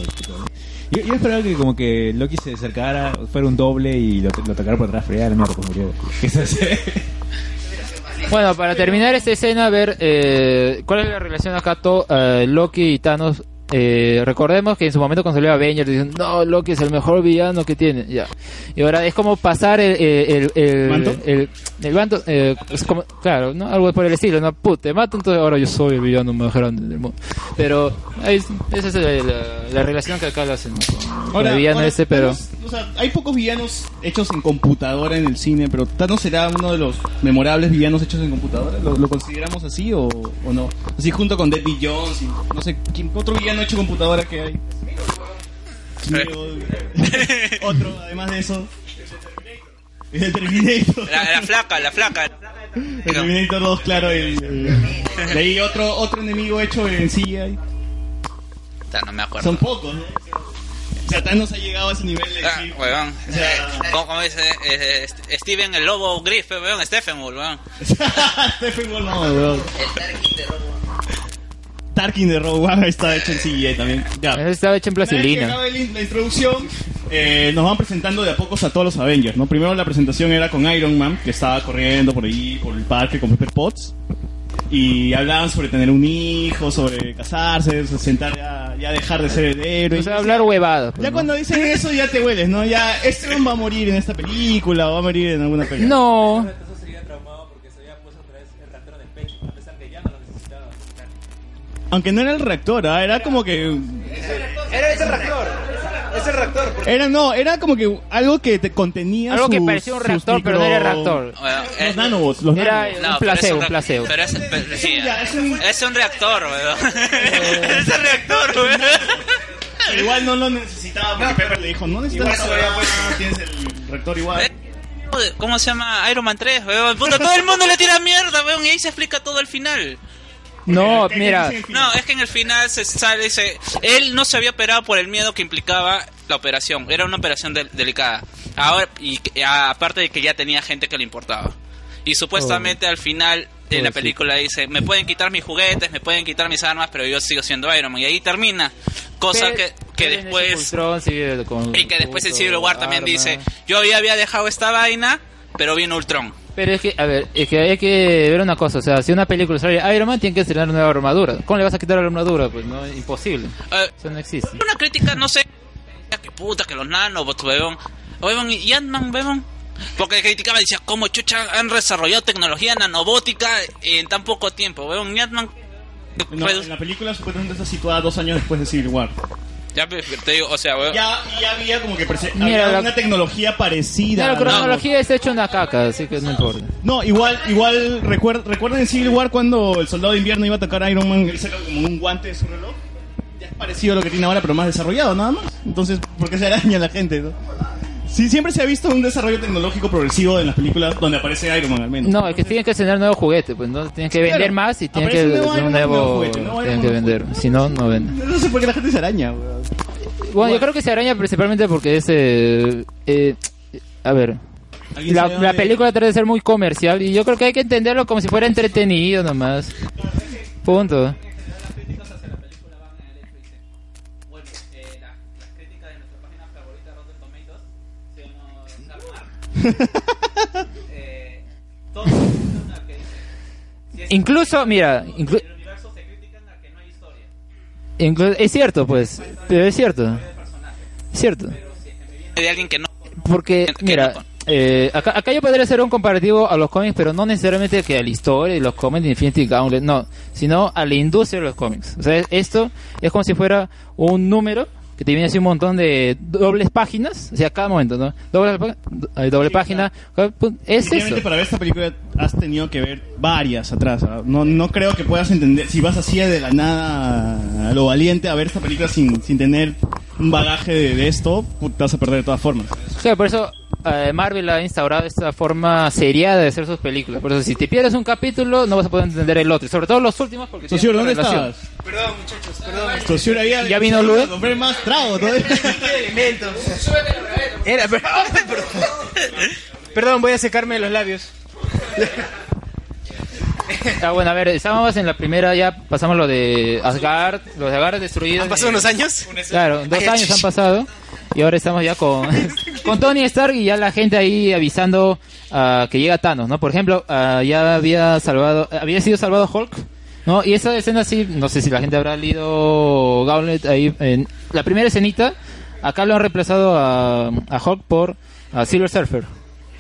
S7: Yo, yo esperaba que como que Loki se acercara, fuera un doble y lo, lo tocara por atrás, pero ya la mierda pues murió. ¿Qué se hace?
S4: Bueno, para terminar esta escena, a ver eh, cuál es la relación acá, to- eh, Loki y Thanos eh, recordemos que en su momento cuando salió Avengers dicen, no, Loki es el mejor villano que tiene. Ya. Y ahora es como pasar el... el, el, el
S3: ¿Manto?
S4: El, el manto, eh, es como, claro, ¿no? algo por el estilo, ¿no? Put, te mato, entonces ahora yo soy el villano más grande del mundo. Pero ahí es- esa es la, la- la relación que acá le hacen. ¿no? Con, con el villano
S3: ahora,
S4: ese, pero...
S3: Thanos, o sea, hay pocos villanos hechos en computadora en el cine, pero Thanos será uno de los memorables villanos hechos en computadora. ¿Lo, lo consideramos así o, o no? Así junto con Debbie Jones y no sé, ¿quién, otro villano hecho en computadora que hay? otro, además de eso. El Terminator.
S6: La, la flaca, la flaca.
S3: El Terminator 2, claro. el- el- de ahí otro, otro enemigo hecho en CGI.
S6: Puta, No me acuerdo.
S3: Son pocos, ¿no? O sea, Thanos ha llegado a ese nivel de...
S6: Ah, weón. Eh, ¿cómo, cómo dice? Eh, este- Steven el Lobo Griff, eh, weón. Stephen Wolf, weón.
S3: Stephen Wolf, no, weón. Tarkin de Rogue One está hecho en CGI también. Ya.
S4: Estaba hecho en
S3: Una vez que acabe la introducción, eh, nos van presentando de a pocos a todos los Avengers, ¿no? Primero la presentación era con Iron Man, que estaba corriendo por ahí, por el parque con Pepper Potts. Y hablaban sobre tener un hijo, sobre casarse, o sea, sentar ya, ya dejar de ser el héroe.
S4: O sea, hablar huevadas. pues,
S3: Ya cuando dicen eso ya te hueles, ¿no? Ya este hombre va a morir en esta película o va a morir en alguna película.
S4: No.
S3: Aunque no era el reactor, ¿ah? era como que
S1: Era ese reactor. Ese reactor.
S3: Era no, era como que algo que te contenía
S4: Algo que
S3: sus-
S4: parecía un
S3: sus
S4: reactor, pero no era
S3: micro-
S4: reactor.
S6: Bueno,
S3: Los nanobots, los
S4: Era
S3: nanobots.
S4: un placebo, un placebo.
S6: Pero es, pero- sí, es un reactor, weón. es un reactor, weón.
S3: Pero Igual no lo necesitaba porque Pepper le dijo, no necesitas esa huevada, tienes el reactor
S4: Eh,
S3: igual.
S6: ¿Cómo se llama? Iron Man 3, weón. Puta, todo el mundo le tira mierda, weón. Y ahí se explica todo al final.
S4: No, mira.
S6: No, es que en el final se sale, dice, él no se había operado por el miedo que implicaba la operación. Era una operación del- delicada. Ahora, y, que- a- aparte de que ya tenía gente que le importaba. Y supuestamente al final en la
S4: Oh. Pobrecito.
S6: película dice, me pueden quitar mis juguetes, me pueden quitar mis armas, pero yo sigo siendo Iron Man. Y ahí termina. Cosa
S4: Pe-
S6: que, que después...
S4: Ultron sigue con-
S6: Y que después en
S4: con-
S6: Civil War también
S4: armas.
S6: dice, yo ya había dejado esta vaina, pero vino Ultron.
S4: Pero es que, a ver, es que hay que ver una cosa. O sea, si una película sale Iron Man, tiene que estrenar nueva armadura. ¿Cómo le vas a quitar la armadura? Pues no, imposible.
S6: Eh,
S4: Eso no existe.
S6: una crítica, no sé. ya Que puta, que los nanobots, weón. Weón, y Ant-Man, weón. Porque criticaba, decía, ¿cómo chucha han desarrollado tecnología nanobótica en tan poco tiempo, weón? Y Ant-Man.
S3: No,
S4: pues-
S3: en la película supuestamente está situada dos años después de Civil War.
S6: Ya pe- te digo, o sea, weón.
S3: Ya, ya había como que prese-
S4: Mira,
S3: había
S4: la-
S3: una tecnología parecida.
S4: No, la
S3: ¿no?
S4: cronología está hecha una caca, así que no importa.
S3: No, igual, igual recuer- recuerden en Civil War cuando el soldado de invierno iba a atacar a Iron Man, él saca como un guante de su reloj. Ya es parecido a lo que tiene ahora, pero más desarrollado nada más. Entonces, ¿por qué se araña la gente? no? Sí, siempre se ha visto un desarrollo tecnológico progresivo en las películas donde aparece Iron Man al menos.
S4: No, es que tienen que estrenar nuevo juguete, pues no tienen que vender
S3: Claro.
S4: más y tienen que
S3: Aparece un nuevo
S4: un
S3: Iron Man, nuevo
S4: nuevo
S3: juguete, nuevo
S4: tienen
S3: Iron
S4: que
S3: Man.
S4: vender, si no no venden.
S3: No sé por qué la gente se araña, weón.
S4: Bueno, yo creo que se araña principalmente porque es eh, eh, a ver,
S3: ¿Alguien
S4: la,
S3: sabe
S4: la
S3: dónde-
S4: película trata de ser muy comercial y yo creo que hay que entenderlo como si fuera entretenido nomás. Punto. Incluso, mira, inclu- inclu- es cierto, pues, pero es cierto, cierto.
S6: De alguien que no.
S4: Porque, mira, eh, acá, acá yo podría hacer un comparativo a los cómics, pero no necesariamente que a la historia y los cómics de Infinity Gauntlet, no, sino a la industria de los cómics. O sea, esto es como si fuera un número que te viene así un montón de dobles páginas, o sea, cada momento, ¿no? Doble, pa- hay doble página, pum, es eso.
S3: Definitivamente para ver esta película has tenido que ver varias atrás. ¿ah? No, no creo que puedas entender, si vas así de la nada a lo valiente a ver esta película sin, sin tener un bagaje de, de esto, pu- te vas a perder de todas formas.
S4: O sea, por eso eh, Marvel ha instaurado esta forma seriada de hacer sus películas. Por eso, si te pierdes un capítulo, no vas a poder entender el otro, y sobre todo los últimos, porque... tienen
S3: Socio, ¿dónde
S4: relación.
S3: estabas?
S1: Perdón, muchachos, perdón.
S3: Socio, había-
S4: ¿Ya vino Luis?
S3: Compré más trago, ¿no?
S1: ¿Qué elemento? Era, pero-
S2: Perdón, voy a secarme los labios.
S4: Ah, bueno, a ver, estábamos en la primera, ya pasamos lo de Asgard, los de Asgard destruidos.
S2: ¿Han pasado
S4: Eh,
S2: unos años?
S4: Claro, dos
S2: Ay,
S4: años
S2: chucha.
S4: han pasado. Y ahora estamos ya con, con Tony Stark y ya la gente ahí avisando ah, que llega Thanos, ¿no? Por ejemplo, ah, ya había eh, salvado, había sido salvado Hulk No, y esa escena sí, no sé si la gente habrá leído Gauntlet ahí. En la primera escenita, acá lo han reemplazado a, a Hulk por a Silver Surfer.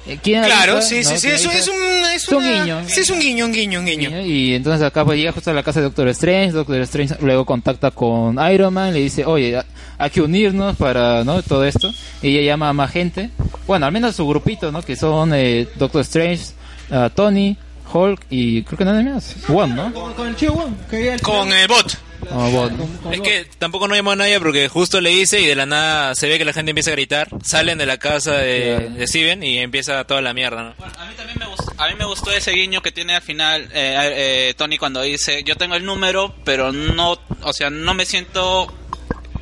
S4: Eh, ¿Quién
S2: Claro,
S4: avisa?
S2: sí,
S4: ¿No?
S2: sí, sí,
S4: ¿Quién
S2: eso
S4: avisa?
S2: es un, es
S4: Es un
S2: una-
S4: guiño.
S2: Sí, es un guiño, un guiño, un guiño.
S4: Y entonces acá pues llega justo a la casa de Doctor Strange, Doctor Strange luego contacta con Iron Man, le dice, oye, ha- hay que unirnos para ¿no? todo esto, y ella llama a más gente, bueno, al menos su grupito, ¿no? Que son eh, Doctor Strange, ah, Tony, Hulk y creo que nadie más, One, ¿no?
S16: Con el chivo, que el
S6: Con el bot.
S4: Ah, Bond.
S7: Es que tampoco no llamó a nadie porque justo le hice y de la nada se ve que la gente empieza a gritar. Salen de la casa de, de Steven y empieza toda la mierda, ¿no?
S6: A mí me gustó ese guiño que tiene al final eh, eh, Tony cuando dice, yo tengo el número, pero no, o sea, no me siento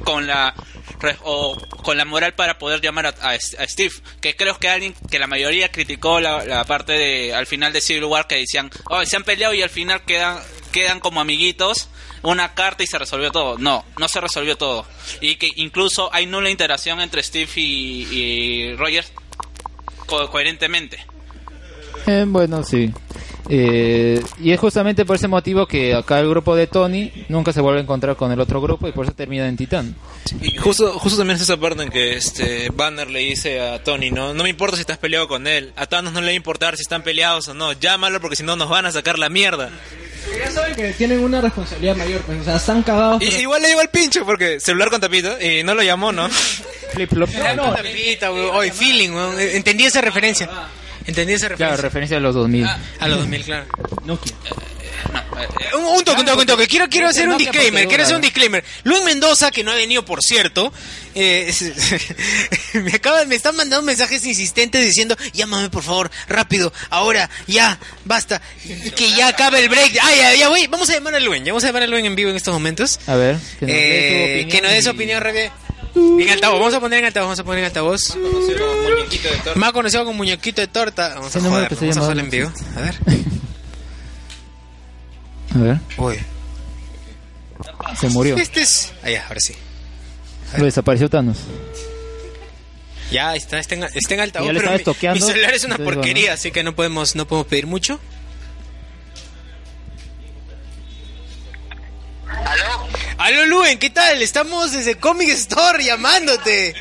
S6: con la re- o con la moral para poder llamar a, a- a Steve, que creo que alguien que la mayoría criticó la, la parte de al final de Civil War que decían, "Oh, se han peleado y al final quedan quedan como amiguitos." Una carta y se resolvió todo. No, no se resolvió todo. Y que incluso hay nula interacción entre Steve y, y Roger co- coherentemente.
S4: Eh, bueno, sí. Eh, y es justamente por ese motivo que acá el grupo de Tony nunca se vuelve a encontrar con el otro grupo y por eso termina en Titán.
S7: Y justo, justo también es esa parte en que este Banner le dice a Tony, no, no me importa si estás peleado con él, a Thanos no le va a importar si están peleados o no, llámalo porque si no nos van a sacar la mierda.
S16: Ya saben que tienen una responsabilidad mayor, pues, o sea, están cagados.
S7: Y igual le llegó el pincho porque celular con tapita y no lo llamó, ¿no?
S2: Era una tapita, weón. Oye, feeling, weón. Eh, Entendí esa referencia. Entendí esa
S4: Claro,
S2: referencia.
S4: referencia a los 2000.
S2: Ah, A los 2000, claro. Eh, Un, un toque, un toque, un toque. Quiero, quiero hacer un
S4: Nokia
S2: disclaimer.
S4: porque
S2: Quiero hacer un
S4: dura,
S2: disclaimer. Luis Mendoza, que no ha venido, por cierto, eh, es- me acaba, me están mandando mensajes insistentes diciendo, llámame por favor, rápido, ahora, ya, basta, que ya acabe el break. Ah, ya, ya, voy. Vamos a llamar a Luen. Ya Vamos a llamar a Luen en vivo en estos momentos.
S4: A ver, que nos dé su
S2: Eh,
S4: opinión
S2: que nos dé su
S4: y-
S2: opinión, Rebe. En altavoz, vamos a poner en altavoz, vamos a poner en altavoz. Más conocido como muñequito de torta. Vamos
S4: Ese
S2: a
S4: número
S2: joder,
S4: que se
S2: vamos a
S4: llama-
S2: joder en vivo. A ver.
S4: A ver.
S2: Uy.
S4: Se murió.
S2: Este es. Ah, ya, ahora sí.
S4: Lo desapareció Thanos.
S2: Ya está, está en, está en altavoz,
S4: Ya lo
S2: pero
S4: estaba
S2: mi,
S4: toqueando,
S2: mi celular es una
S4: entonces,
S2: porquería,
S4: bueno.
S2: así que no podemos, no podemos pedir mucho. ¿Aló? Aló, Luen, ¿qué tal? Estamos desde Comic Store llamándote.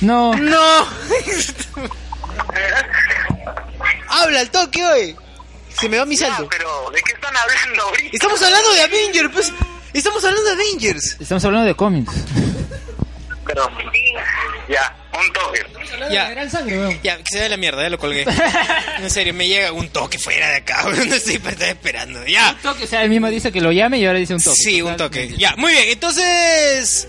S4: No.
S2: ¡No! Habla al toque hoy. Se me va mi salto.
S1: Ah, Pero, ¿de qué están hablando ahorita?
S2: Estamos hablando de Avengers, pues. Estamos hablando de Avengers.
S4: Estamos hablando de cómics.
S1: Pero, ya, un toque.
S2: Ya. Ya, que se vea la mierda, ya lo colgué. en serio, me llega un toque fuera de acá, weón, no estoy para estar esperando. Ya.
S4: O sea, él mismo dice que lo llame y ahora dice un toque.
S2: Sí, un toque. Ya, muy bien. Entonces,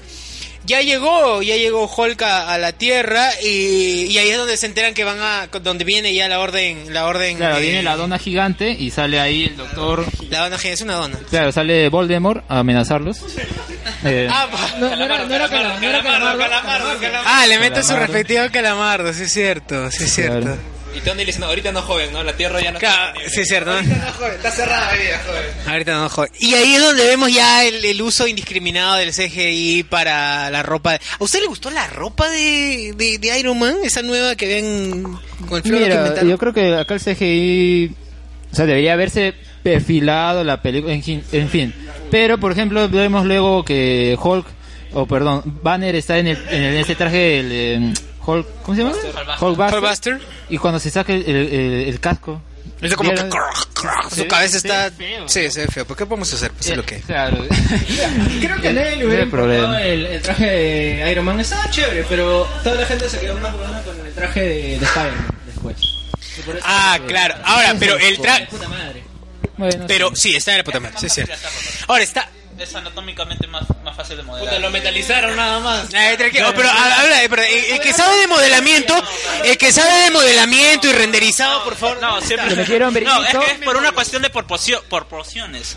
S2: ya llegó, ya llegó Hulk a, a la Tierra y, y ahí es donde se enteran que van a donde viene ya la orden, la orden
S4: Claro,
S2: eh,
S4: viene la dona gigante y sale ahí el doctor.
S2: la dona, es una dona.
S4: Claro, sale Voldemort a amenazarlos. Eh,
S2: Ah,
S16: No, no era, no era calamardo, no era calamardo.
S2: Ah, le mete su
S4: Calamardo.
S2: respectivo calamardo, sí es cierto, sí es cierto.
S7: Y Tony le dice, no, ahorita no joven, ¿no? La tierra ya no
S2: Claro, sí es cierto. ¿no?
S7: está cerrada la vida, joven.
S2: Ahorita no, joder. Y ahí es donde vemos ya el, el uso indiscriminado del CGI para la ropa. ¿A usted le gustó la ropa de, de, de Iron Man? Esa nueva que ven con el flor que
S4: Mira,
S2: inventaron.
S4: yo creo que acá el CGI, o sea, debería haberse perfilado la película, en, fin- en fin. Pero, por ejemplo, vemos luego que Hulk, o perdón, Banner está en, el, en ese traje del eh, Hulk, ¿cómo se llama? Hulkbuster.
S2: Hulkbuster.
S4: Y cuando se saca el, el- el- el casco.
S2: Dice como que
S4: ¿vieron?
S2: crrr, crrr,
S4: Se
S2: su
S4: ve-
S2: cabeza
S4: se
S2: está...
S4: ve feo.
S2: Sí, se ve feo. ¿Por qué podemos hacer? Pues es lo que...
S4: Claro.
S16: Creo que a nadie le
S4: No
S16: hubiera
S4: hay problema.
S16: importado el, el traje de Iron Man. Estaba chévere, pero toda la gente se quedó más buena con el traje de, de Spider-Man después.
S2: Ah, claro. Ahora, pero el traje...
S16: Puta madre.
S2: Pero sí, está en la puta madre, sí es cierto. Ahora está...
S6: Es anatómicamente más, más fácil de modelar.
S11: Puta, lo metalizaron nada más.
S2: Eh, tranquilo, pero ah, habla, eh, pero el, el que sabe de modelamiento, el que sabe de modelamiento y renderizado, por favor.
S6: No, siempre.
S2: Lo metieron
S6: no, es
S2: brillito.
S6: que es por una cuestión de proporcio- proporciones.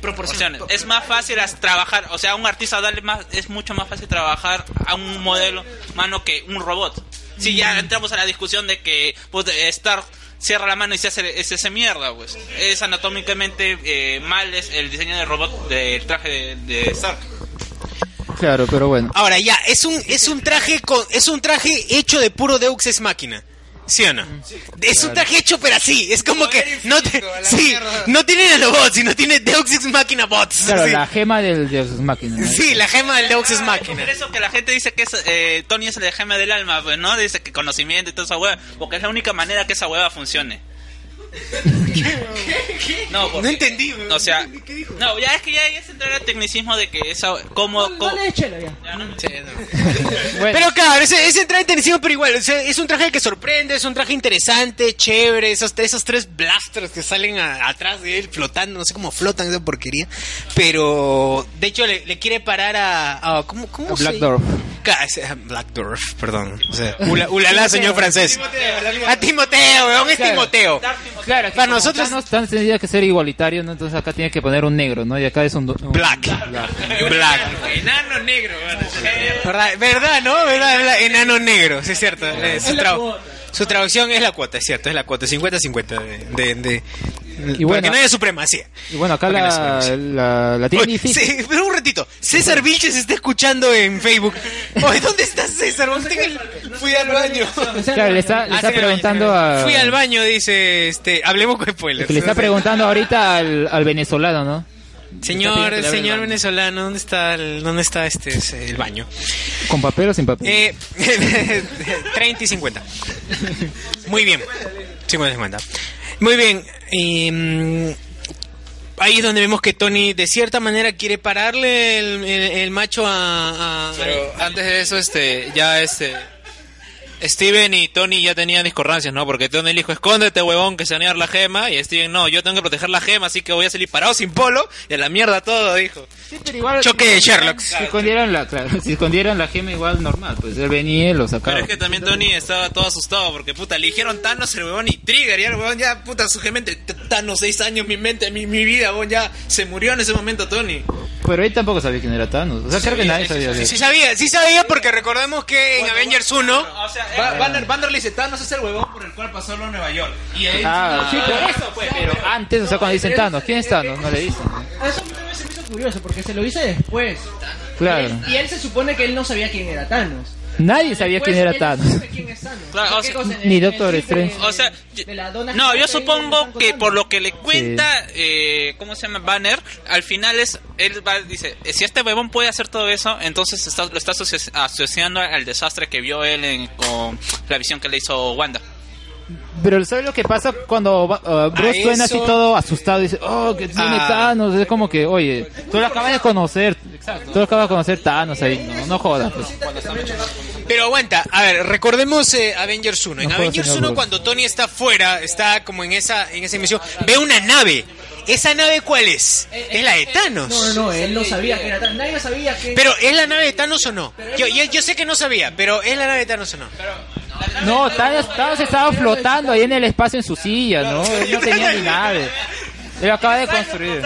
S6: Proporciones. Es más fácil as- trabajar, o sea, a un artista darle más, es mucho más fácil trabajar a un modelo humano que un robot. Si ya entramos a la discusión de que puta, Stark cierra la mano y se hace es ese mierda, pues. Es anatómicamente eh, mal es el diseño del robot del traje de, de Stark.
S4: Claro, pero bueno.
S2: Ahora ya, es un es un traje con es un traje hecho de puro Deux es máquina. ¿Sí o no? Es un traje hecho, pero así. Es como que no, te, sí, no tiene nanobots, sino tiene Deus Ex Machina bots.
S4: Claro,
S2: sí.
S4: la gema del de sus máquinas.
S2: Sí, la gema del Deus Ex Machina.
S6: Ah, Por eso que la gente dice que es, eh, Tony es la gema del alma, pues, ¿no? Dice que conocimiento y toda esa hueva, porque es la única manera que esa hueva funcione. No, porque-
S2: entendí,
S6: O sea, no, ya es que ya, ya se entra el tecnicismo de que esa como como- Ya, no, sí, no.
S2: Pero claro, ese, ese traje tenisivo, pero igual, o sea, es un traje que sorprende, es un traje interesante, chévere, esos, tres- esos tres blasters que salen a- atrás de él flotando, no sé cómo flotan esa porquería, pero de hecho le, le quiere parar a... a- ¿Cómo, cómo
S4: A
S2: se
S4: Black Dwarf.
S2: Ca- es- a Black Dwarf, perdón. O sea, ula- ulala, señor francés. A Timoteo, weón, es
S4: Claro.
S2: Timoteo.
S4: Claro,
S2: Para nosotros-
S4: no están tendría que ser igualitario, ¿no? entonces acá tiene que poner un negro, ¿no? Y acá es un, do- un-
S2: Black. Black.
S6: Enano negro, ¿verdad?
S2: ¿Verdad, verdad no? ¿Verdad, verdad? Enano negro, sí es cierto. Eh, su, trau- su traducción es la cuota, es cierto, es la cuota, 50-50 de... de, de- para
S4: bueno-
S2: que no haya supremacía.
S4: Y bueno, acá
S2: Para que no haya
S4: la,
S2: supremacía.
S4: la, la tiene
S2: Oye,
S4: difícil.
S2: sí, pero un ratito. César Vilches está escuchando en Facebook. Oye, ¿dónde está César? Voltea el- Fui al baño.
S4: Claro, le está, le
S2: Ah,
S4: está
S2: sí, en el baño.
S4: preguntando a...
S2: Fui al baño, dice, este, hablemos con spoilers.
S4: que le está preguntando ahorita al, al venezolano, ¿no?
S2: Señor, señor venezolano, ¿dónde está el, dónde está este, ese- el baño?
S4: ¿Con papel o sin papel?
S2: Eh, 30 y 50. Muy bien. 50 y 50. Muy bien. y, mm, ahí es donde vemos que Tony de cierta manera quiere pararle el, el- el macho a... a-
S7: Pero antes de eso, este, ya este. Steven y Tony ya tenían discordancias, ¿no? Porque Tony le dijo, escóndete, huevón, que se van a llevar la gema. Y Steven, no, yo tengo que proteger la gema, así que voy a salir parado sin polo. Y a la mierda todo, dijo.
S2: Choque de Sherlock.
S4: Si escondieron la, claro, si escondieron la gema igual normal, pues él venía y lo sacaba.
S7: Pero es que también Tony estaba todo asustado porque puta, le dijeron Thanos el huevón y Trigger, y el huevón ya, puta, su gema entre T- Thanos, seis años, mi mente, mi, mi vida, huevón, ya se murió en ese momento Tony.
S4: Pero él tampoco sabía quién era Thanos. O sea, creo que nadie sabía. de
S2: Sí sabía, sí sabía porque recordemos que en Avengers 1...
S11: Ba- Banner, Banner le dice, Thanos es el huevón por el cual pasó lo de Nueva York. Y él-
S4: Ah, sí, por
S11: eso, pues, pero...
S4: Antes, o sea, cuando dicen Thanos, ¿quién es Thanos? No le dicen. ¿no?
S16: Ah, Eso a mí se me hizo curioso porque se lo hice después.
S4: Claro.
S16: Y él se supone que él no sabía quién era Thanos.
S4: Nadie sabía quién era Thanos.
S6: Claro, o sea-
S4: Ni Doctor Strange.
S6: O sea, yo- no, yo supongo que por lo que le cuenta, eh, ¿cómo se llama? Banner, al final es, él va, dice, eh, si este huevón puede hacer todo eso, entonces está- lo está asoci- asociando al desastre que vio él en- con la visión que le hizo Wanda.
S4: Pero ¿sabes lo que pasa cuando uh, Bruce
S6: A
S4: suena así
S6: Ah, eso-
S4: todo asustado? Dice, oh, que tiene
S6: Ah.
S4: Thanos. Es como que, oye, tú lo acabas de conocer. Tú lo acabas de conocer Thanos ahí. No, no jodas. pues.
S2: Pero aguanta, a ver, recordemos eh, Avengers 1. En
S4: No puedo,
S2: Avengers
S4: señor
S2: 1
S4: Bruce.
S2: cuando Tony está fuera, está como en esa en esa misión, ve una nave. ¿Esa nave cuál es? Es la de
S16: No,
S2: Thanos.
S16: no, no, él no sabía que era Thanos. Nadie sabía que...
S2: Pero ¿es la nave de Thanos o no? Yo, yo, yo sé que no sabía, pero ¿es la nave de Thanos o no?
S4: No, Thanos, Thanos estaba flotando ahí en el espacio en su silla, ¿no? Él no tenía ni nave. Él acaba de construir.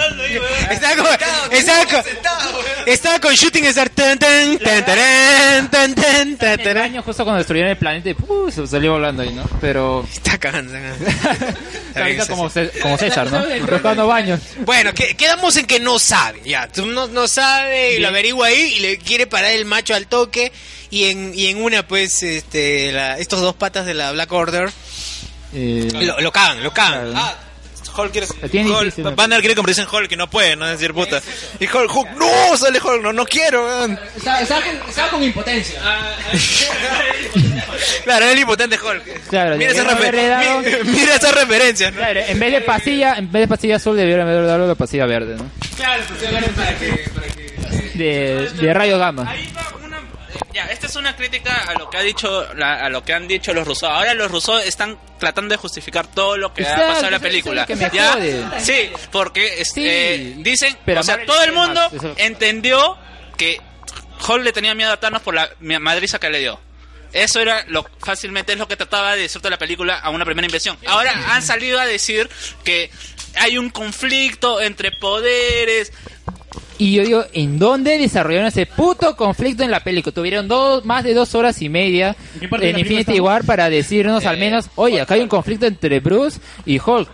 S2: Estaba con, estaba con, estaba con Shooting Star. Tan, tan, tan, tarán, tan, tan, tan,
S4: El
S2: tarán.
S4: año justo cuando destruyeron el planeta y ¡pum! se salió volando ahí, ¿no? Pero...
S2: Está cagando, está cagando.
S4: Ahorita como, Cé- como César,
S2: La cosa del
S4: ¿no? Tocando baños.
S2: Bueno, que- quedamos en que no sabe, ya. Tú no, no sabe y lo averigua ahí y le quiere parar el macho al toque. Y en, y en una, pues, este, la- estos dos patas de la Black Order lo, lo cagan, lo cagan.
S7: Ah, Hulk quiere.
S4: tiene
S7: Hulk-
S4: difícil, me
S7: Banner quiere convertirse en Hulk y no puede, no es decir puta. Y Hulk, Hulk, no, sale Hulk, no, no quiero, weón.
S16: Estaba, estaba con, estaba con impotencia.
S2: Ah,
S7: Claro, es el impotente Hulk.
S4: Claro,
S7: mira, esa
S4: debieron
S7: refer-
S4: haberle dado-
S7: mi- mira esa referencia, ¿no?
S4: Claro, en vez de pastilla, en vez de pastilla azul debieron haber dado la pastilla verde, ¿no?
S6: Claro, pues, para que...
S4: De, de rayo gamma.
S6: Ya, esta es una crítica a lo que ha dicho la- a lo que han dicho los rusos. Ahora los rusos están tratando de justificar todo lo que
S4: Exacto,
S6: ha pasado en la
S4: eso es lo
S6: película.
S4: que me
S6: ¿Ya?
S4: jode.
S6: Sí, porque este, eh, dicen,
S4: pero
S6: o sea,
S4: amar
S6: todo el
S4: el
S6: mundo
S4: más, eso es lo que-
S6: entendió que Hulk le tenía miedo a Thanos por la mi- madriza que le dio. Eso era lo fácilmente es lo que trataba de decirte la película a una primera inversión. Ahora han salido a decir que hay un conflicto entre poderes,
S4: Y yo digo, ¿en dónde desarrollaron ese puto conflicto en la película? Tuvieron dos, más de dos horas y media
S2: qué parte de
S4: en
S2: la película
S4: Infinity
S2: estamos? Eh,
S4: War para decirnos al menos, oye, acá hay un conflicto entre Bruce y Hulk.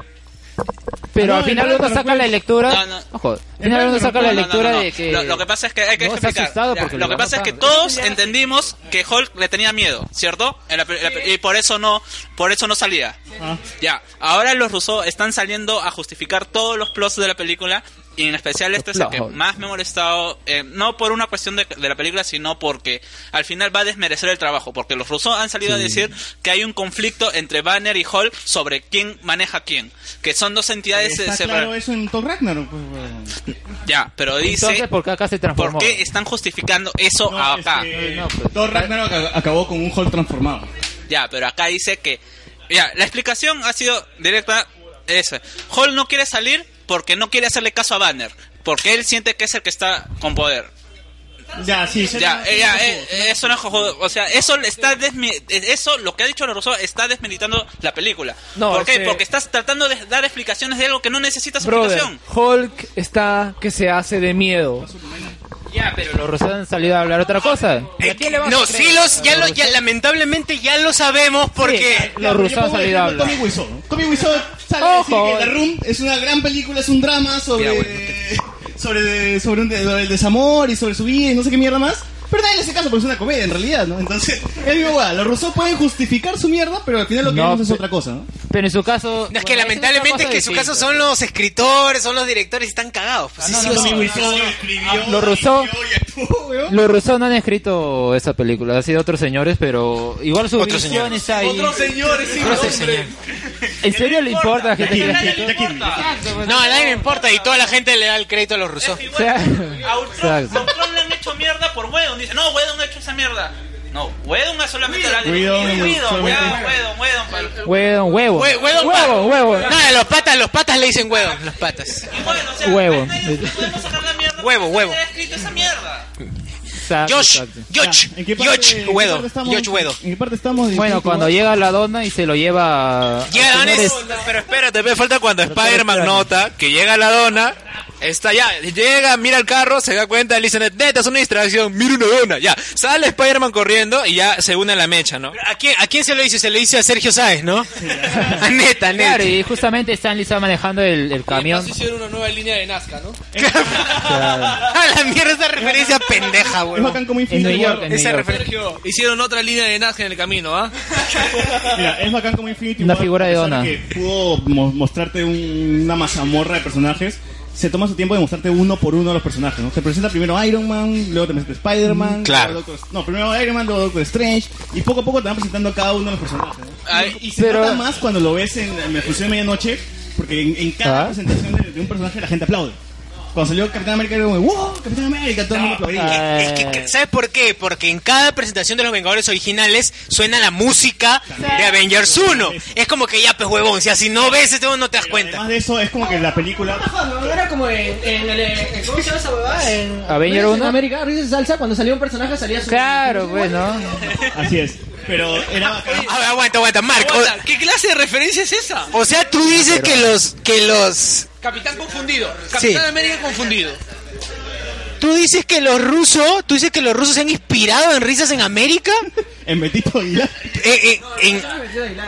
S4: Pero
S2: Ah,
S6: No,
S4: al
S6: el
S4: final
S6: Brandon
S4: uno saca
S6: fue-
S4: la lectura.
S6: No, no.
S4: Ojo, al final uno saca la
S6: No, no, no,
S4: lectura
S6: no, no.
S4: de que.
S6: Lo, lo que pasa es que hay que
S4: No, está
S6: explicar.
S4: asustado
S6: Ya,
S4: porque
S6: lo
S4: lo
S6: que
S4: va
S6: pasa es que
S4: matando.
S6: todos entendimos que Hulk le tenía miedo, ¿cierto? En la pe- la pe- y por eso no, por eso no salía.
S4: Ah.
S6: Ya, ahora los rusos están saliendo a justificar todos los plots de la película y en especial este es el que
S7: plot holes.
S6: más me ha molestado, eh, no por una cuestión de, de la película, sino porque al final va a desmerecer el trabajo, porque los rusos han salido a
S7: Sí.
S6: decir que hay un conflicto entre Banner y Hulk sobre quién maneja a quién, que son dos entidades eh,
S3: Está
S6: separadas.
S3: claro eso en Thor Ragnarok. pues, weón.
S6: Ya, pero dice...
S4: Entonces, ¿por qué acá se transformó?
S6: ¿Por qué están justificando eso acá?
S3: Thor Ragnarok ac- acabó con un Hulk transformado.
S6: Ya, pero acá dice que... Ya, la explicación ha sido directa. Esa. Hall no quiere salir porque no quiere hacerle caso a Banner. Porque él siente que es el que está con poder.
S3: Ya, sí, se-
S6: Ya,
S3: se-
S6: eh, ya,
S3: se-
S6: eh, eh, eso no es jojo- O sea, eso le está desmi- eh, eso lo que ha dicho Rosso está desmeditando la película.
S17: No,
S6: ¿Por qué?
S17: es que-
S6: Porque estás tratando de dar explicaciones de algo que no necesitas
S17: Brother,
S6: explicación.
S17: Hulk está que se hace de miedo.
S6: Ya, pero
S4: Los rusos han salido a hablar otra cosa.
S2: No, sí los, ya lo, ya, lamentablemente ya lo sabemos porque...
S4: los rusos han salido a hablar.
S3: Tommy Wiseau. ¿no? Tommy Wiseau sale a decir
S4: Ojo.
S3: que The Room es una gran película, es un drama sobre sobre sobre, un, sobre el desamor y sobre su vida y no sé qué mierda más. Pero nadie le hace caso porque es una comedia en realidad, ¿no? Entonces, es mi guada. Los rusos pueden justificar su mierda, pero al final lo que
S4: No,
S3: vemos es
S4: pe-
S3: otra cosa, ¿no?
S4: Pero en su caso.
S2: No, es que lamentablemente es que en su caso son los escritores, son los directores y están cagados.
S4: Ah,
S2: Pues, sí, sí, o sí, Wilson.
S4: Los rusos. Los rusos no han escrito esa película, ha sido otros señores, pero igual su
S2: Otros
S4: visión
S2: señores.
S4: está ahí.
S2: Otros señores, sí,
S4: Otros
S2: hombre.
S4: señores. ¿En serio le importa a la gente que haya escrito?
S2: No, a nadie le importa y toda la gente le da el crédito a los rusos.
S4: O sea,
S6: A Ultron,
S4: Exacto.
S6: a Ultron le han hecho mierda por Wedon. Dice, no, Wedon ha hecho esa mierda. No, Wedon ha solamente la ha
S4: Whedon,
S6: Wedon,
S4: solamente-
S6: Wedon, Wedon, pal-
S4: Huevón, huevo.
S2: Hue- huevo,
S4: Huevo, huevo.
S2: Nada, los patas, los patas le dicen huevos, los patas.
S4: Huevo.
S2: Huevo, huevo. Josh, Josh,
S3: ¿En qué parte-
S2: Josh,
S3: en qué
S2: Wedo,
S3: parte estamos?
S2: Josh Wedo.
S3: ¿En qué parte estamos?
S4: Bueno, cuando llega la donna y se lo lleva. a-
S7: Llega
S4: a
S7: la dona y-
S4: señores-
S7: Pero espérate, me falta cuando Spider-Man nota que llega la dona. Está ya, llega, mira el carro, se da cuenta, le dicen, neta, es una distracción, mira una dona. Ya, sale Spider-Man corriendo y ya se une a la mecha, ¿no?
S2: ¿A quién, ¿A quién se lo hizo? Se lo hizo a Sergio Sáez, ¿no? A neta, neta.
S4: Claro, y justamente Stanley está manejando el, el camión.
S17: Entonces hicieron una nueva línea de Nazca, ¿no?
S2: A la mierda esa referencia pendeja, güey.
S3: Infinity War.
S17: Esa
S3: Esa
S17: referencia.
S11: Sergio, hicieron otra línea de Nazca en el camino, ¿ah?
S3: Mira, es bacán como Infinity
S4: Una
S3: War,
S4: figura de
S3: a pesar
S4: Donna.
S3: Que pudo mo- mostrarte un- una mazamorra de personajes. Se toma su tiempo de mostrarte uno por uno a los personajes, ¿no? Te presenta primero Iron Man, luego te presenta Spider-Man.
S2: Mm, Claro.
S3: luego Doctor- no, primero Iron Man, luego Doctor Strange. Y poco a poco te van presentando a cada uno de los personajes, ¿no? Y se nota más cuando lo ves en, en la fusión de medianoche, porque en, en cada
S4: Ah.
S3: presentación de, de un personaje la gente aplaude. Cuando salió Capitán América era como, ¡Wow! Capitán América, todo el mundo aplaudía.
S2: Es que, ¿Sabes por qué? Porque en cada presentación de los Vengadores originales suena la música de Avengers 1. Es como que ya, pues huevón, si así no ves este huevón, no te das cuenta.
S3: Además de eso, es como que la película...
S16: No era como en, en el. en- ¿Cómo se llama esa huevada? En
S4: Avenger
S16: Reyes en
S4: 1.
S16: América, Reyes en Salsa, cuando salía un personaje salía su.
S4: Claro, pues, ¿no?
S3: Así es. Pero era
S2: Ah, aguanta, aguanta, Mark.
S11: Aguanta, ¿Qué clase de referencia es esa?
S2: O, o sea, tú dices que los que los
S11: Capitán confundido. Capitán
S2: Sí.
S11: América confundido.
S2: tú dices que los rusos, tú dices que los rusos se han inspirado en risas en América?
S3: En Betito Aguilar.
S2: Eh, eh, en,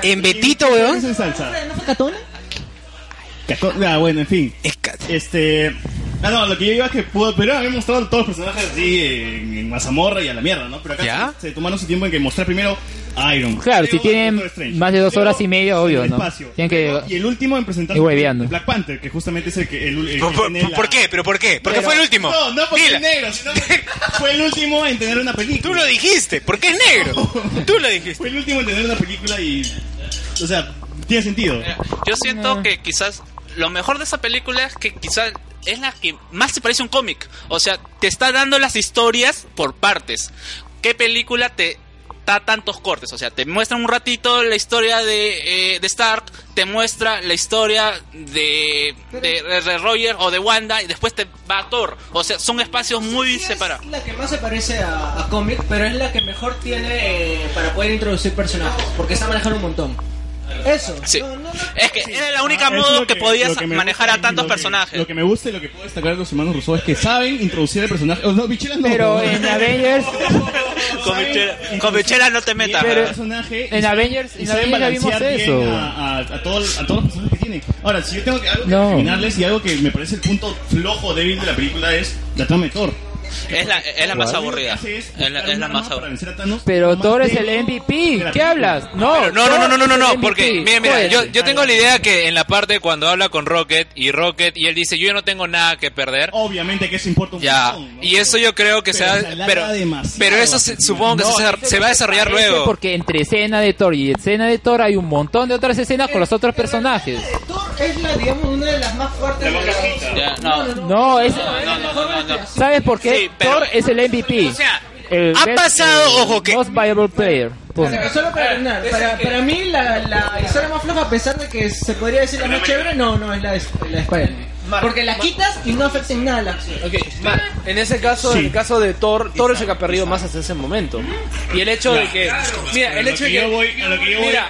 S2: en Betito, weón.
S3: en salsa.
S16: ¿No fue Catona?
S3: Caco- Ah, bueno, en fin. Este. Ah, no, lo que yo iba es que pudo, pero había mostrado todos los personajes así en, en mazamorra y a la mierda, ¿no? Pero acá se se tomaron su tiempo en que mostrar primero Iron.
S4: Claro, si
S3: Luego
S4: tienen
S3: Doctor Strange.
S4: más de dos
S3: Luego
S4: horas y media, obvio, ¿no?
S3: espacio.
S4: Tienen que.
S3: Y el último en presentar
S4: Y hueveando.
S3: Black Panther, que justamente es el que. El, el, que
S2: ¿Por,
S3: tiene
S2: por-
S3: la-
S2: por qué? ¿Pero por qué? ¿Por qué
S3: Pero-
S2: fue el último?
S3: No, no porque
S2: Dila.
S3: es negro, sino que fue el último en tener una película.
S2: Tú lo dijiste, porque es negro. Tú lo dijiste.
S3: Fue el último en tener una película y. O sea, tiene sentido.
S6: Yo siento que quizás lo mejor de esa película es que quizás es la que más se parece a un cómic. O sea, te está dando las historias por partes. ¿Qué película te da tantos cortes? O sea, te muestran un ratito la historia de, eh, de Stark, te muestra la historia de, de, de Roger o de Wanda y después te va a Thor. O sea, son espacios muy separados.
S16: La que más se parece a, a cómic, pero es la que mejor tiene eh, para poder introducir personajes, porque está manejando un montón. Eso.
S6: Sí. Es que era la única
S3: Ah, Eso es
S6: modo
S3: lo
S6: que,
S3: que-
S6: podías
S3: lo que me
S6: manejar a
S3: lo
S6: tantos
S3: que-
S6: personajes.
S3: Lo que me gusta y lo que puedo destacar de los hermanos Rousseau es que saben introducir el personaje. Oh, no, Bichela no.
S4: Pero
S3: no,
S4: en
S3: no.
S4: Avengers.
S6: Con Bechera- con Bechera no te metas.
S4: Pero-
S6: ¿verdad?
S3: personaje
S4: En Avengers- en
S3: y saben
S4: Avengers ya vimos
S3: balancear bien
S4: eso.
S3: A, a- a todo- a todos los personajes que tienen. Ahora, si yo tengo que, algo que
S4: No.
S3: recriminarles y algo que me parece el punto flojo débil de la película es la trama de Thor.
S6: Es la, es la más aburrida. Es la, es la más aburrida.
S4: Pero Thor es el MVP. ¿Qué hablas?
S7: No,
S4: No,
S7: no, no, no, no, no, no, porque mira, mira,
S4: Joder.
S7: yo, yo tengo la idea que en la parte cuando habla con Rocket y Rocket y él dice yo ya no tengo nada que perder.
S4: Oh,
S3: Obviamente que eso importa un
S7: ya. Y eso yo creo que se
S3: Pero
S7: va,
S3: se alarga
S7: pero,
S3: demasiado.
S7: pero eso se- supongo que
S4: No, este
S7: se, se va a desarrollar
S4: Parece
S7: luego.
S4: Porque entre escena de Thor y escena de Thor hay un montón de otras escenas con los otros personajes.
S16: Es la, digamos, una de las más fuertes. de las-
S6: Ya, no.
S4: No, es,
S6: No, no, no, no, no.
S4: ¿sabes por qué?
S6: Sí, pero-
S4: Thor es el MVP.
S6: O sea,
S4: El
S6: ha
S4: best-
S6: pasado,
S4: el
S6: ojo, que-
S4: Most viable player. Punto.
S16: Pero Solo
S3: Eh,
S16: para terminar, para, para mí la, la historia más floja, a pesar de que se podría decir la más chévere, no, no, es la de, la de Spider-Man. Porque la quitas y no afecta en nada la acción.
S17: En ese caso, en el caso de Thor, Thor es el que ha perdido más hasta ese momento. Y el hecho de que. Mira, el
S3: Lo
S17: hecho
S3: que
S17: de que.
S3: yo voy- a lo que yo voy-
S17: mira,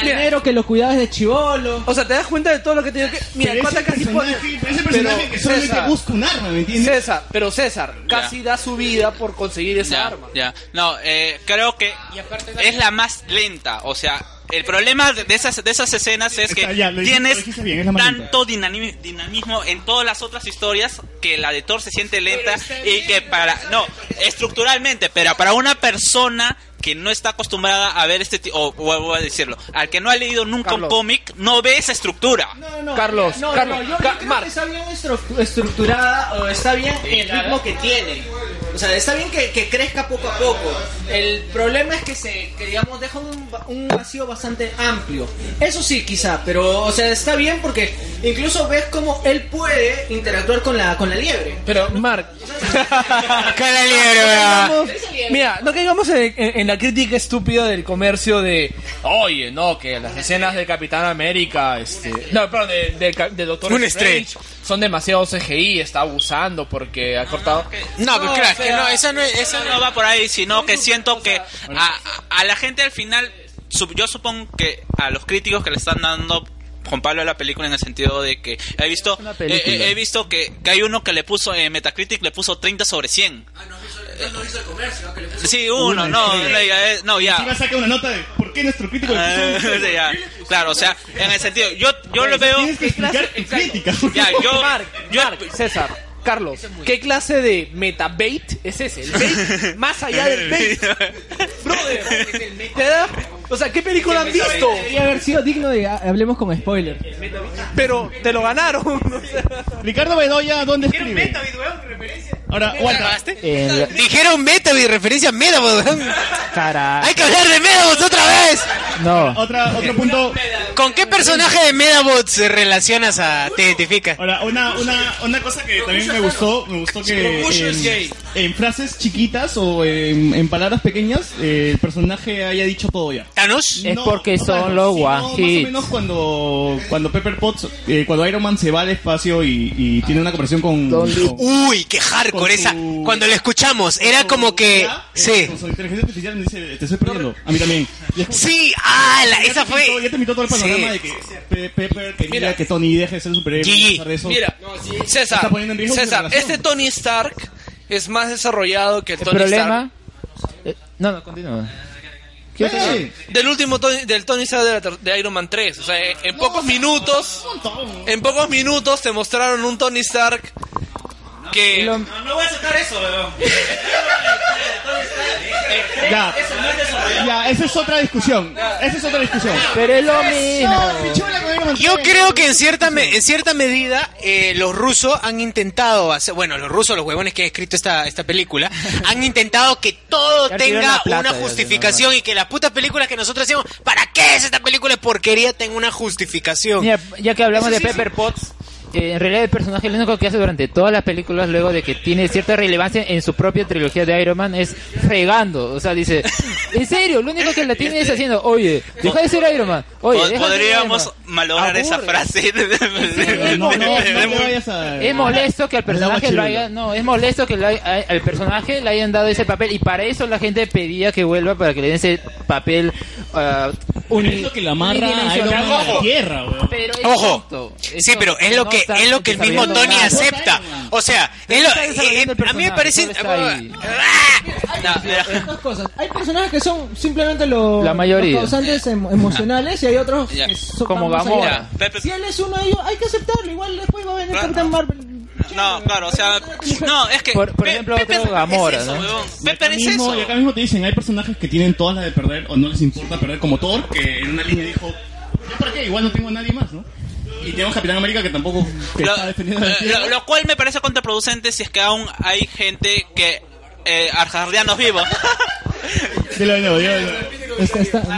S16: Primero que lo cuidabas de chivolo.
S17: O sea, te das cuenta de todo lo que te digo que. Mira, el
S3: Pero
S17: pata
S3: ese
S17: casi pone.
S3: personaje- ese personaje que solamente busca un arma, ¿me entiendes?
S17: César, pero César casi da su vida por conseguir esa
S6: Ya,
S17: arma.
S6: ya. No, eh, creo que es la más lenta. O sea, el problema de de esas, de esas escenas es que
S3: Está, ya, lo dijiste- lo
S6: tienes
S3: dijiste bien, es la más
S6: tanto dinami- dinamismo en todas las otras historias que la de Thor se siente lenta y que para... No, estructuralmente, pero para una persona que no está acostumbrada a ver este tipo, o vuelvo a decirlo, al que no ha leído nunca
S17: Carlos.
S6: un cómic, no ve esa estructura.
S17: Carlos,
S16: no,
S17: Carlos,
S16: no, yo, yo
S17: Ca-
S16: creo
S17: Mark.
S16: que está bien estru- estructurada o está bien el ritmo que tiene. O sea, está bien que, que crezca poco a poco. El problema es que se, que digamos, deja un, va- un vacío bastante amplio. Eso sí, quizá, pero, o sea, está bien porque incluso ves cómo él puede interactuar con la, con la liebre.
S17: Pero, Mark.
S16: la liebre,
S17: Digamos, Mira, no caigamos en, en- en la crítica estúpida del comercio de. Oye, no, que las escenas de Capitán América. este No, perdón, de, de Ca- de Doctor
S2: Un
S17: Strange.
S2: Strange.
S17: Son demasiado CGI, está abusando porque ha cortado.
S6: No,
S17: pero
S6: pero
S17: crack, que no,
S6: esa no, va por ahí, sino que siento que a, a la gente al final, sup- yo supongo que a los críticos que le están dando con Pablo a la película en el sentido de que he visto eh,
S4: película.
S6: eh, he visto que, que hay uno que le puso en Metacritic le puso 30 sobre 100. Sí, uno,
S3: Una
S6: no,
S3: estrella.
S6: la- ya, eh, no, ya.
S3: Encima saca una nota de por qué nuestro crítico le puso un
S6: Ah,
S3: cero.
S6: sí, ya. Claro, o sea, en el sentido, yo, yo
S17: Oye,
S6: lo veo.
S17: tienes que explicar en
S3: crítica.
S6: Ya, yo,
S17: Mark, Mark, César, Carlos, ¿qué clase de metabait es ese? El bait más allá del bait. Brother, ¿te da- O sea, ¿qué película han visto?
S16: Debería haber sido digno de ah, hablemos con spoiler.
S17: Pero te lo ganaron.
S3: Ricardo Bedoya, ¿dónde escribe? Ahora, Walter,
S4: En la-
S2: Dijeron Metavid, referencia a Metavid. weón.
S4: Cara.
S2: Hay que hablar de Metabots otra vez.
S4: No.
S3: otra, otro punto.
S2: ¿Con qué personaje de Metabots se relacionas a te identificas?
S3: Ahora, una, una, una cosa que también me gustó, me gustó que
S2: Rokusho es
S3: en,
S2: gay.
S3: en frases chiquitas o en, en palabras pequeñas eh, el personaje haya dicho todo ya.
S2: ¿Thanos?
S4: Es porque son los
S3: sino
S4: one
S3: Más o
S4: hits.
S3: menos cuando, cuando Pepper Potts, eh, cuando Iron Man se va al espacio y, y tiene una conversación con, con-
S2: Uy, qué hardcore esa. Cuando la escuchamos, era como que. Sí.
S3: con su inteligencia artificial me dice, te estoy perdiendo. A mí también. Y es como-
S2: Sí, ah, la- esa
S3: Ya te pintó-
S2: fue.
S3: Ya te invitó todo el panorama
S2: Sí.
S3: de que Pe- Pepper quería que Tony deje de ser superhéroe.
S2: GG.
S3: pasar de eso.
S11: Mira,
S3: Está
S11: César,
S3: poniendo en riesgo su
S11: César,
S3: relación.
S11: este Tony Stark es más desarrollado que el,
S4: El
S11: Tony
S4: problema. eh, no, no, continúa. ¿Qué
S11: Stark
S4: otra-
S11: del último Tony, del Tony Stark de, la ter- de Iron Man 3. O sea, en, en pocos minutos, en pocos minutos te mostraron un Tony Stark que
S6: No, voy a sacar eso, weón.
S3: Ya. Ya, esa es otra discusión. Esa es otra discusión.
S4: Pero es lo mismo.
S2: Yo creo que en cierta, me- en cierta medida eh, los rusos han intentado hacer, bueno, los rusos, los huevones que han escrito esta, esta película, han intentado que todo
S4: Ya tiraron
S2: tenga
S4: la plata,
S2: una
S4: ya,
S2: justificación y que las putas películas que nosotros decimos, ¿para qué es esta película de porquería? Tenga una justificación.
S4: Mira, ya que hablamos de Pepper Potts, eh, en realidad el personaje lo único que hace durante todas las películas, luego de que tiene cierta relevancia en su propia trilogía de Iron Man, es fregando. O sea, dice, en serio, lo único que la tiene es haciendo, oye, deja de ser Iron Man. Oye, deja de ser Iron
S6: Podríamos
S4: Man".
S6: malograr esa frase.
S3: No, no, no te vayas a.
S4: Es molesto que al personaje
S3: Al
S4: lo
S3: agua
S4: haya, no, es molesto que lo hay- a- al personaje le hayan dado ese papel y para eso la gente pedía que vuelva para que le den ese papel ah,
S15: es lo que lo amarra a Iron Man a la
S2: Ojo.
S15: tierra, weón.
S2: Ojo, sí, pero es lo que es lo que el mismo Tony
S15: desarrollando nada.
S2: acepta. O sea, es lo- eh, eh, a mí me parece ¡Ah!
S16: Hay dos cosas. Hay personajes que son simplemente los,
S4: La mayoría.
S16: los causantes em- emocionales y hay otros que son
S4: Como
S16: van más
S4: Gamora.
S16: allá. Si él es uno de ellos, hay que aceptarlo. Igual después va a venir Captain Marvel.
S6: No, claro, o sea. No, es que.
S4: Por, por ejemplo, otro Gamora, ¿no?
S6: Me parece
S3: mismo,
S6: eso.
S3: y acá mismo te dicen, hay personajes que tienen todas las de perder o no les importa perder, como Thor, que en una línea dijo, ¿yo para qué? Igual no tengo a nadie más, ¿no? Y tenemos Capitán América que tampoco que
S6: Lo,
S3: está defendiendo la
S6: eh,
S3: tierra.
S6: lo- lo cual me parece contraproducente si es que aún hay gente que. Eh, arjardianos vivos.
S3: Dilo de nuevo, dilo de nuevo.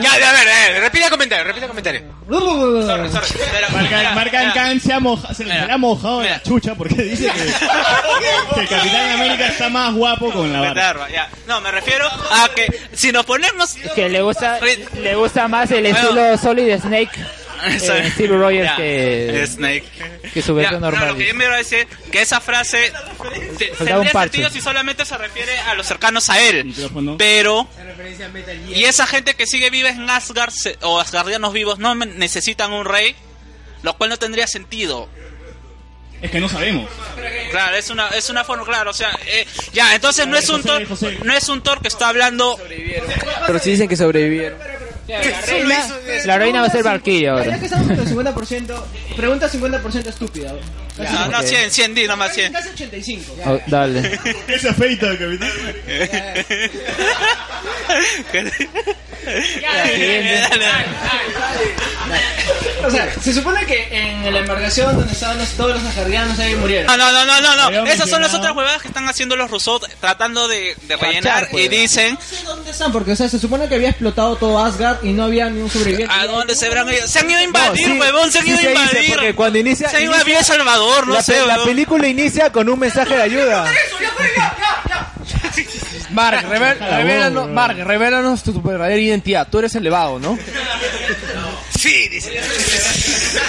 S2: Ya, ya, a ver, a ver, repite el comentario, repite el comentario.
S6: Sorry, sorry. Pero,
S3: Marca,
S6: mira,
S3: Marca
S6: mira.
S3: Khan se ha moja- se le ha mojado de la chucha porque dice que, que el Capitán América está más guapo con la barba.
S6: Barba, ya. No, me refiero a que si nos ponemos.
S4: Que le gusta, le gusta más el estilo Solid Snake
S6: Sorry.
S4: eh, Steve Rogers
S6: Ya.
S17: Eh,
S4: que,
S6: Snake.
S4: que su versión
S6: Ya, no,
S4: normal.
S6: lo que yo me iba a decir que esa frase te-
S4: Faltaba un
S6: tendría
S4: parche.
S6: sentido si solamente se refiere a los cercanos a él. Pero y esa gente que sigue viva en Asgard se- o asgardianos vivos no me- necesitan un rey, lo cual no tendría sentido.
S3: Es que no sabemos.
S6: Claro, es una es una forma claro, o sea, eh, ya entonces no es un Thor, no es un Thor que está hablando.
S17: Pero sí dicen que sobrevivieron.
S4: La reina va a ser Valkyria
S16: Ya
S4: ahora.
S16: que estamos en el 50%, pregunta 50% estúpida.
S6: No, no,
S4: ok.
S6: 100, 100, di nomás 100.
S16: Casi 85.
S4: Oh, dale.
S3: Esa feita, Capitán.
S16: Ah, O sea, se supone que en la embarcación donde estaban los- todos los asgardianos ahí murieron.
S6: No, no, no, no, no, no. Esas son las otras huevadas que están haciendo los rusos tratando de, de rellenar
S15: pues,
S6: y dicen
S16: ¿Dónde están? Porque, o sea, se supone que había explotado todo Asgard y no había ni un sobreviviente.
S6: ¿A dónde se habrán ido? Ah, Se han ido a invadir,
S15: sí,
S6: huevón, se han
S15: sí
S6: ido a
S15: se dice,
S6: invadir.
S15: porque cuando inicia-
S6: se han ido a
S15: inicia-
S6: vivir El Salvador, no
S15: la,
S6: sé,
S15: pe- la
S6: huevón.
S15: película inicia con un mensaje de ayuda.
S17: Mark, revel-
S15: Jala,
S17: revelanos,
S15: huevón,
S17: Mark, revelanos tu, tu verdadera identidad. Tú eres elevado, ¿no?
S2: Sí, dice.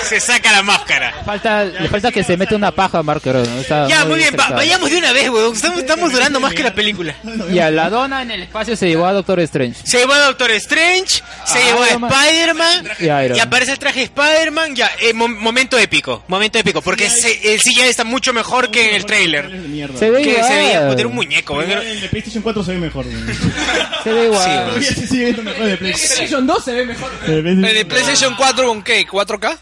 S2: Se saca la máscara.
S4: Falta, le falta que se mete una paja a Mark Ruffalo, ¿no? Está
S2: Ya,
S4: muy
S2: muy bien, va-
S4: estresado.
S2: vayamos de una vez, weón. Estamos, estamos durando más que la película.
S4: Y a la dona en el espacio se llevó a Doctor Strange.
S2: Se llevó a Doctor Strange, se
S4: Ah,
S2: llevó a
S4: Iron Man.
S2: Spider-Man,
S4: Y Iron
S2: y
S4: Man.
S2: aparece el traje de Spider-Man. Ya, eh, mom- momento épico, momento épico, porque se- el sí ya está mucho mejor que en el trailer.
S4: Se ve
S2: que
S4: igual.
S2: se veía puta, era un muñeco, ¿eh?
S3: El
S2: weón.
S3: de PlayStation 4 se ve mejor.
S4: Se ve
S2: Sí,
S3: igual.
S2: weón.
S3: Sí, sigue viendo mejor de PlayStation.
S16: PlayStation 2 se ve mejor.
S3: El
S11: de PlayStation 4 con qué? ¿4K?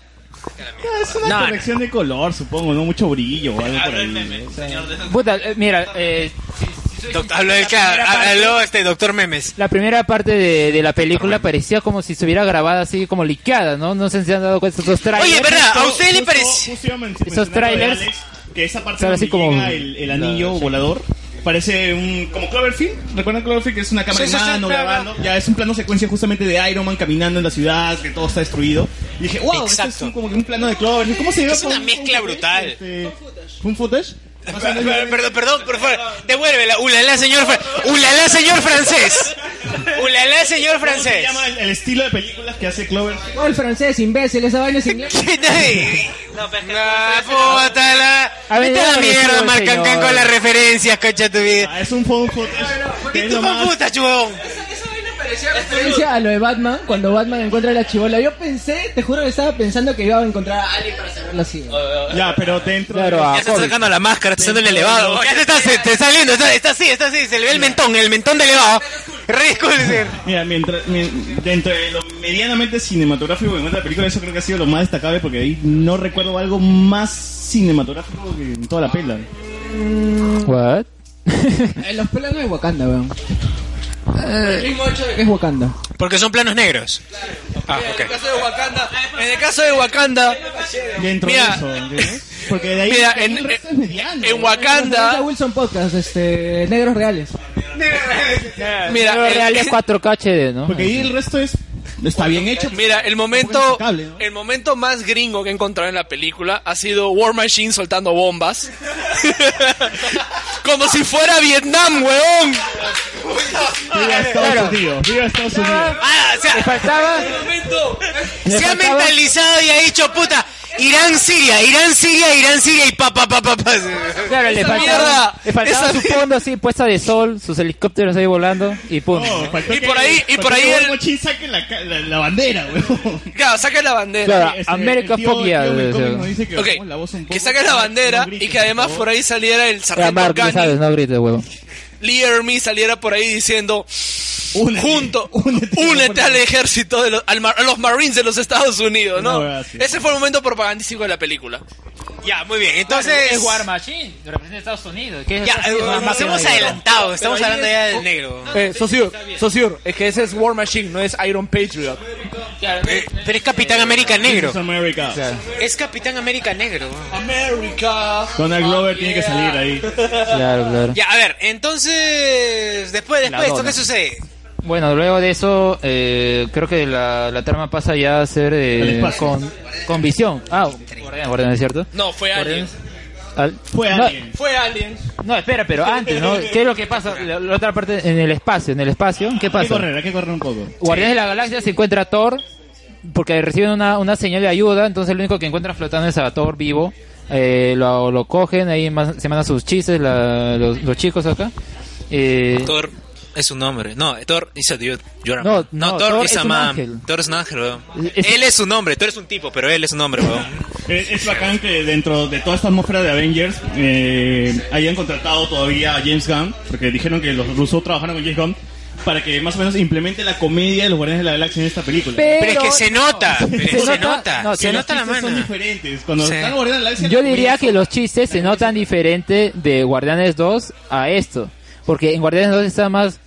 S3: Es una
S4: No, no.
S3: corrección de color, supongo, no mucho brillo o algo por ahí. O sea,
S4: Puta, eh, mira, eh,
S2: Doc- Habló, de- claro, habló este doctor Memes.
S4: la primera parte de, de la película parecía como si estuviera grabada así, como liqueada, ¿no? No sé si han dado cuenta de estos trailers.
S2: Oye, ¿verdad? ¿A usted le
S3: Justo-
S2: parece?
S3: justo iba a men-
S4: Esos
S3: mencionar lo de
S4: trailers.
S3: Alex, Que esa parte
S4: Son
S3: donde
S4: así como-
S3: llega el, el anillo volador. Parece un, como Cloverfield. ¿Recuerdan Cloverfield? Que es una cámara
S15: Sí,
S3: en
S15: sí, sí,
S3: mano
S15: claro.
S3: grabando. Ya es un plano secuencia justamente de Iron Man caminando en la ciudad, que todo está destruido. Y dije, wow, esto es un- como que un plano de Cloverfield. ¿Cómo se dio?
S2: Es una este, mezcla brutal.
S3: ¿Un footage?
S2: Perdón, perdón, perdón, por favor, devuélvela. Ulala, señor, fra- ulala, señor francés. Ulala, señor
S3: ¿Cómo se
S2: francés.
S3: llama el, el estilo de películas que hace Cloverfield?
S16: Oh, el francés, imbécil, esa vaina es inglés.
S2: Ah, puta la-
S16: A ver,
S2: Vete a la
S16: dale,
S2: mierda,
S16: sube,
S2: Marcancán,
S16: señor.
S2: con las referencias, concha tu vida.
S3: Ah,
S2: Ah,
S3: es un phone footage.
S2: ¿Y tú con puta, chubón?
S16: referencia a lo de Batman, cuando Batman encuentra a la chivola. Yo pensé, te juro que estaba pensando que iba a encontrar a alguien para cerrarla así.
S3: Ya, pero dentro.
S2: ya se está sacando la máscara, está haciendo el elevado. Ya te está, se- te está viendo, está, está así, está así, se le ve el mentón, el mentón de elevado. Rico de ser.
S3: Mira, mientras, mi- dentro de lo medianamente cinematográfico que encuentra la película, eso creo que ha sido lo más destacable porque ahí no recuerdo algo más cinematográfico que en toda la pela.
S4: What?
S16: En los planos de Wakanda, weón. El
S3: Eh.
S16: mismo hecho de que es Wakanda.
S2: Porque son planos negros. Ah, ok.
S11: En el caso de Wakanda, en el caso de Wakanda,
S3: Dentro
S11: Mira.
S3: de eso, ¿entiendes? Porque de ahí.
S11: mira, en,
S3: el
S11: en,
S3: resto es mediano.
S11: en Wakanda,
S16: Wilson Podcast, este, negros reales.
S11: Mira,
S4: Pero
S11: el-
S4: real es 4K HD, ¿no?
S3: Porque ahí el resto es. Está bien hecho.
S11: mira, el momento, el momento más gringo que he encontrado en la película ha sido War Machine soltando bombas, como si fuera Vietnam, weón.
S3: Viva Estados Unidos. Viva Estados Unidos.
S2: Ah, o sea,
S4: faltaba.
S2: se ha mentalizado y ha dicho, puta, Irán, Siria, Irán, Siria, Irán, Siria y pa, pa, pa, pa, pa.
S4: Claro, le
S2: Ah,
S4: faltaba, le faltaba su fondo así, puesta de sol, sus helicópteros ahí volando y pum.
S3: Y
S11: por ahí- y por ahí el-
S3: saque la, ca- la, la bandera, weón.
S11: Claro, saca la bandera.
S4: Claro,
S3: Este,
S4: America fuck yeah, debe ser.
S11: Ok, que saca la bandera y que además por ahí saliera el
S4: Ya,
S11: sargento
S4: Mark, ya
S11: Gandhi,
S4: sabes, no grites, huevo.
S11: Lear Me saliera por ahí diciendo junto, únete, al ejército de los, al mar- a los Marines de los Estados Unidos, ¿no?
S2: Una huevada así.
S11: Ese fue el momento propagandístico de la película.
S2: Ya, muy bien, entonces...
S11: Es War
S2: Machine, representa Estados Unidos.
S11: es
S2: ya,
S11: así,
S2: eh,
S11: War
S2: nos
S11: Machine?
S2: hemos adelantado, estamos
S17: Pero ahí
S2: hablando
S17: es-
S2: ya del negro.
S17: Eh, Sosur, Sosur, es que ese es War Machine, no es Iron Patriot.
S2: Pero es Capitán América negro.
S17: This is
S3: America.
S2: Es Capitán América negro.
S11: América.
S3: Donald Glover tiene que salir ahí.
S4: Claro, claro.
S2: Ya, a ver, entonces... Después,
S4: La
S2: después de esto,
S4: dona.
S2: ¿qué sucede?
S4: Bueno, luego de eso, eh, creo que la, la trama pasa ya a ser eh,
S2: Al espacio.
S4: con, con visión. Ah, Guardianes, Guardianes, ¿cierto?
S11: No, fue Alien.
S4: Al-
S3: Fue
S4: no,
S3: Alien.
S11: Fue Alien.
S4: No, espera, pero antes, ¿no? ¿Qué es lo que pasa? La, la otra parte, en el espacio, en el espacio, ¿qué
S3: Hay que
S4: pasa?
S3: correr, hay que correr un poco.
S4: Guardianes de la Galaxia se encuentra a Thor porque reciben una, una señal de ayuda, entonces lo único que encuentran flotando es a Thor vivo. Eh, lo, lo cogen, ahí más- se mandan sus chistes la- los, los chicos acá. Eh,
S7: Thor es un hombre. No, Thor is a dude. You're a
S4: No,
S7: man.
S4: no,
S7: Thor,
S4: Thor
S7: is
S4: es
S7: a
S4: un
S7: man.
S4: ángel.
S7: Thor es un ángel, weón.
S4: Es-
S7: Él es un hombre, tú eres un tipo, pero él es un hombre, weón.
S3: Eh, Es, es bacán que dentro de toda esta atmósfera de Avengers eh, hayan contratado todavía a James Gunn, porque dijeron que los rusos trabajaron con James Gunn, para que más o menos implemente la comedia de los Guardianes de la Galaxia en esta película.
S4: Pero Pero es que se no.
S2: nota, pero
S4: se nota, no, se
S3: que los
S4: nota la
S3: chistes son
S4: mano.
S3: diferentes. Cuando
S4: Sí.
S3: están los Guardianes de la Galaxia,
S4: Yo
S3: la comedia
S4: diría
S3: es
S4: que los chistes se notan diferente de Guardianes 2 a esto. Porque en Guardianes 2 está más.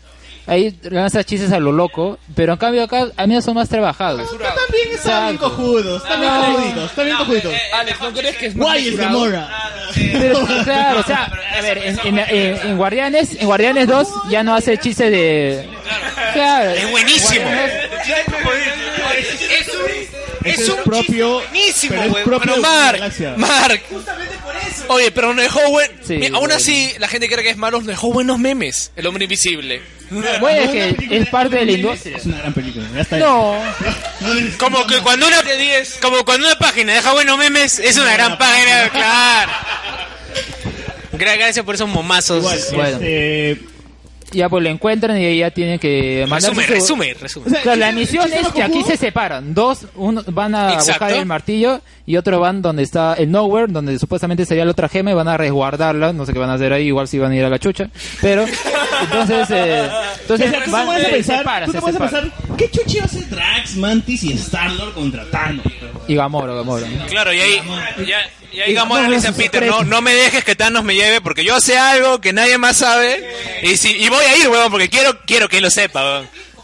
S4: Ahí lanzas chistes a lo loco. Pero en cambio acá, a mí son más trabajados.
S3: También están bien cojudos, están bien
S4: No.
S3: cojuditos, están bien cojuditos.
S11: Alex, ¿no crees que es
S3: Guay es
S11: mesurado?
S3: Gamora.
S4: Pero es que, claro, o sea, a ver, en, en- en- en Guardianes, en Guardianes 2 ya no hace chistes de. Claro.
S2: Es buenísimo.
S1: Es un,
S3: es un propio,
S1: buenísimo,
S11: pero es
S1: weón.
S11: propio
S1: Pero
S11: de
S1: Mark,
S11: Galaxia.
S1: Mark.
S11: Oye, pero nos dejó buen...
S4: Sí,
S11: Mira, aún
S4: bueno.
S11: así, la gente cree que es malo, nos dejó buenos memes. El hombre invisible.
S4: Bueno, es que es parte de la industria.
S3: Es una gran película, ya está.
S4: No.
S2: Como que cuando una como cuando una página deja buenos memes, es una gran página, claro. Gra- Gracias por esos momazos.
S4: Bueno.
S3: Eh,
S4: Ya pues lo encuentran y ahí ya tienen que mandar.
S2: Resume, resume, resume.
S4: Claro, la misión es que aquí se separan. Dos uno, van a
S2: Exacto.
S4: buscar el martillo y otro van donde está el Nowhere, donde supuestamente sería la otra gema y van a resguardarla. No sé qué van a hacer ahí, igual si van a ir a la chucha. Pero, entonces, eh, entonces
S3: O sea, tú te
S4: van- eh,
S3: puedes
S4: se
S3: pensar,
S4: separan,
S3: tú te
S4: se
S3: puedes
S4: separan.
S3: pensar, ¿qué chuchi hace Drax, Mantis y Star-Lord contra Thanos?
S4: Y Gamora, Gamora.
S7: Claro, y ahí, ya, y ahí
S4: Y
S7: Gamora
S4: no,
S7: le dice a
S4: no,
S7: Peter,
S4: sorpresa.
S7: no, no me dejes que Thanos me lleve porque yo sé algo que nadie más sabe y si y voy a ir, weón, porque quiero, quiero que él lo sepa,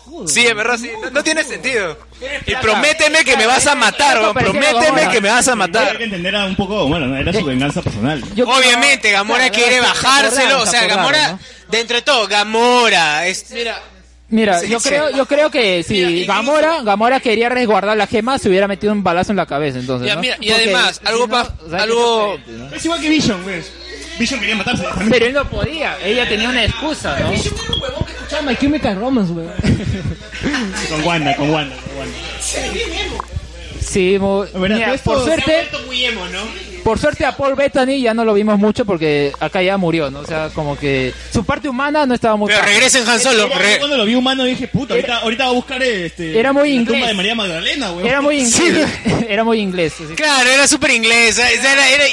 S7: weón. Sí, es verdad, sí, no, no tiene sentido. Y prométeme que me vas a matar, weón, prométeme que me vas a
S3: Hay
S7: matar.
S3: que entender a un poco, bueno, no,
S4: Eh,
S3: era su venganza personal.
S2: Obviamente, Gamora quiere bajárselo. O sea, Gamora, dentro de todo, Gamora. Es...
S11: Mira,
S4: Mira,
S2: Sí,
S4: yo
S2: sí.
S4: creo, yo creo que si Gamora, Gamora quería resguardar la gema, se hubiera metido un balazo en la cabeza, entonces.
S11: Ya,
S4: ¿no?
S11: mira, y
S4: Porque-
S11: además, algo más... algo...
S3: Es igual que Vision, ¿ves? Vision quería matarse.
S4: Pero él no podía, ella tenía una excusa, ¿no?
S17: Escuchaba My Chemical Romance, weón.
S3: Con Wanda, con Wanda, con Wanda.
S4: Sí, mo- mira, por suerte,
S2: muy emo, ¿no?
S4: por suerte a Paul Bettany ya no lo vimos mucho porque acá ya murió, ¿no? O sea, como que su parte humana no estaba muy.
S2: Pero
S4: clara.
S2: regresa en Han Solo.
S3: Yo
S2: re-
S3: Cuando lo vi humano dije, puta, ahorita, ahorita va a buscar este...
S4: Era muy
S3: la
S4: inglés.
S3: tumba de María Magdalena, weón.
S4: Era muy inglés. Era muy inglés. así que-
S2: Claro, era súper inglesa. Era, era- era-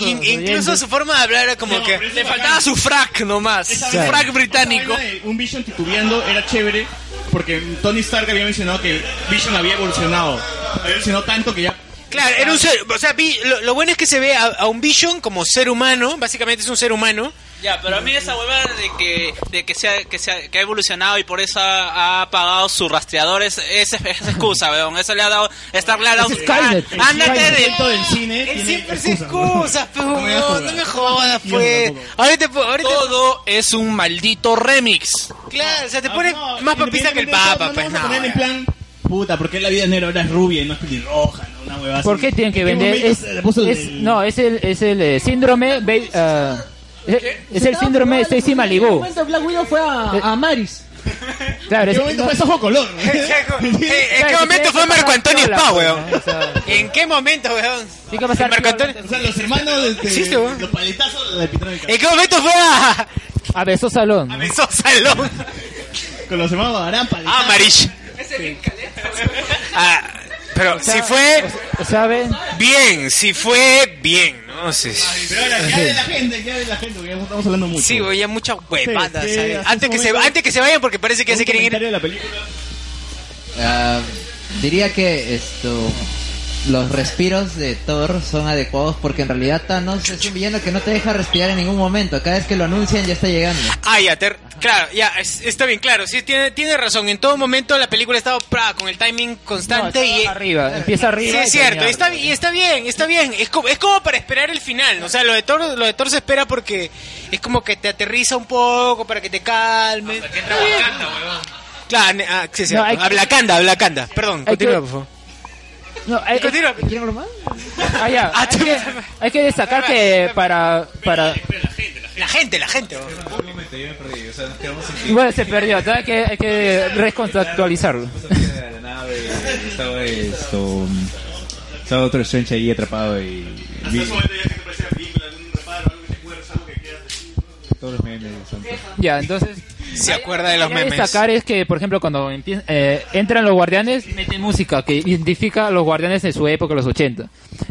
S2: in- incluso su forma de hablar era como que.
S11: Le faltaba su frac nomás.
S3: Esa
S11: Su
S3: vaina-
S11: frac británico.
S3: esa vaina de Un Vision titubeando era chévere porque Tony Stark había mencionado que Vision había evolucionado. Había evolucionado tanto que ya...
S2: Claro, era un ser. O sea, vi- lo, lo bueno es que se ve a, a un Vision como ser humano. Básicamente es un ser humano.
S6: Ya, pero a mí esa huevada de que, de que, sea, que, sea, que ha evolucionado y por eso ha, ha apagado sus rastreadores, esa es esa excusa, weón. Eso le ha dado. Stark le ha dado.
S2: Skynet,
S6: Ah, ándate de.
S3: Todo el cine tiene
S2: Siempre se excusas, pe, weón, No me jodas, pues. Ahorita, po- ahorita.
S11: Todo es un maldito remix.
S2: Claro, o sea,
S3: Ah,
S2: te pone más papista que el Papa, pues
S3: Vamos a poner en
S2: no.
S3: plan, puta, ¿por qué la vida es negra ahora es rubia y no es pelirroja? No, una huevada
S4: ¿Por
S3: así?
S4: qué tienen que
S3: Ah, ¿En este
S4: vender?
S3: momento
S4: Es,
S3: se le puso el-
S4: es- no, es el, es el eh, síndrome. ba- ah, es, es el síndrome de Stacy Malibu. eh,
S17: momento Black Widow fue a, a Maris.
S4: Claro,
S3: ¿En qué momento fue Sojo Color?
S2: Eh, ¿En qué momento fue Marco Antonio Spa, weón? ¿En qué momento, weón? Marco Antonio.
S3: O sea, los hermanos este,
S2: Sí, sí, weón.
S3: los paletazos de la Pitrónica.
S2: ¿En qué momento fue a,
S4: A beso salón.
S2: Beso Salón?
S3: Con los hermanos Barán,
S2: Ah, Marish. Ah, pero si fue
S4: ¿Saben?
S2: bien, si fue bien, no sé.
S3: Pero ahora, ya de la gente, ya de la gente, porque ya estamos hablando mucho.
S2: Sí, güey, ya mucha huevada,
S3: Sí, sí,
S2: ¿sabes?
S3: hace
S2: Antes
S3: un
S2: que, se,
S3: momento-
S2: antes que se vayan porque parece que ya se quieren ir.
S3: de la película.
S10: Ah, diría que esto los respiros de Thor son adecuados porque en realidad Thanos es un villano que no te deja respirar en ningún momento. Cada vez que lo anuncian ya está llegando.
S2: Ah, ya, ter- claro, ya, es- está bien, claro, sí, tiene, tiene razón. En todo momento la película ha estado pra, con el timing constante y...
S4: Arriba, empieza arriba.
S2: Sí,
S4: y
S2: es cierto,
S4: termina
S2: está, bi- y está bien, está bien. Es como, es como para esperar el final. O sea, lo de, Thor, lo de Thor se espera porque es como que te aterriza un poco para que te calme. Claro, ne- ah, sí, sí.
S4: No, hay que-
S2: Ablacanda, Ablacanda. Perdón,
S4: Hay que-
S2: continúa, por favor.
S4: No, hay,
S2: Continúa.
S4: Ah, ya. Hay que, hay que destacar que para... para
S2: La gente, la gente. weón.
S4: Bueno, se perdió. ¿sabes? Hay que, hay que recontextualizarlo.
S21: Estaba esto. Estaba otro Strange ahí atrapado y. vi todos los memes. santo.
S4: Ya, entonces...
S2: Se acuerda de los
S4: Lo que hay que
S2: memes.
S4: destacar es que, por ejemplo, cuando empie- eh, entran los guardianes, meten música que identifica a los guardianes en su época, los 80.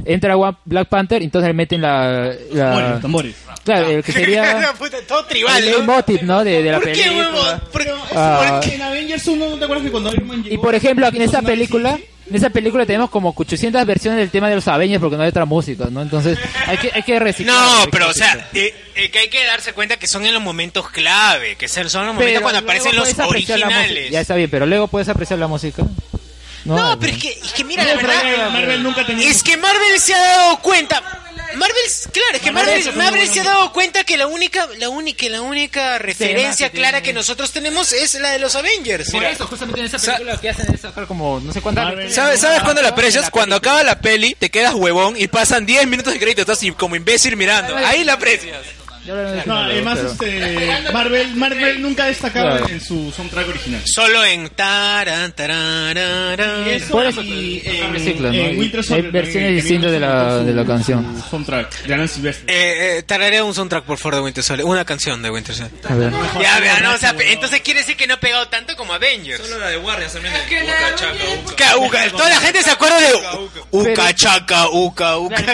S4: Entra Gua- Black Panther, entonces le meten la... la-
S3: Tambores, tambores.
S4: Claro, el que sería...
S2: La puta, todo tribal.
S4: el
S2: ¿no?
S4: leitmotiv, ¿no? De, de la
S2: ¿Por qué,
S4: película.
S2: huevón? ¿Por qué?
S4: Ah.
S3: En Avengers 1, ¿no te acuerdas que cuando Iron Man llegó?
S4: Y por ejemplo, aquí en esta película, en esta película tenemos como 800 versiones del tema de los Avengers porque no hay otra música, ¿no? Entonces, hay que, hay que reciclar.
S2: No,
S4: hay que
S2: pero o
S4: reciclar.
S2: sea, eh, eh, que hay que darse cuenta que son en los momentos clave, que ser- son los momentos
S4: Pero
S2: cuando
S4: luego
S2: aparecen los
S4: puedes apreciar la música.
S2: originales.
S4: Ya está bien, pero luego puedes apreciar la música. No,
S2: pero es que, es que mira, la
S4: No,
S2: verdad,
S4: Marvel- Marvel
S3: nunca
S2: es que Marvel se ha dado cuenta. Marvel, claro, es que
S4: Marvel
S2: Marvel,
S4: es un
S2: Marvel
S4: buen
S2: se ha dado cuenta que la única, la única, la única referencia
S4: que
S2: clara
S4: tiene.
S2: que nosotros tenemos es la de los Avengers.
S4: Por eso, justamente en esa película lo que hacen es sacar como, no sé cuántas...
S6: ¿Sabes, ¿Sabes cuándo la aprecias? Cuando acaba la peli, te quedas huevón y pasan 10 minutos de crédito, estás como imbécil mirando. Ahí la aprecias.
S3: No, además, este, Marvel, Marvel nunca ha destacado
S2: Claro.
S3: en su soundtrack original.
S2: Solo en taran, tarararán.
S3: Y eso Por eso, y en- reciclan, ¿no?
S2: eh,
S3: en Winter Soldier
S4: Hay
S3: también,
S4: versiones
S3: que
S4: distintas de la, de la canción.
S3: Soundtrack, de Alan Silvestre.
S2: Eh, eh, tararea un soundtrack por favor de Winter Soldier, una canción de Winter Soldier.
S4: A ver.
S2: Ya, vean, no, o sea, entonces quiere decir que no ha pegado tanto como Avengers. Solo la de Warriors también. toda la gente se acuerda de Uca Chaca, Uca, Uca.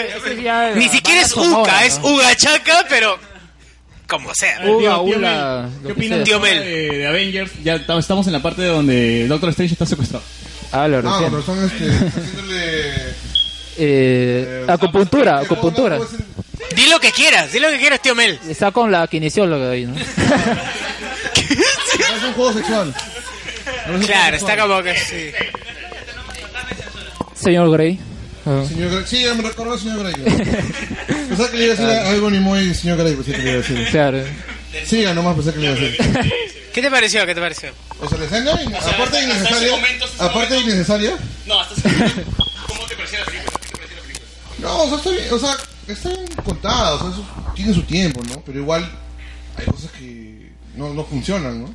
S2: Ni siquiera es
S4: banda sonora,
S2: Uca, es
S4: ¿no?
S2: Uga Chaca, pero como sea.
S4: Uga, Ula,
S3: ¿Qué
S4: lo que
S3: opinas
S4: sea.
S3: tío Mel? De, de Avengers? Ya ta- estamos en la parte donde Doctor Strange está secuestrado.
S4: Ah, lo
S14: Ah,
S4: recién.
S14: pero son este, haciéndole...
S4: Eh, acupuntura, acupuntura.
S2: Di lo que quieras, di lo que quieras, tío Mel.
S4: Está con la kinesióloga ahí, ¿no?
S14: Es un juego sexual.
S2: Claro, está como que sí.
S4: Señor Grey. Ah.
S14: Señor Grey. Sí, me recordó señor Grey. Pensaba que le iba a decir algo ni muy señor Grey, pensé que le iba a decir.
S4: Claro.
S14: Siga nomás, pensé que le iba a decir.
S2: ¿Qué te pareció? ¿Qué te pareció?
S14: O sea, la escena, aparte de innecesaria, aparte de innecesaria,
S2: No,
S14: no, o sea, está bien, o sea, está bien contada, o sea, eso tiene su tiempo, ¿no? Pero igual hay cosas que no, no funcionan, ¿no?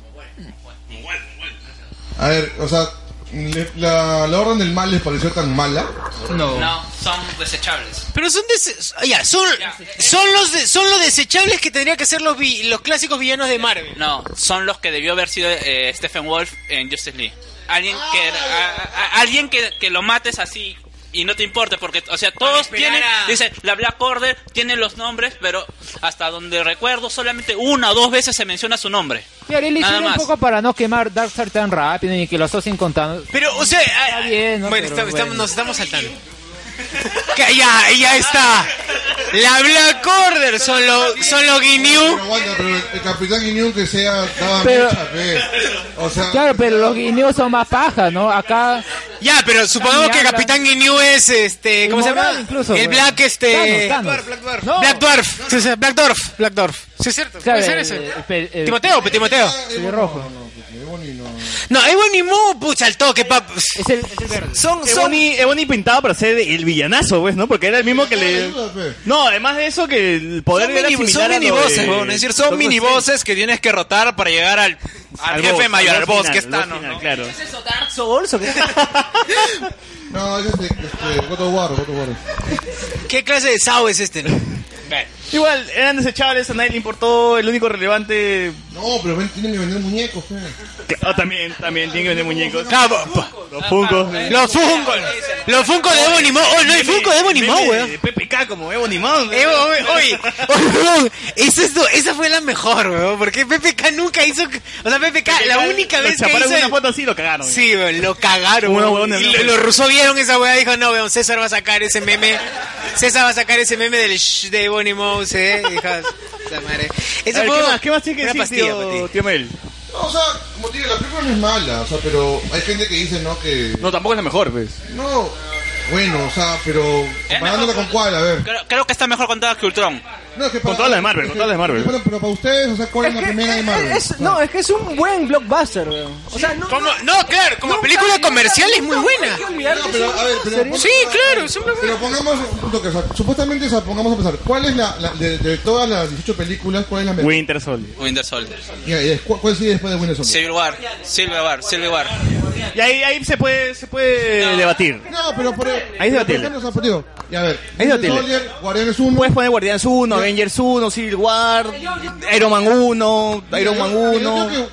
S14: A ver, o sea, le- la, la orden del mal les pareció tan mala.
S5: No, son desechables.
S2: Pero son des- ya, son, son los de- son los desechables que tendría que ser los vi- los clásicos villanos de Marvel.
S6: No, son los que debió haber sido eh, Stephen Wolf en Justice League. Alguien que a- a- alguien que, que lo mates así y no te importe porque o sea todos
S5: esperar
S6: tienen
S5: a-
S6: dice la Black Order tiene los nombres pero hasta donde recuerdo solamente una o dos veces se menciona su nombre
S4: Claro, él
S6: nada
S4: hicieron un
S6: más
S4: poco para no quemar Darkseid tan rápido y que los hacen contando.
S2: Pero, o sea, ah,
S4: bien, ¿no?
S2: bueno,
S4: Pero
S2: está-
S4: bueno.
S2: estamos- nos estamos saltando. Que ya, ya está. La Black Order son los son los Ginyu.
S14: Pero aguanta, pero el capitán Guiñón que sea daba
S4: Pero-
S14: mucha fe. O sea, eh,
S4: Claro, pero los guineos son más pajas, ¿no? Acá.
S2: Ya, pero supongamos que
S4: Cambiarla.
S2: Capitán Ginyu es este, ¿cómo se
S4: Inmoral
S2: llama?
S4: incluso,
S2: el
S4: weón.
S2: Black
S4: Thanos,
S2: este
S4: Thanos.
S2: Black Dwarf. Black Dwarf. Sí,
S4: Pues
S2: sí, Black Dwarf, Black Dwarf. Sí es cierto,
S4: Claro,
S2: puede ser
S4: eh,
S2: ese. pues,
S14: Este
S4: eh, pe- eh,
S2: Timoteo, pe- Timoteo.
S4: el rojo.
S14: Ebony no. pues,
S2: No, Ebony Moon, pucha, al toque, pap. Es
S25: el,
S3: Son, son... Ebony, Ebony pintaba para ser el villanazo, pues, ¿no? Porque era el mismo que le... No, además de eso, que el poder
S7: Son
S3: era
S7: mini-
S3: similar
S7: son
S3: a lo
S7: minivoces,
S3: de-
S7: huevón, es decir, son
S3: Doctor
S7: minivoces que tienes que rotar para llegar al, al,
S3: Al
S7: jefe
S3: boss,
S7: mayor,
S3: al
S7: al boss,
S3: final,
S7: que
S3: al
S7: es
S3: boss
S7: Thanos,
S3: final,
S7: ¿no?
S3: claro.
S16: ¿Es eso Dark Souls o qué?
S14: No, es este, este, God of War, God of War.
S2: ¿Qué clase de Sao es este? no?
S3: Igual, eran desechables, a nadie le importó, el único relevante...
S14: No, pero ven, tienen que vender muñecos, pues. fe.
S3: Ah, también, también, tienen que vender muñecos. los
S2: Funko. Ah, Los Funko. Los Funko de Ebony Moon. Oh, no hay Funko de Ebony Moon, weón.
S3: PPK como Ebony Moon.
S2: Evo, oye, oye, weón, eso es lo- esa fue la mejor, weón, porque PPK nunca hizo, o sea, PPK, la única
S3: lo
S2: vez que
S3: chaparon
S2: hizo
S3: una
S2: el-
S3: foto así lo cagaron.
S2: Sí, weón, lo cagaron.
S3: Una
S2: weón.
S3: huevona,
S2: Y
S3: ¿no?
S2: lo- los rusos vieron esa weá y dijo, no, weón, César va a sacar ese meme. César va a sacar ese meme del shh de Ebony Mouse, eh. Dijo, "Puta madre". Eso
S3: A ver,
S2: fue
S3: ¿qué más? ¿Qué más tiene que
S2: una
S3: decir,
S2: pastilla pues,
S3: tío-
S2: para ti.
S3: tío Mel?
S14: No, o sea, como te digo, la película no es mala, o sea, pero hay gente que dice, ¿no? Que.
S3: No, tampoco es la mejor, pues. Eh,
S14: No, bueno, o sea, pero. Comparándola con cuál, a ver.
S6: Creo, creo que está mejor contada que Ultron.
S14: No, es que
S3: Con todas las de Marvel, con todas las de Marvel.
S14: Pero, pero para ustedes, o sea, ¿cuál es, la primera de Marvel?
S16: Es- no, es que es un buen blockbuster, weón. O sea, no.
S2: no, claro, como película comercial es muy buena.
S14: No, pero, a ver, pero-
S2: Sí, claro, es una
S14: Pero pongamos un toque, o sea, supuestamente, o sea, pongamos a pensar, ¿cuál es la, la- de, de todas las 18 películas, cuál es la mejor?
S3: Winter Soldier.
S6: Winter Soldier.
S14: Ya, ya, ¿cu- ¿Cuál sigue después de Winter Soldier?
S6: Civil War. Civil War. Civil War.
S3: Y ahí, ahí se puede, se puede debatir.
S14: No, pero por
S3: Ahí
S14: pero por
S3: debatible.
S14: ejemplo, o sea, por digo, Y a ver,
S3: Ahí
S14: Winter
S3: debatible.
S14: Soldier, Guardianes 1.
S3: Puedes poner Guardianes 1, Avengers 1, Civil War, Iron Man 1,
S14: Mira,
S3: Iron Man
S14: yo- yo
S3: 1.
S14: creo que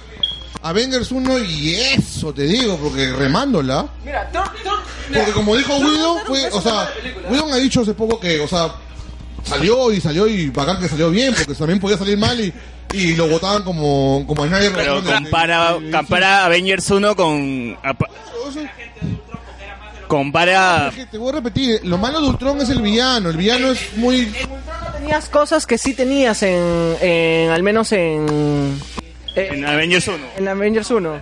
S14: Avengers 1 y eso te digo, porque remándola.
S16: Mira, Thor- Thor- mira,
S14: Porque como dijo
S16: Thor-
S14: Guido,
S16: Thor-
S14: fue,
S16: es
S14: o
S16: una
S14: sea,
S16: mala película.
S14: Guido ha dicho hace poco que, o sea, salió y salió y bacán que salió bien, porque también podía salir mal y, y lo votaban como, como a nadie
S3: Pero
S14: razón en-
S3: compara, compara Avengers 1 con... apa- Compara...
S14: Que Te voy a repetir, lo malo de Ultron es el villano, el villano es muy...
S16: Tenías cosas que sí tenías en, en- al menos en, eh,
S3: En Avengers 1.
S16: en Avengers 1.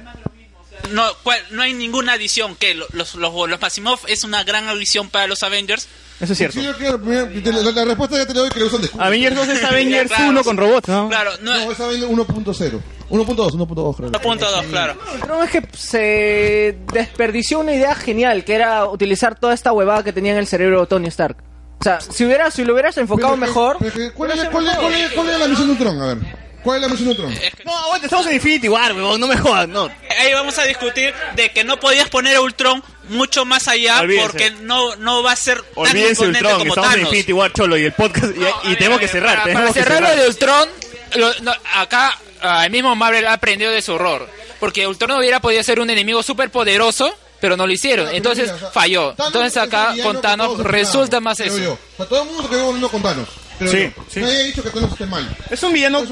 S6: No, cual- no hay ninguna adición. Que los, los, los, los Maximoff es una gran adición para los Avengers.
S3: Eso es cierto.
S14: Sí, yo creo, primero, te- la, la respuesta ya te la doy que lo usan de...
S3: Avengers 2 es
S6: Avengers Claro, 1 con
S3: robots,
S14: ¿no?
S6: Claro, no,
S14: es Avengers 1.0. 1.2, 1.2, creo.
S6: 1.2, claro.
S16: Ultron es que se desperdició una idea genial, que era utilizar toda esta huevada que tenía en el cerebro de Tony Stark. O sea, si, hubiera, si lo hubieras enfocado
S14: Pero que-
S16: mejor...
S14: pero que- ¿Cuál es, cuál, es, cuál, es, cuál es la misión de Ultron? A ver, ¿cuál es la misión de Ultron?
S3: No, aguanta, estamos en Infinity War, huevón, no me jodas, no.
S6: Ahí vamos a discutir de que no podías poner a Ultron mucho más allá
S3: Olvídense.
S6: porque no, no va a ser tan
S3: Olvídense
S6: imponente
S3: Ultron,
S6: como
S3: estamos en
S6: Thanos.
S3: Infinity War, Cholo, y el podcast, y, y tenemos que cerrar.
S4: Para, para
S3: tenemos que
S4: cerrar lo
S3: cerrar.
S4: de Ultron, lo- no, acá ah, el mismo Marvel ha aprendido de su horror. Porque Ultron hubiera podido ser un enemigo súper poderoso, pero no lo hicieron. Entonces falló. Entonces acá con Thanos resulta más
S14: creo yo.
S4: eso.
S14: O sea, todo el mundo se quedó volviendo con Thanos. creo
S4: Sí,
S14: yo. Nadie ha dicho que Thanos esté mal.
S3: Es un villano
S6: Es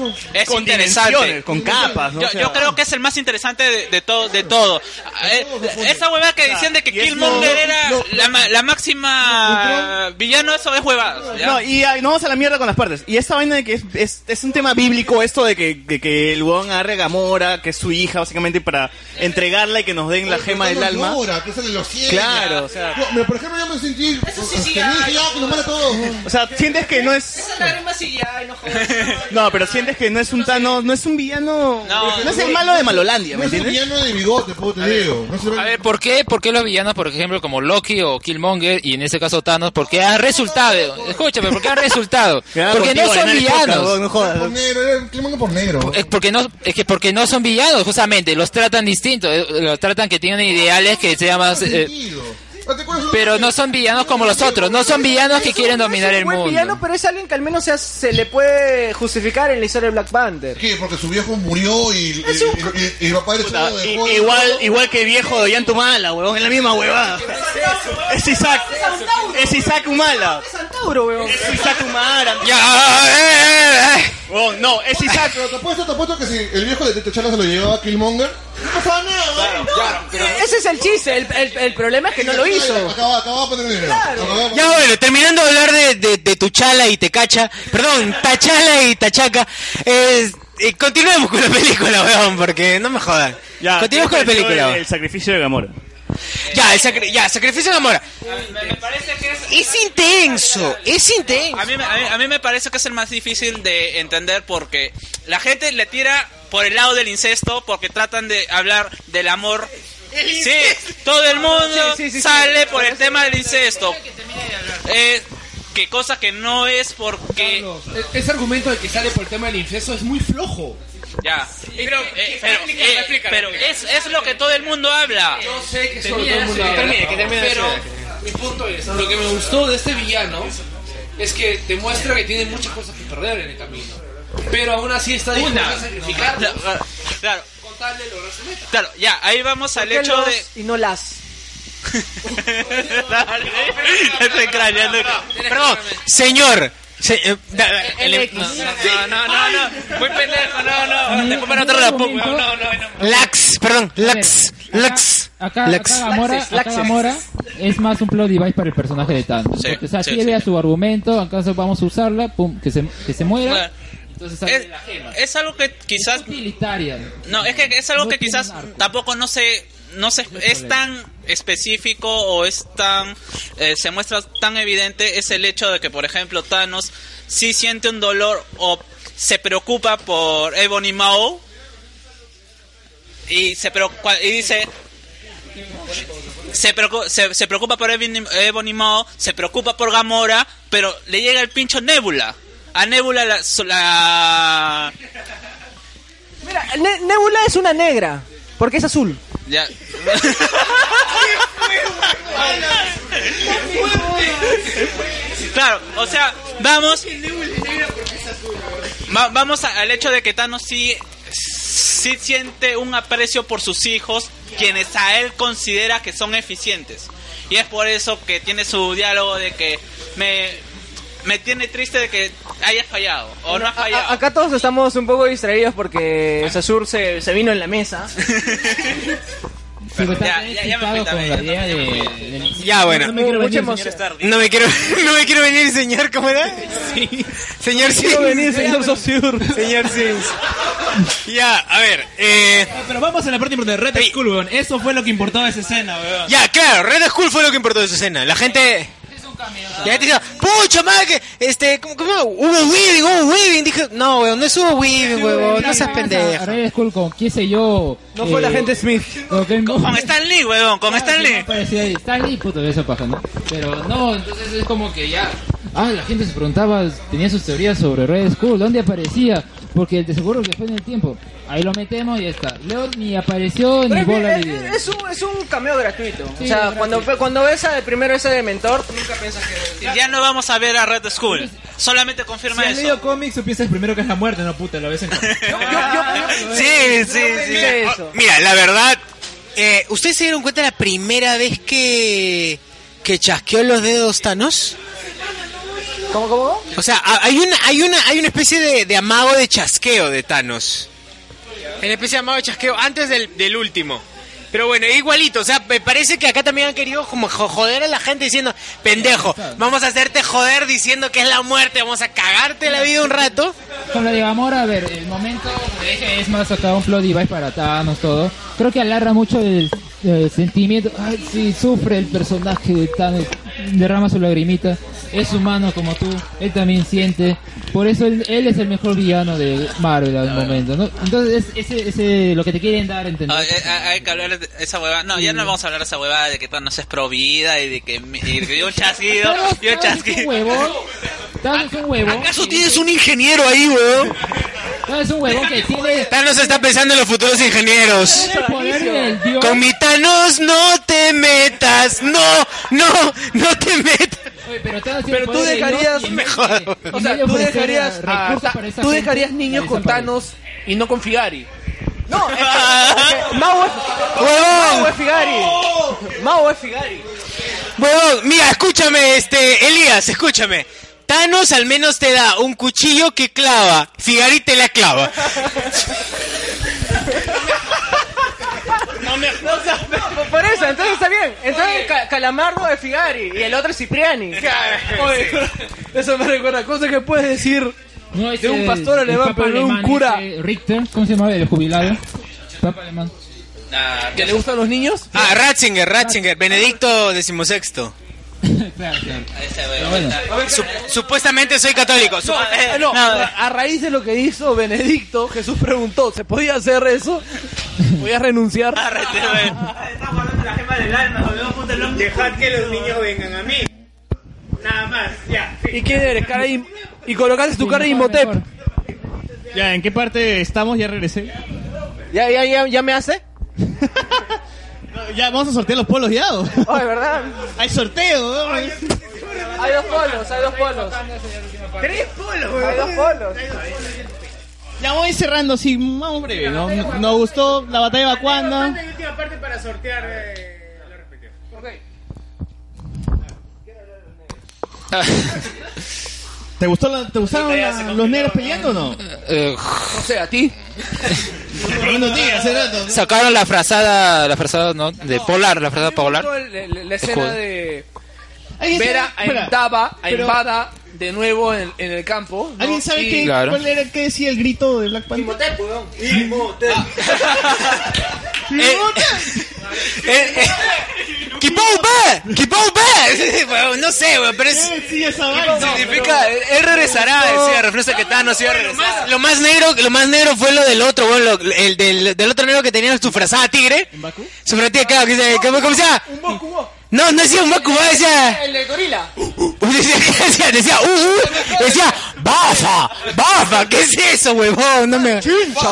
S3: con
S6: interesante.
S3: dimensiones, con capas, ¿no?
S6: Yo,
S3: O sea-
S6: yo creo que es el más interesante de, de todo. De todo. Eh, esa huevada que decían de que
S3: y es
S6: Killmonger
S3: lo-
S6: era
S3: lo-
S6: la, ma- la máxima villano, eso es huevada.
S3: No, y ah, no vamos a la mierda con las partes. Y esta vaina de que es, es, es un tema bíblico esto de que, de que el huevón agarre a Gamora, que es su hija, básicamente para entregarla y que nos den la gema del
S14: Thanos
S3: alma.
S14: llora, que sale los cielos.
S3: Claro, o sea-
S14: Yo- mira, por ejemplo, yo me sentí...
S16: sí, sí,
S14: que mi hija
S16: ay.
S14: ya, que nos mata a todos.
S3: O sea, sientes que no es...
S16: Esa lágrima sí ya, y no jodas.
S3: No, pero sientes que no es un Thanos, no es un villano... No, es el malo de Malolandia, ¿me
S14: No es un
S3: entiendes?
S14: villano de bigote, puedo te digo. No se ve-
S4: A ver, ¿por qué, ¿por qué los villanos, por ejemplo, como Loki o Killmonger, y en ese caso Thanos, porque han resultado? Escúchame, porque han resultado? Porque no
S3: contigo,
S4: son
S3: Hernán,
S4: villanos.
S14: Por negro, eh, era el clima por negro.
S4: Es porque no es que porque no son villanos justamente los tratan distinto eh, los tratan que tienen ideales que se llaman eh, pero no son villanos como los otros no son villanos que quieren dominar
S16: Es
S4: el
S16: un buen villano,
S4: mundo
S16: pero es alguien que al menos se, se le puede justificar en la historia de Black Panther.
S14: ¿Qué? Porque su viejo murió y... y- Y y- y papá le
S3: Puta,
S14: echó de
S3: i-
S14: joder.
S3: igual, igual que el viejo de Ollanta Humala, huevón, es la misma huevada. Es Isaac, es Isaac Humala.
S16: Santauro, weón.
S3: Es Isaac Humala. Ah, eh, Huevón, eh. no, es Isaac.
S14: Pero te apuesto, te apuesto que si el viejo de Techala se lo llevaba a Killmonger, no pasaba nada. ¿no?
S16: eh, Ese es el chiste, el, el- el problema es que no lo hizo.
S14: Acababa, acababa de poner dinero. Acababa de
S2: Ya bueno, terminando de hablar de, de, de Tuchala y Tecacha, perdón, Tachala y Tachaca, es- eh, continuemos con la película, weón, porque no me jodan.
S3: Ya,
S2: continuemos con la
S3: creo que
S2: película.
S3: El, el sacrificio de Gamora.
S2: Ya, el sacri- ya, sacrificio de Gamora. Es intenso, es intenso.
S6: A mí, me- a mí- a mí me parece que es el más difícil de entender porque la gente le tira por el lado del incesto porque tratan de hablar del amor. Sí, todo el mundo
S5: Sí, sí, sí, sí.
S6: sale por el tema del incesto. Eh, que cosa que no es porque...
S17: E- Ese argumento de que sale por el tema del infieso es muy flojo.
S6: Ya. Pero, eh, pero,
S17: explica,
S6: eh,
S17: explica,
S6: pero
S17: explica.
S6: es, es lo que todo el mundo habla.
S17: Yo sé que
S6: Termina
S17: sobre todo el
S6: de
S17: mundo
S6: hacer-
S17: habla.
S6: termina, que termine de
S17: Pero
S6: hacer.
S17: mi punto es, lo que me gustó de este villano es que te muestra que tiene muchas cosas que perder en el camino. Pero aún así está dispuesto
S6: Una.
S17: a sacrificar.
S6: Claro, claro,
S17: Con tal de lograr su meta.
S6: claro, ya, ahí vamos al hecho de...
S16: Y no las.
S6: Estoy craneando.
S2: Perdón, señor. se- eh, da- da-
S6: El-
S2: el-
S6: No, no, no, no, no. Muy pendejo, no, no. Te compran otro
S2: momento.
S6: rapo, weón. No, no, no.
S2: Lax, perdón, Lax, Lax,
S4: Acá,
S2: Lax.
S4: acá Gamora, acá
S2: Laxes.
S4: Gamora es más un plot device para el personaje de Thanos.
S6: Sí,
S4: o sea,
S6: sí,
S4: tiene a su argumento, acaso vamos a usarla, pum, que se, que se muera.
S6: Es, es algo que quizás. No, es que es algo que quizás tampoco no se. No se, es tan específico o es tan. eh, se muestra tan evidente. Es el hecho de que, por ejemplo, Thanos sí siente un dolor o se preocupa por Ebony Maw. Y, se preocupa, y dice, se, preocu- se, se preocupa por Ebony, Ebony Maw, se preocupa por Gamora, pero le llega el pincho Nebula. A Nebula la... so- la-
S16: Mira, Ne- Nebula es una negra. Porque es azul.
S6: ya. claro, o sea, vamos... va- vamos a- al hecho de que Thanos sí, sí siente un aprecio por sus hijos, quienes a él considera que son eficientes. Y es por eso que tiene su diálogo de que me, me tiene triste de que hayas fallado o no has
S16: A-
S6: fallado.
S16: acá todos estamos un poco distraídos porque Sasur se, se vino en la mesa.
S4: ya,
S2: con la idea de- Ya, bueno. No me quiero, no me quiero venir, señor, ¿cómo era? Sí. Señor
S1: No quiero
S2: Sims.
S1: venir, señor
S2: Sosur. Señor Sims. Ya, a ver, eh...
S15: Pero vamos a la parte importante. Red Skull, weón. Eso fue lo que importaba esa escena, weón.
S2: Ya, claro, Red Skull fue lo que importó de su escena. La gente... La gente dijo, pucha madre, que, este, ¿cómo, cómo? Hubo Weaving, hubo Weaving. Dije, no, weón, no es hubo Weaving, weón, no seas pendejo.
S4: Red Skull con qué sé yo.
S2: No fue la gente
S4: Smith.
S6: Con Stan Lee, weón, con Stan Lee.
S4: Está ahí, puto, de esa paja, ¿no? Pero no, entonces es como que ya. Ah, la gente se preguntaba, tenía sus teorías sobre Red Skull, ¿dónde aparecía? Porque de seguro que fue en el tiempo. Ahí lo metemos y ya está. Leo ni apareció
S16: Pero
S4: ni
S16: es,
S4: bola
S16: es-
S4: le dieron.
S16: es un, es un cameo gratuito.
S4: Sí,
S16: o sea,
S4: gratuito.
S16: cuando cuando ves a, primero ese de mentor, nunca piensas que.
S6: Ya no vamos a ver a Red Skull. Solamente confirma
S15: Si has
S6: eso.
S15: leído cómics, tú piensas primero que es la muerte, no puta, lo ves en
S2: Sí, sí, sí.
S16: Eso.
S2: Mira, la verdad, eh, ¿ustedes se dieron cuenta la primera vez que que chasqueó los dedos Thanos?
S16: ¿Cómo, cómo?
S2: O sea, ha- hay una, hay una, hay una especie de, de amago de chasqueo de Thanos. Una especie de amago de chasqueo antes del, del último. Pero bueno, igualito, o sea, me parece que acá también han querido como jo- joder a la gente diciendo, pendejo, vamos a hacerte joder diciendo que es la muerte, vamos a cagarte la vida un rato.
S4: Con la de Gamora, a ver, el momento de que es más acá un plot device para Thanos, todo. Creo que alarga mucho el, eh, sentimiento. Ay, sí, sufre el personaje de Thanos. Derrama su lagrimita. Es humano como tú. Él también siente. Por eso él, él es el mejor villano de Marvel al momento, ¿no? Entonces, es- ese, ese, lo que te quieren dar a entender.
S6: Ah, eh, ah, hay que hablar de esa huevada. No, ya no vamos a hablar de esa huevada de que Thanos es pro vida y de que, y de que dio un chasquido.
S4: Thanos-
S6: Dio un
S4: Thanos es un
S6: chasquido.
S4: huevón. Thanos es un huevón.
S2: ¿Acaso tienes un ingeniero ahí, weón?
S4: Thanos es un huevón que tiene...
S2: Thanos está pensando en los futuros ingenieros.
S4: tiene el poder del dios.
S2: Con mi Thanos no te metas, no, no, no te metas.
S4: Pero,
S16: Pero tú dejarías. O sea, tú dejarías. a-
S17: Tú dejarías niños con Thanos y no con Figari.
S16: No, es que- es que Mau es.
S2: ¡Huevón!
S16: Mau es Figari. Mau es Figari.
S2: Huevón, mira, escúchame, este, Elías, escúchame. Thanos al menos te da un cuchillo que clava, Figari te la clava.
S16: No me Por eso, entonces está bien. Entonces Ca- Calamardo de Figari y el otro es Cipriani.
S17: Oye, eso me recuerda cosas que puedes decir
S4: No,
S17: de un pastor
S4: le va
S17: alemán, pero de un cura.
S4: Richter, ¿cómo se llamaba? El jubilado. Papa alemán.
S11: ¿Que le gustan los niños?
S2: Ah, Ratzinger, Ratzinger, Benedicto XVI. Sup- Supuestamente soy católico.
S11: No,
S2: sup-
S11: eh, no, a raíz de lo que hizo Benedicto, Jesús preguntó, ¿se podía hacer eso? ¿Podías renunciar?
S26: Dejad que los niños vengan a mí. Nada más, ya.
S11: ¿Y quién eres? Cara de im- y colocaste tu cara de Imhotep.
S3: Ya, ¿en qué parte estamos? Ya regresé.
S11: ¿Ya, ya, ya, ya me hace?
S3: Ya, vamos a sortear los polos ya.
S11: Ay, ¿verdad?
S3: Hay sorteo. ¿no?
S11: Hay dos polos, hay dos polos.
S26: Tres polos, weón.
S11: Hay dos polos.
S3: Ya voy cerrando, sí, vamos breve. ¿no? Nos gustó la batalla vacuana.
S26: Falta la última parte para sortear eh, los respectivos.
S3: ¿Te, gustó la- ¿Te gustaron la- los negros peleando o no?
S11: No sé, ¿a ti?
S4: Sacaron la frazada, la frazada ¿no? de Polar, la frazada Polar.
S11: La, la- la
S4: Escudo.
S11: escena de
S3: ¿Alguien
S11: ver
S3: sabe-
S11: a
S3: espera,
S11: Emtaba, a
S3: pero-
S11: Embada de nuevo en, en el campo. ¿no?
S3: ¿Alguien sabe
S11: Y-
S3: qué, cuál era, qué decía el grito de Black Panther?
S2: Eh, ¡Kipoupe! ¡Kipoupe! Weón, No sé, weón, pero es.
S7: Significa, él- él regresará, decía, refleja que Thanos iba a regresar.
S2: Lo más negro, lo más negro fue lo del otro, weón, lo- el del, del otro negro que tenía su frazada tigre. Su frazada tigre, claro, que se- ¿cómo, cómo se
S3: Ah.
S2: llama?
S11: Un Bokubo.
S2: No, no decía un Bakuba, decía.
S11: El de gorila.
S3: Uh.
S2: Decía, decía, decía, uh, uh, decía, bafa, bafa, ¿qué es eso, huevón? No me.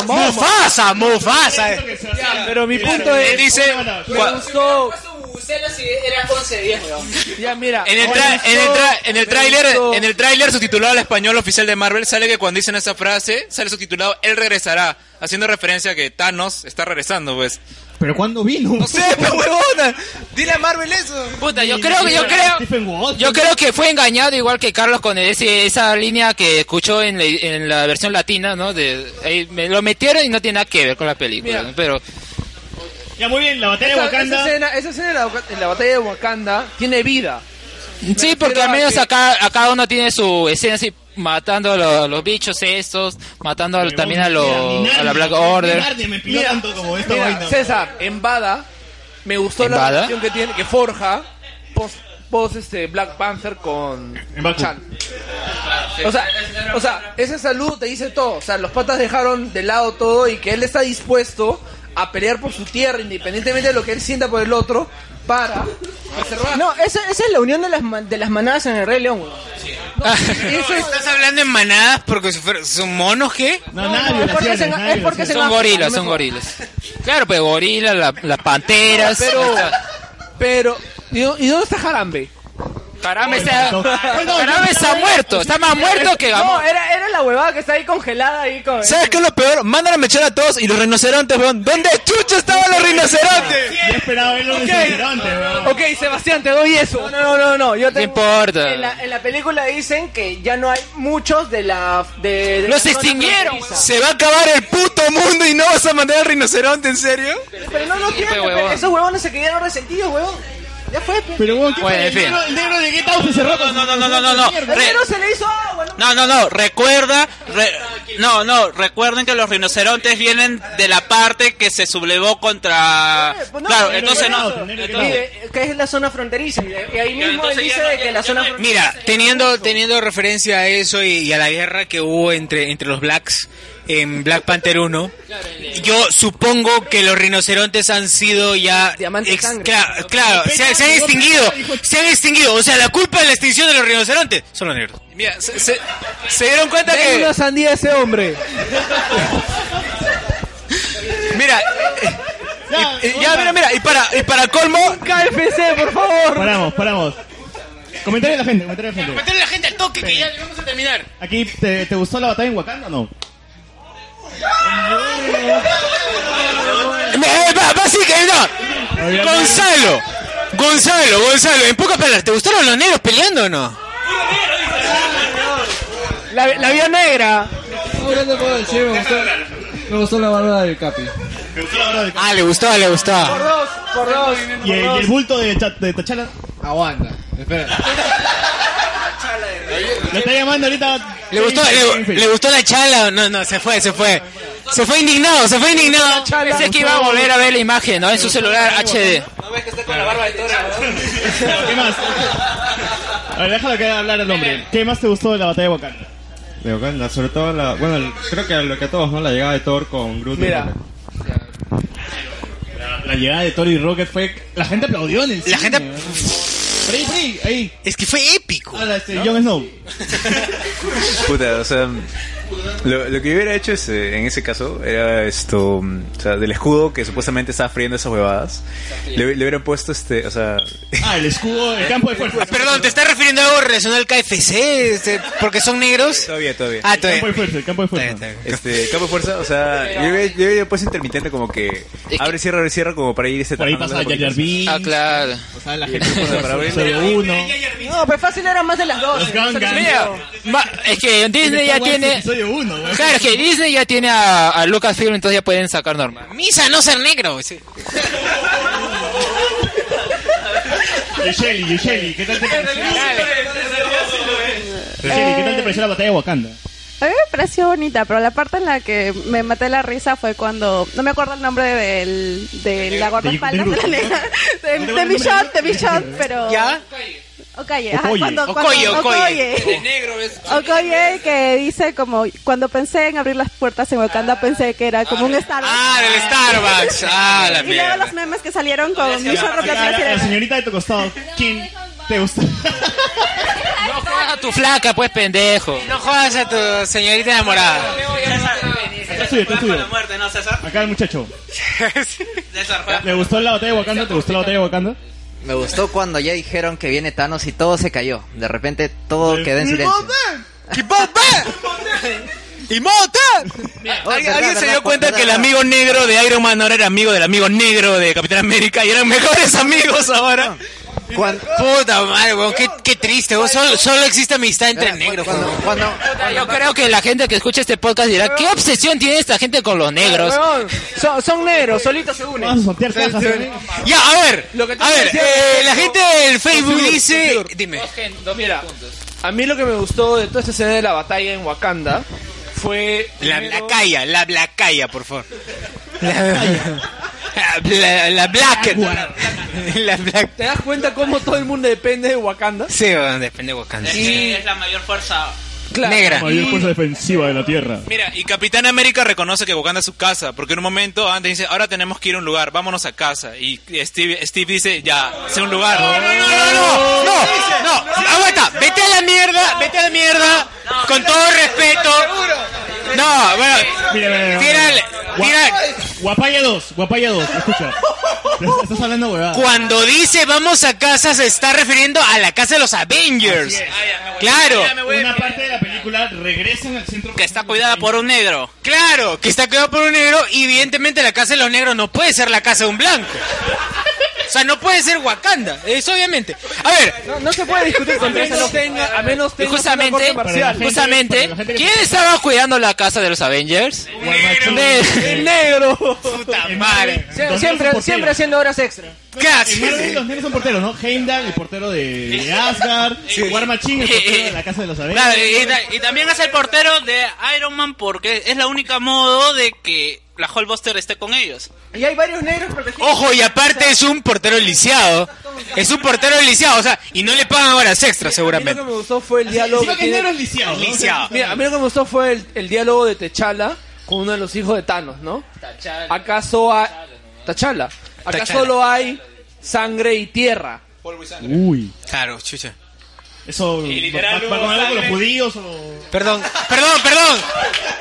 S2: Mufasa, Mufasa.
S11: Pero mi punto es.
S2: Él dice,
S11: Me gustó.
S16: Era 11 de 10, weón.
S11: Ya, mira.
S7: En el,
S11: me
S7: tra-
S11: gustó-
S7: en el, tra- en el
S11: me
S7: tráiler,
S11: gustó-
S7: en el tráiler subtitulado al español oficial de Marvel sale que cuando dicen esa frase sale subtitulado él regresará, haciendo referencia a que Thanos está regresando, pues.
S3: Pero ¿cuándo vino?
S7: No sé, pero huevona. Dile a Marvel eso.
S4: Puta, yo creo que yo creo yo creo que fue engañado igual que Carlos con ese- esa línea que escuchó en la, en la versión latina, ¿no? De, ahí me lo metieron y no tiene nada que ver con la película,
S11: Mira.
S4: ¿no? pero
S3: Ya, muy bien, la batalla de
S11: Esa,
S3: Wakanda.
S11: esa escena, esa escena en, la, Waka- en la batalla de Wakanda tiene vida.
S4: sí, porque
S11: refiero
S4: al
S11: a
S4: menos
S11: que-
S4: acá a cada uno tiene su escena así matando a los, a los bichos estos, matando a- también a, los a la Black Order.
S11: Mira, mira, César, en Bada me gustó
S4: ¿En
S11: la
S4: Bada?
S11: relación que tiene, que forja post, post, este Black Panther con Chan. O sea, o sea, ese saludo te dice todo. O sea, los patas dejaron de lado todo y que él está dispuesto a pelear por su tierra, independientemente de lo que él sienta por el otro, para preservar.
S16: No, esa, esa es la unión de las, ma- de las manadas en el Rey León, weón.
S2: Eso ¿Estás hablando en manadas porque son- son monos, qué?
S3: No, nadie.
S16: porque se- es porque se
S4: Son
S16: va-
S4: gorilas,
S16: a lo
S4: son
S16: mejor.
S4: gorilas. Claro, pues gorilas, la- las panteras.
S11: Pero, pero, ¿y dó- ¿y dónde está Jarambe?
S4: Caramba, está, Caramba, está muerto, está más muerto que
S16: No, era, era la huevada que está ahí congelada ahí con.
S7: ¿Sabes qué es lo peor? Mandan a mechar a todos y los rinocerontes, weón. ¿Dónde chucha estaban los rinocerontes?
S3: Yo esperaba verlo en el restaurante, weón.
S11: Ok, Sebastián, te doy eso.
S16: No, no, no, no, yo tengo-
S4: importa.
S16: En la, en la película dicen que ya no hay muchos de la. De, de
S4: Los
S16: la zona
S4: extinguieron,
S16: fronteriza.
S7: Se va a acabar el puto mundo y no vas a mandar al rinoceronte, ¿en serio?
S16: Pero no lo tienen,
S4: huevón.
S16: pero esos huevones se quedaron resentidos, huevón. Ya fue, pe.
S3: Pero, weón, ¿qué
S4: Bueno,
S3: fue?
S4: en fin.
S3: El negro- el negro de Get Out se cerró con
S7: No, no, no, no, no, no.
S16: Al menos se le hizo agua, ¿no?
S6: No, no, no, recuerda, re- no, no, recuerden que los rinocerontes vienen de la parte que se sublevó contra...
S16: Pues no,
S6: Ah, Claro,
S16: pero
S6: entonces
S16: por
S6: no...
S16: eso.
S6: entonces-
S16: Y de- que es la zona fronteriza. Y, de- y ahí mismo
S6: entonces
S16: dice
S6: ya no-
S16: de que
S6: ya-
S16: la
S6: ya
S16: zona
S6: no hay-
S16: fronteriza.
S2: Mira, teniendo, teniendo referencia a eso y, y a la guerra que hubo entre, entre los Blacks en Black Panther 1, yo supongo que los rinocerontes han sido ya...
S16: Diamante
S2: ex-
S16: sangre.
S2: cla- claro, se, se han extinguido, se han extinguido. O sea, la culpa de la extinción de los rinocerontes son los negros.
S7: Mira, se, se- se dieron cuenta
S11: Denle
S7: que...
S11: una sandía a ese hombre.
S7: Mira... y- y- ya, mira, mira, y para, y para colmo,
S11: KFC, por favor.
S3: Paramos, paramos. Comentario de la gente, comentario de la gente.
S2: Cuéntale a la gente al toque que ya vamos a terminar.
S3: Aquí, ¿te, te gustó la batalla en Wakanda o no?
S2: Eh, va- va, sí, que no. Gonzalo, Gonzalo, Gonzalo, en pocas palabras, ¿te gustaron los negros peleando o no?
S16: La, la vio negra.
S8: Sí, me gustó, me gustó la barba del Capi.
S2: Ah, le gustaba, le gustaba.
S16: Por dos, por dos.
S3: Y el, y el bulto de, Cha- de Tachala.
S8: Aguanta, espera.
S3: Lo está llamando ahorita.
S2: ¿Le gustó, le, le gustó la chala? o No, no, se fue, se fue. Se fue indignado, se fue indignado.
S4: Pensé que iba a volver a ver la imagen, ¿no? En su celular HD.
S27: No ves que está con la barba de toro.
S3: ¿Qué más? A ver, déjalo que hablar al hombre. ¿Qué más te gustó de la batalla de Wakanda?
S8: De Wakanda, sobre todo la. Bueno, el- creo que lo que a todos, ¿no? La llegada de Thor con Groot.
S3: Mira. La, la llegada de Thor y Rocket fue. La gente aplaudió en el La gente. Free, free, ahí.
S2: Es que fue épico.
S3: Ahora, este, Jon Snow.
S7: Puta, o sea, lo, lo que yo hubiera hecho es, eh, en ese caso era esto, mm, o sea, del escudo que supuestamente estaba friendo esas huevadas, le, le hubieran puesto este, o sea,
S3: Ah, el escudo, el campo de fuerza.
S2: Perdón, ¿te estás refiriendo a algo relacionado al KFC? Este, ¿Porque son negros?
S7: todavía, todavía.
S2: Ah, todavía.
S3: fuerza, el campo de fuerza.
S7: Este, campo de fuerza, o sea, yo hubiera, yo hubiera puesto intermitente como que abre, cierra, abre, cierra, como para ir este
S3: Por ahí pasa Jar Jar Binks.
S4: Ah, claro.
S3: la
S7: gente para abrir.
S3: uno.
S16: No, pues fácil era más de las dos.
S4: Mira, ma- es que Disney ya tiene.
S3: Soy uno, güey.
S4: Claro, es que Disney ya tiene a, a Lucasfilm, entonces ya pueden sacar normal.
S2: Misa, no ser negro. sí.
S3: Yusheli, Yusheli, ¿qué tal te pareció?
S2: Eh,
S3: Yusheli, ¿qué tal te pareció la batalla de Wakanda?
S23: A mí me pareció bonita, pero la parte en la que me maté la risa fue cuando. No me acuerdo el nombre del, de la guardaespaldas de la negra. De, de Michonne, de Michonne, pero. ¿Ya? Ocaye, ajá,
S27: Okoye.
S23: cuando, cuando,
S27: Okoye, Okoye.
S23: Okoye.
S27: El negro es-
S23: Okoye que dice como cuando pensé en abrir las puertas en
S27: Ah.
S23: Wakanda pensé que era como un Starbucks.
S28: Ah, del Starbucks. Ah, la
S23: y luego
S28: mierda.
S23: los memes que salieron con Michonne
S3: La,
S23: rompiendo la
S3: la- la
S23: sirena.
S3: señorita de tu costado, ¿quién te gustó?
S4: A tu flaca, pues pendejo.
S2: No jodas a tu señorita enamorada.
S3: Esto es tuyo, esto es tuyo. Acá el muchacho. ¿Le gustó la batalla de Wakanda? ¿Te gustó la batalla de Wakanda?
S10: Me gustó cuando ya dijeron que viene Thanos y todo se cayó. De repente todo quedó en silencio.
S29: ¡Y ¡Y
S11: oh,
S28: ¿Alguien, alguien se dio cuenta que el amigo negro de Iron Man ahora era amigo del amigo negro de Capitán América y eran mejores amigos ahora?
S2: Puta madre, weón, qué, qué triste, weón. Solo, solo existe amistad entre negros. weón.
S4: Yo creo que la gente que escucha este podcast dirá, ¿qué obsesión tiene esta gente con los negros?
S16: Huevón, Son, son negros, solitos se unen.
S3: Vamos a sortear cajas. ¿eh?
S2: Ya, a ver.
S16: tú
S2: A ver,
S16: decías,
S2: eh, la
S16: ¿no?
S2: gente del Facebook
S11: Consigo,
S2: dice...
S11: consigo.
S2: Dime.
S11: Mira, a mí lo que me gustó de toda esta escena de la batalla en Wakanda fue.
S2: La
S11: primero-
S2: blacaya, la blacaya, por favor. La, la, la black. La black.
S11: Ah, ¿Te das cuenta cómo todo el mundo depende de Wakanda?
S2: Sí, weón, depende de Wakanda.
S11: Y-
S6: Es la mayor fuerza.
S2: Negra.
S3: La mayor fuerza defensiva de la Tierra.
S28: Mira, y Capitán América reconoce que Wakanda es su casa, porque en un momento antes dice, ahora tenemos que ir a un lugar, vámonos a casa. Y Steve, Steve dice, ya, sea un lugar. No, no, no,
S2: no, no, no, aguanta, vete a la mierda, vete a la mierda, con todo respeto. No, bueno,
S3: Mira, mira, mira.
S2: Tírale,
S3: Gua-
S2: tírale.
S3: Guapaya 2, Guapaya 2, escucha. Estás hablando huevada.
S2: Cuando dice vamos a casa se está refiriendo a la casa de los Avengers. Claro,
S3: Una parte de la película regresan al centro.
S2: que está cuidada por un negro. Claro, que está cuidada por un negro y evidentemente la casa de los negros no puede ser la casa de un blanco. O sea, no puede ser Wakanda, eso obviamente. A ver,
S11: No, no se puede discutir
S4: A
S11: contra esa
S4: menos
S11: lógica. A menos
S4: Y
S11: tengas una
S4: justamente,
S11: corte marcial.
S4: justamente, ¿quién estaba cuidando la casa de los Avengers?
S11: El negro.
S2: Puta madre.
S11: Sie- siempre, siempre haciendo horas extra.
S2: ¿Qué
S3: Pues, En Marvel los negros son porteros, ¿no? Heimdall, el portero de Asgard. War Machine, el portero de la casa de los
S6: Claro, y,
S3: Avengers.
S6: ta- y también es el portero de Iron Man porque es la única modo de que la Hulkbuster esté con ellos.
S16: Y hay varios negros protegidos.
S2: Ojo, y aparte es un portero lisiado. Es un portero lisiado, o sea, y no le pagan horas extra
S11: Lo
S2: seguramente.
S11: que me gustó fue el diálogo.
S3: encima que
S11: tiene-
S3: el negro es lisiado, ¿no? Lisiado.
S11: Mira, a mí lo que me gustó fue el, el diálogo de Techala con uno de los hijos de Thanos, ¿no? ¿Acaso hay. Tachala. Acá
S2: T'Challa.
S11: solo hay sangre y tierra.
S3: Uy.
S2: Claro, chucha.
S3: Eso
S2: literal,
S3: va, va con algo con los judíos o...
S2: Perdón, perdón, perdón.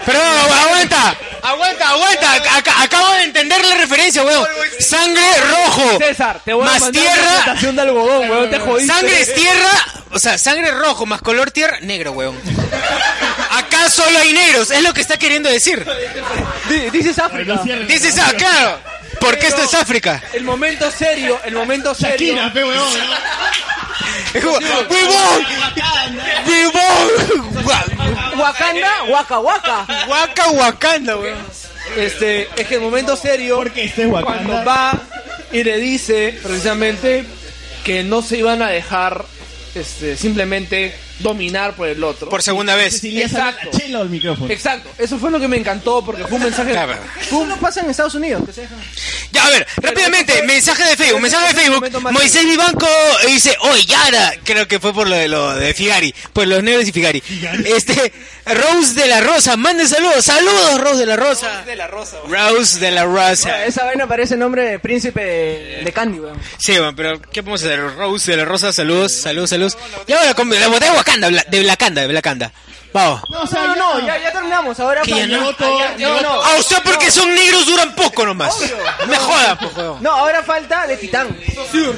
S2: Perdón, agu- aguanta. Aguanta, aguanta. Ac- acabo de entender la referencia, weón. Sangre rojo.
S11: César, te voy a
S2: Más
S11: mandar
S2: tierra.
S11: una plantación de algodón, weón, te jodiste.
S2: Sangre es tierra, o sea, sangre rojo más color tierra, negro, weón. Acá solo hay negros, es lo que está queriendo decir.
S11: Dices África.
S2: Dices, ah, claro. Porque esto es África.
S11: El momento serio, el momento serio.
S3: Shakira, pe, weón.
S2: Es como, ¡Huevón! ¡Huevón!
S16: Wakanda, Waka Waka.
S2: Waka Wakanda, weón.
S11: Este, es que el momento serio.
S3: Porque este es Wakanda.
S11: Cuando va y le dice precisamente que no se iban a dejar este, simplemente dominar por el otro.
S2: Por segunda vez.
S11: Exacto.
S30: Chelo el
S3: pues.
S30: micrófono.
S11: Exacto, eso fue lo que me encantó porque fue un mensaje.
S2: Claro.
S11: Eso no pasa en Estados Unidos. que se dejan-
S2: Ya, a ver, rápidamente, mensaje de Facebook,
S11: este
S2: mensaje de Facebook. Moisés Vivanco dice, oye, Yara, creo que fue por lo de, lo de Figari, por los negros y Figari. Este, Rose de la Rosa, manden saludos, saludos, Rose de la Rosa.
S11: De la rosa.
S2: Rose de la Rosa.
S16: Esa vaina parece nombre de príncipe de de Candy, weón.
S2: Sí, bueno, pero ¿qué podemos hacer? Rose de la Rosa, saludos, saludos, saludos. Y ahora con la botella de Wakanda, Bla- de Blacanda, de Blacanda. Vamos.
S16: No, no, no, ya, ya terminamos. Ahora
S2: Que ya
S16: para-
S2: no.
S16: Ah, ya- no, no.
S2: Ah, o sea, porque son negros duran poco nomás.
S16: Obvio.
S2: Me
S16: No.
S2: jodan, pues, huevón.
S16: No, ahora falta de Titán.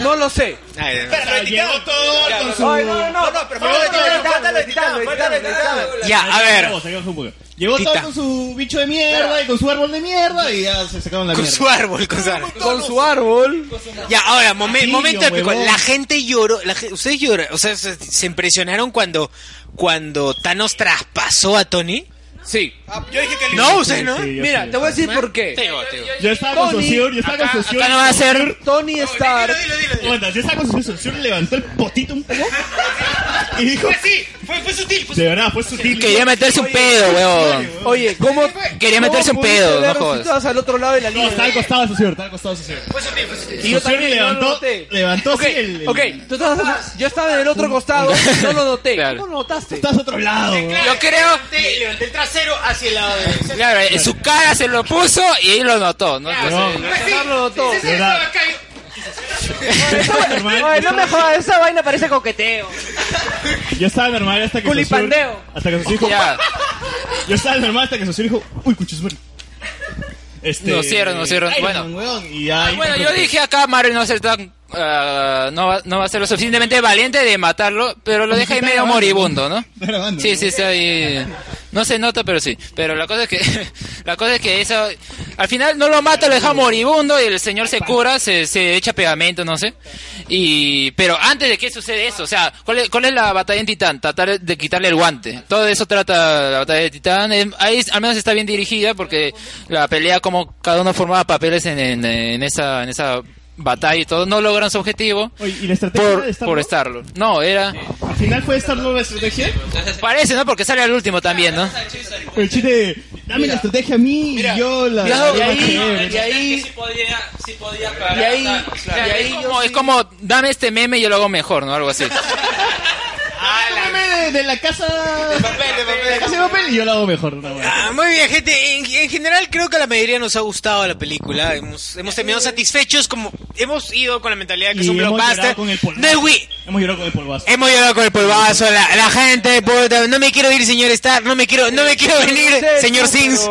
S16: No lo sé.
S2: Ay, no.
S16: todo con su... no, no, no. pero falta de Titán, falta de Titán, falta de Titán.
S2: Ya, a ver.
S3: Llegó todo
S2: Tita.
S3: con su bicho de mierda y con su árbol de mierda y ya se sacaron la
S2: Con
S3: mierda.
S2: su árbol, con su árbol.
S11: Con su árbol.
S2: Ya, ahora, momen-
S3: Castillo,
S2: momento épico.
S3: huevón.
S2: La gente lloró, la ge- ustedes lloraron, o sea, se, se impresionaron cuando, cuando Thanos traspasó a Tony.
S11: Sí.
S2: Ah, yo dije que No, ustedes no.
S11: Mira, te voy a decir por qué.
S3: Yo estaba con
S11: Tony-
S3: Sosur, yo estaba con
S11: acá-
S3: Sosur.
S11: acá no va a ser Tony Stark.
S3: Bueno, yo estaba con Sosur, Sosur levantó el potito un poco y dijo...
S2: Sí, fue, fue sutil.
S3: De verdad, fue sutil.
S11: Quería meterse un pedo,
S3: weón.
S11: Oye, ¿cómo
S3: Quería meterse un
S11: cómo
S3: pedo,
S11: pudiste
S3: no
S11: vernos
S3: jodas.
S11: si estabas al otro lado de la
S3: No,
S11: línea?
S3: estaba al costado de Sosur, estaba al costado de Sosur.
S11: Y yo
S3: Sosur
S11: también no lo
S3: levantó,
S11: noté.
S3: levantó
S11: Ok,
S3: así el... el- Ah.
S11: ok, tú estabas- yo estaba en el otro costado, no lo noté. ¿Cómo lo notaste?
S3: Estás a otro lado.
S4: Yo creo.
S2: Levanté el trasero hacia el lado de...
S4: Claro, en su cara se lo puso y ahí lo notó, ¿no? Entonces,
S16: Oye, no me jodas, esa vaina parece coqueteo.
S3: Yo estaba normal hasta que Sosur-
S16: Culipandeo.
S3: Hasta que Sosur dijo...
S4: Ya.
S3: Yo estaba normal hasta que Sosur dijo... Uy, cuchis, bueno. Este,
S4: Nos cierran, nos cierran.
S3: Iron
S4: Bueno. Ah,
S3: Man, weón, y ya-
S4: bueno, yo dije acá Marvel no va a ser tan. ah, no, va, no va a ser lo suficientemente valiente de matarlo, pero lo deja ahí medio moribundo, ¿no? Sí, sí, está ahí. No se nota, pero sí. Pero la cosa es que. la cosa es que eso. Al final no lo mata, lo deja moribundo y el señor se cura, se, se echa pegamento, no sé. Y. Pero antes de que sucede eso, o sea, ¿cuál es, cuál es la batalla en Titán? Tratar de quitarle el guante. Todo eso trata la batalla de Titán. Eh, Ahí al menos está bien dirigida porque la pelea, como cada uno formaba papeles en, en, en esa. En esa batalla y todo, no logran su objetivo
S3: Oye, ¿y la estrategia
S4: por,
S3: de
S4: por estarlo. No, era...
S3: Al final fue Star Lord la estrategia.
S4: Parece, ¿no? Porque sale al último también, ¿no?
S3: El chiste de, dame la estrategia a mí y yo la.
S4: Claro, y
S3: la-
S4: ahí-
S3: la-
S4: y ahí-
S6: Sí podía, sí podía
S4: Y ahí, y ahí es, como, es como, dame este meme y yo lo hago mejor, ¿no? Algo así.
S3: Cómeme de, de la casa. De papel, de papel. casa de papel y yo la hago mejor. una buena.
S2: Ah, muy bien, gente. En, en general creo que a la mayoría nos ha gustado la película. Hemos, hemos terminado satisfechos como hemos ido con la mentalidad que es
S3: Y
S2: un
S3: hemos llorado
S2: blockbuster.
S3: con el
S2: No,
S3: polvazo.
S2: güey,
S3: Hemos llorado con el polvazo.
S2: Hemos llorado con el polvazo, la, la gente, puta, no me quiero ir, señor Star, no me quiero, no me quiero venir, señor Sims.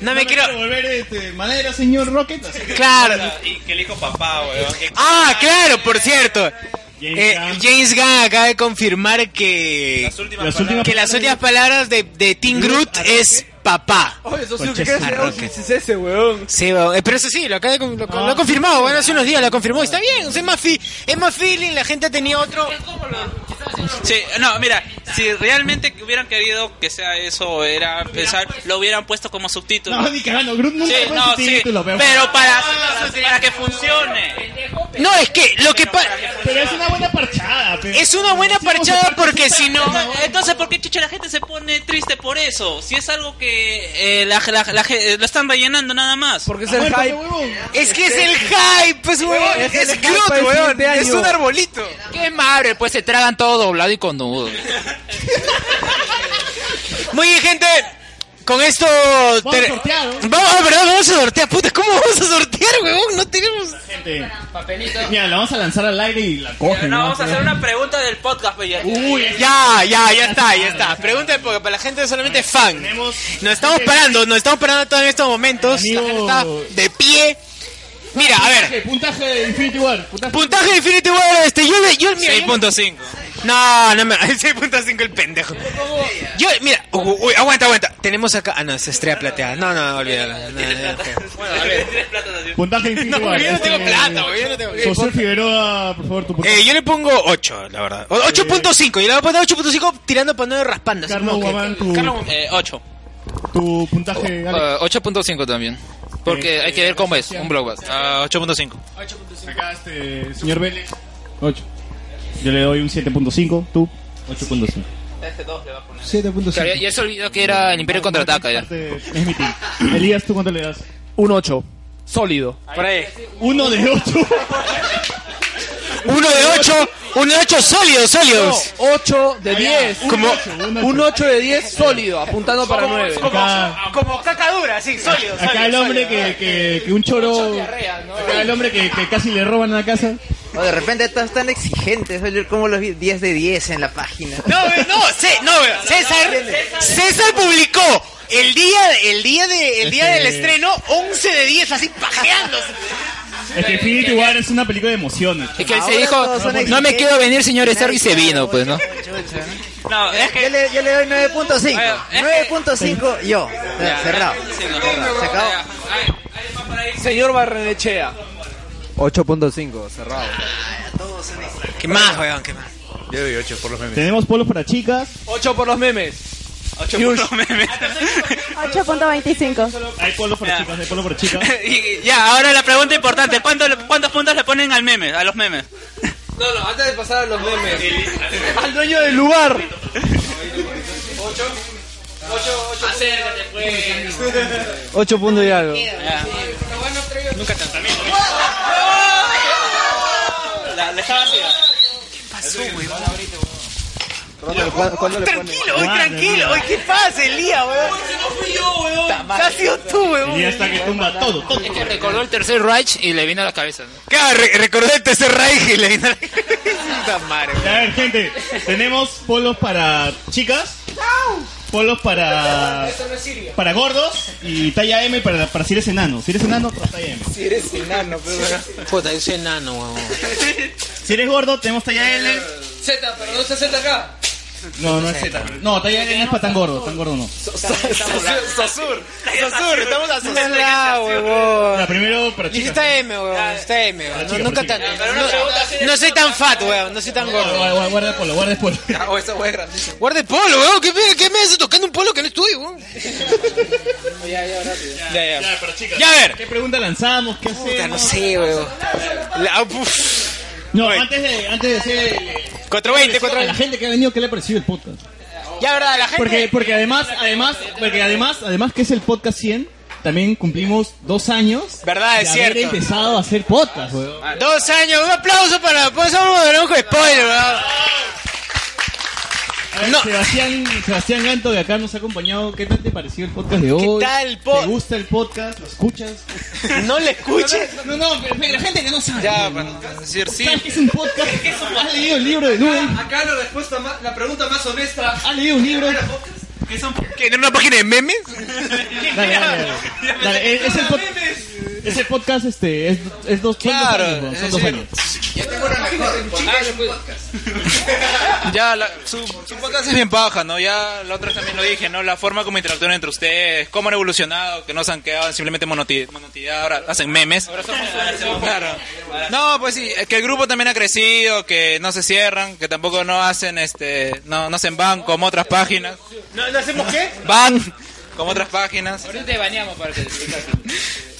S2: No me quiero...
S3: volver este, madera, señor Rocket. así que-
S2: Claro.
S6: Y que le dijo papá, weón.
S2: Ah, claro, por cierto.
S3: James
S2: Eh, James Gunn acaba de confirmar que las últimas,
S3: Las últimas
S2: que las últimas palabras de, de Tim Groot es papá.
S11: Oye, eso sí,
S2: Concha
S11: ¿qué crees
S2: su
S11: que
S2: madre.
S11: Auschwitz es ese, weón?
S2: Sí, weón. Eh, pero eso sí, lo, acaba de con- lo,
S3: Ah.
S2: lo ha confirmado, bueno, hace unos días lo confirmó, está bien, o sea, es más, fi- es más feeling, la gente tenía otro...
S6: Sí, no, mira, si realmente hubieran querido que sea eso, era pensar, lo hubieran puesto como subtítulo.
S3: No, ni cagando. Groot nunca
S6: Sí,
S3: fue
S6: no, sí,
S3: subtítulo,
S6: pero
S3: pero- Ah,
S6: para, para, para que funcione.
S2: No, es que lo que pasa...
S3: Pero es una buena parchada. pe.
S2: Es una buena parchada porque si no...
S6: Entonces, ¿por qué chucha la gente se pone triste por eso? Si es algo que eh, la, la- la ge- lo están rellenando nada más.
S11: Porque
S3: Ah,
S11: es el hype.
S2: Es que es el hype, pues, weón,
S11: Es el
S2: es
S11: hype para
S2: Groot,
S11: el
S2: weón,
S11: siguiente
S2: es
S11: año.
S2: un arbolito.
S4: ¡Qué madre! Pues se tragan todo doblado y con nudo.
S2: Muy bien, gente. Con esto.
S3: Vamos a
S2: ter-
S3: sortear, ¿no?
S2: Vamos, ah, perdón, vamos a sortear, puta. ¿Cómo vamos a sortear, huevón? No tenemos.
S3: Gente, Mira, la vamos a lanzar al aire y la cogen.
S6: No, vamos a hacer una pregunta del podcast, pues, bella.
S3: Uy,
S2: Ya, ya, ya está, ya está. Pregunta porque para la gente solamente es fan. Nos estamos parando, nos estamos parando todavía en estos momentos. La gente está de pie. Mira, a ver.
S3: Puntaje de Infinity War.
S2: Puntaje de Infinity War, este, yo le, yo, mira, yo-
S31: 6.5.
S2: No, no me, 6.5 el pendejo. Yo, mira, uy, uy, aguanta, aguanta. Tenemos acá, ah no, es estrella plateada. No, no, olvídalo. No, no, no.
S3: Puntaje de Infinity
S2: No,
S3: War.
S2: yo no tengo
S3: Este,
S2: plata, güey, yo no tengo-
S3: José Figueroa, por favor, tu puntaje.
S2: Eh, yo le pongo 8, la verdad. O- 8.5, yo le voy a poner 8.5 tirando para no raspando. así
S3: Carlos
S2: como que-
S3: Guamán, tu,
S2: Carlos Guamán.
S6: Eh, 8.
S3: tu puntaje. Alex.
S4: Ah, 8.5 también. Porque hay que ver cómo
S3: Ah,
S4: es un blockbuster.
S31: 8.5.
S3: Acá este, señor Vélez.
S32: 8.
S3: Yo le doy un 7.5, tú 8.5.
S6: Este,
S4: 7.5. Ya se olvidó que era el Imperio contraataca. Ya.
S3: Es mi team. Elías, ¿tú cuánto le das?
S11: Un 8. Sólido.
S6: Por ahí.
S3: Uno de ocho.
S2: Uno de ocho. Un 8 sólido, sólido.
S11: 8 de 10.
S2: un
S11: Como
S2: ocho, un ocho.
S11: un 8 de 10 sólido, apuntando para
S2: Como-
S11: 9.
S2: como-
S3: Acá-
S2: Como caca dura, sí, sólido.
S3: Acá el hombre que, que, que un choro. Acá el hombre que, que casi le roban a la casa.
S10: O de repente estás tan exigente, soy como los vi- 10 de 10 en la página.
S2: No, ve, no, Cé- no, ve, César, César publicó el día, el día, de, el día del
S3: Este-
S2: estreno 11 de 10, así pajeándose.
S3: Es que Infinity War es una película de emociones.
S4: Es que él se dijo, no me quiero venir, señor Stark, y se vino, pues, ¿no?
S6: No, es
S10: que... Eh, yo, le, yo le doy 9.5. 9.5 yo. Cerrado. Se acabó.
S11: Señor Barrenechea.
S16: 8.5, cerrado.
S2: ¿Qué más, weón? ¿Qué más?
S33: Yo doy 8 por los memes.
S3: Tenemos polos para chicas.
S11: 8 por los memes. 8 por los memes.
S23: 8.25.
S3: Hay polos para chicas, hay polos para chicas.
S6: Y ya, ahora la pregunta importante, ¿cuánto le- ¿cuántos puntos le ponen al meme, a los memes?
S11: No, no, antes de pasar a los memes. Al dueño del lugar.
S16: 8 puntos y algo.
S6: Nunca tanto.
S2: Oh.
S6: La dejaba así. ¿Qué pasó, weón?
S16: ¿Cuándo le
S2: Tranquilo, hoy tranquilo, hoy qué pasa, Elías, weón.
S6: No fui yo, weón.
S2: Ha sido tú, weón.
S3: Elías está que tumba todo.
S4: Es que recordó el tercer Reich y le vino a la cabeza. ¿no?
S2: Claro, re- recordé el tercer Reich y le vino a la
S3: A ver, gente, tenemos polos para chicas, polos para para gordos y talla M para, para si eres enano. Si eres enano, para talla M.
S11: Si eres enano, pero.
S2: Puta, yo soy enano, weón.
S3: Si eres gordo, tenemos talla L.
S11: Z, pero no se Z acá.
S3: No, no es Z. No, talla L no es para tan gordo, tan gordo no.
S11: Sosur.
S2: Sosur, estamos a Sosur.
S3: La primero para chicas.
S2: Está M, weón. Está M, weón. No,
S3: chicas,
S2: nunca tan. No, no soy tan fat, weón. No soy tan gordo.
S3: Guarda, guarda el polo, guarda el polo.
S2: Guarda el polo, weón. ¿Qué, me- qué me hace tocando un polo que no es tuyo, weón?
S11: Ya, ya, rápido.
S2: Ya,
S3: Ya, para chicas.
S2: Ya, a ver.
S3: ¿Qué pregunta lanzamos? ¿Qué hacemos?
S2: Puta, no sé, weón. La, uf.
S3: No, antes de, antes de hacer el-
S2: 420,
S3: A la
S2: 420.
S3: gente que ha venido, ¿qué le ha parecido el podcast?
S2: Ya, verdad, la gente.
S3: Porque, porque además, además, porque además, además que es el podcast 100, también cumplimos dos años.
S2: Verdad,
S3: de
S2: es
S3: haber
S2: cierto.
S3: empezado a hacer podcast, weón.
S2: Dos años, un aplauso para pues vamos a con spoiler, ¿verdad?
S3: A ver, Sebastián, Sebastián Ganto de acá nos ha acompañado. ¿Qué tal te pareció el podcast de
S2: ¿Qué
S3: hoy?
S2: tal el
S3: ¿Te gusta el podcast? ¿Lo escuchas?
S2: No le escuches.
S3: No, no, pero- pero la gente que no sabe.
S2: Ya,
S3: para
S2: decir
S3: sí. es un podcast? ¿Has leído el libro de Nubel?
S11: Acá la respuesta más, la pregunta más honesta.
S3: ¿Has leído un libro?
S2: ¿Qué son? ¿Qué, ¿Tiene una página de memes?
S3: Dale, dale, dale. Dale, es, es el pod- ese podcast este, es, es dos
S2: Claro,
S3: son dos años, weón, son dos
S2: es
S3: años.
S11: Ah, pues.
S7: Ya, la- su, su podcast es bien paja, ¿no? Ya la otra también lo dije, ¿no? La forma como interactúan entre ustedes, cómo han evolucionado, que no se han quedado en simplemente monoti- monotidad, ahora hacen memes. Claro. No, pues sí, es que el grupo también ha crecido, que no se cierran, que tampoco no hacen, este, no, no hacen ban como otras páginas.
S2: ¿No, ¿no hacemos qué?
S7: Ban como otras páginas.
S4: Ahorita te baneamos para que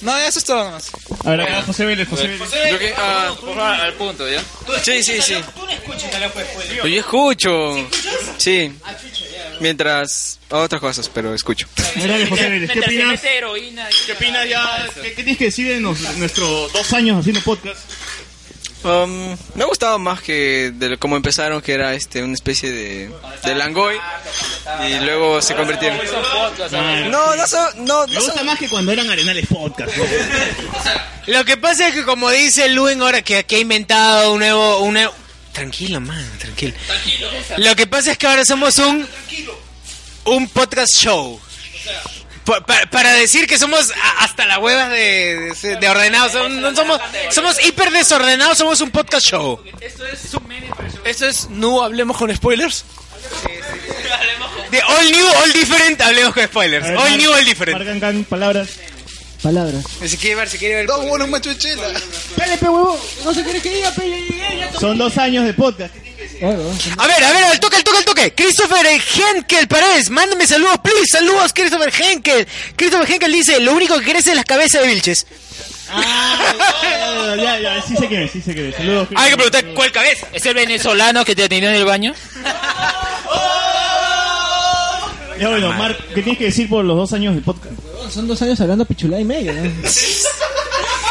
S7: No, eso es todo nomás.
S3: A ver, acá, José Vélez, José Vélez.
S34: Yo que- ah, por favor, al punto, ¿ya?
S16: Sí, sí, sí.
S2: Tú no escuchas, no
S4: pues.
S16: Pero yo escucho. Sí.
S3: Ah,
S16: Mientras hago otras cosas, pero escucho.
S3: Dale, José Vélez, ¿qué opinas?
S4: heroína.
S3: ¿Qué opinas ya? ¿Qué, qué tienes que decir de nos- nuestros dos años haciendo podcast?
S16: Um, me ha gustado más que de cómo empezaron, que era este una especie de, de langoy y luego se convirtieron. No, no son, no,
S3: Me gusta más que cuando eran arenales podcast. weón.
S2: Lo que pasa es que como dice Luen ahora que, que ha inventado un nuevo, un nuevo- Tranquilo, man, tranquilo. Lo que pasa es que ahora somos un... Un podcast show. Pa- pa- Para, decir que somos a- hasta las huevas de, de- de ordenados. Son- no somos, somos hiper desordenados, somos un podcast show.
S11: Eso es no hablemos con spoilers.
S2: De all new, all different, hablemos con spoilers.
S3: A ver,
S2: All
S3: Mar-
S2: new, all different.
S3: Marcan can palabras. Palabras.
S2: Si quiere ver, si quiere ver. Dos buenos macho chela.
S35: Dale, pe huevo. No se quiere que diga, pe.
S3: Son dos años de podcast.
S2: A ver, a ver, al toque, al toque, al toque. Christopher eh, Henkel Paredes, mándame saludos, please. Saludos, Christopher Henkel. Christopher Henkel dice: Lo único que crece es la cabeza de Vilches.
S3: no, ya, ya, sí sé quién es, sí sé quién es. Saludos.
S4: Hay que preguntar cuál cabeza. ¿Es el venezolano que te atendió en el baño?
S3: Ya bueno, Mark, ¿qué tienes que decir por los dos años de podcast?
S16: Son dos años hablando pichulá y medio, ¿no?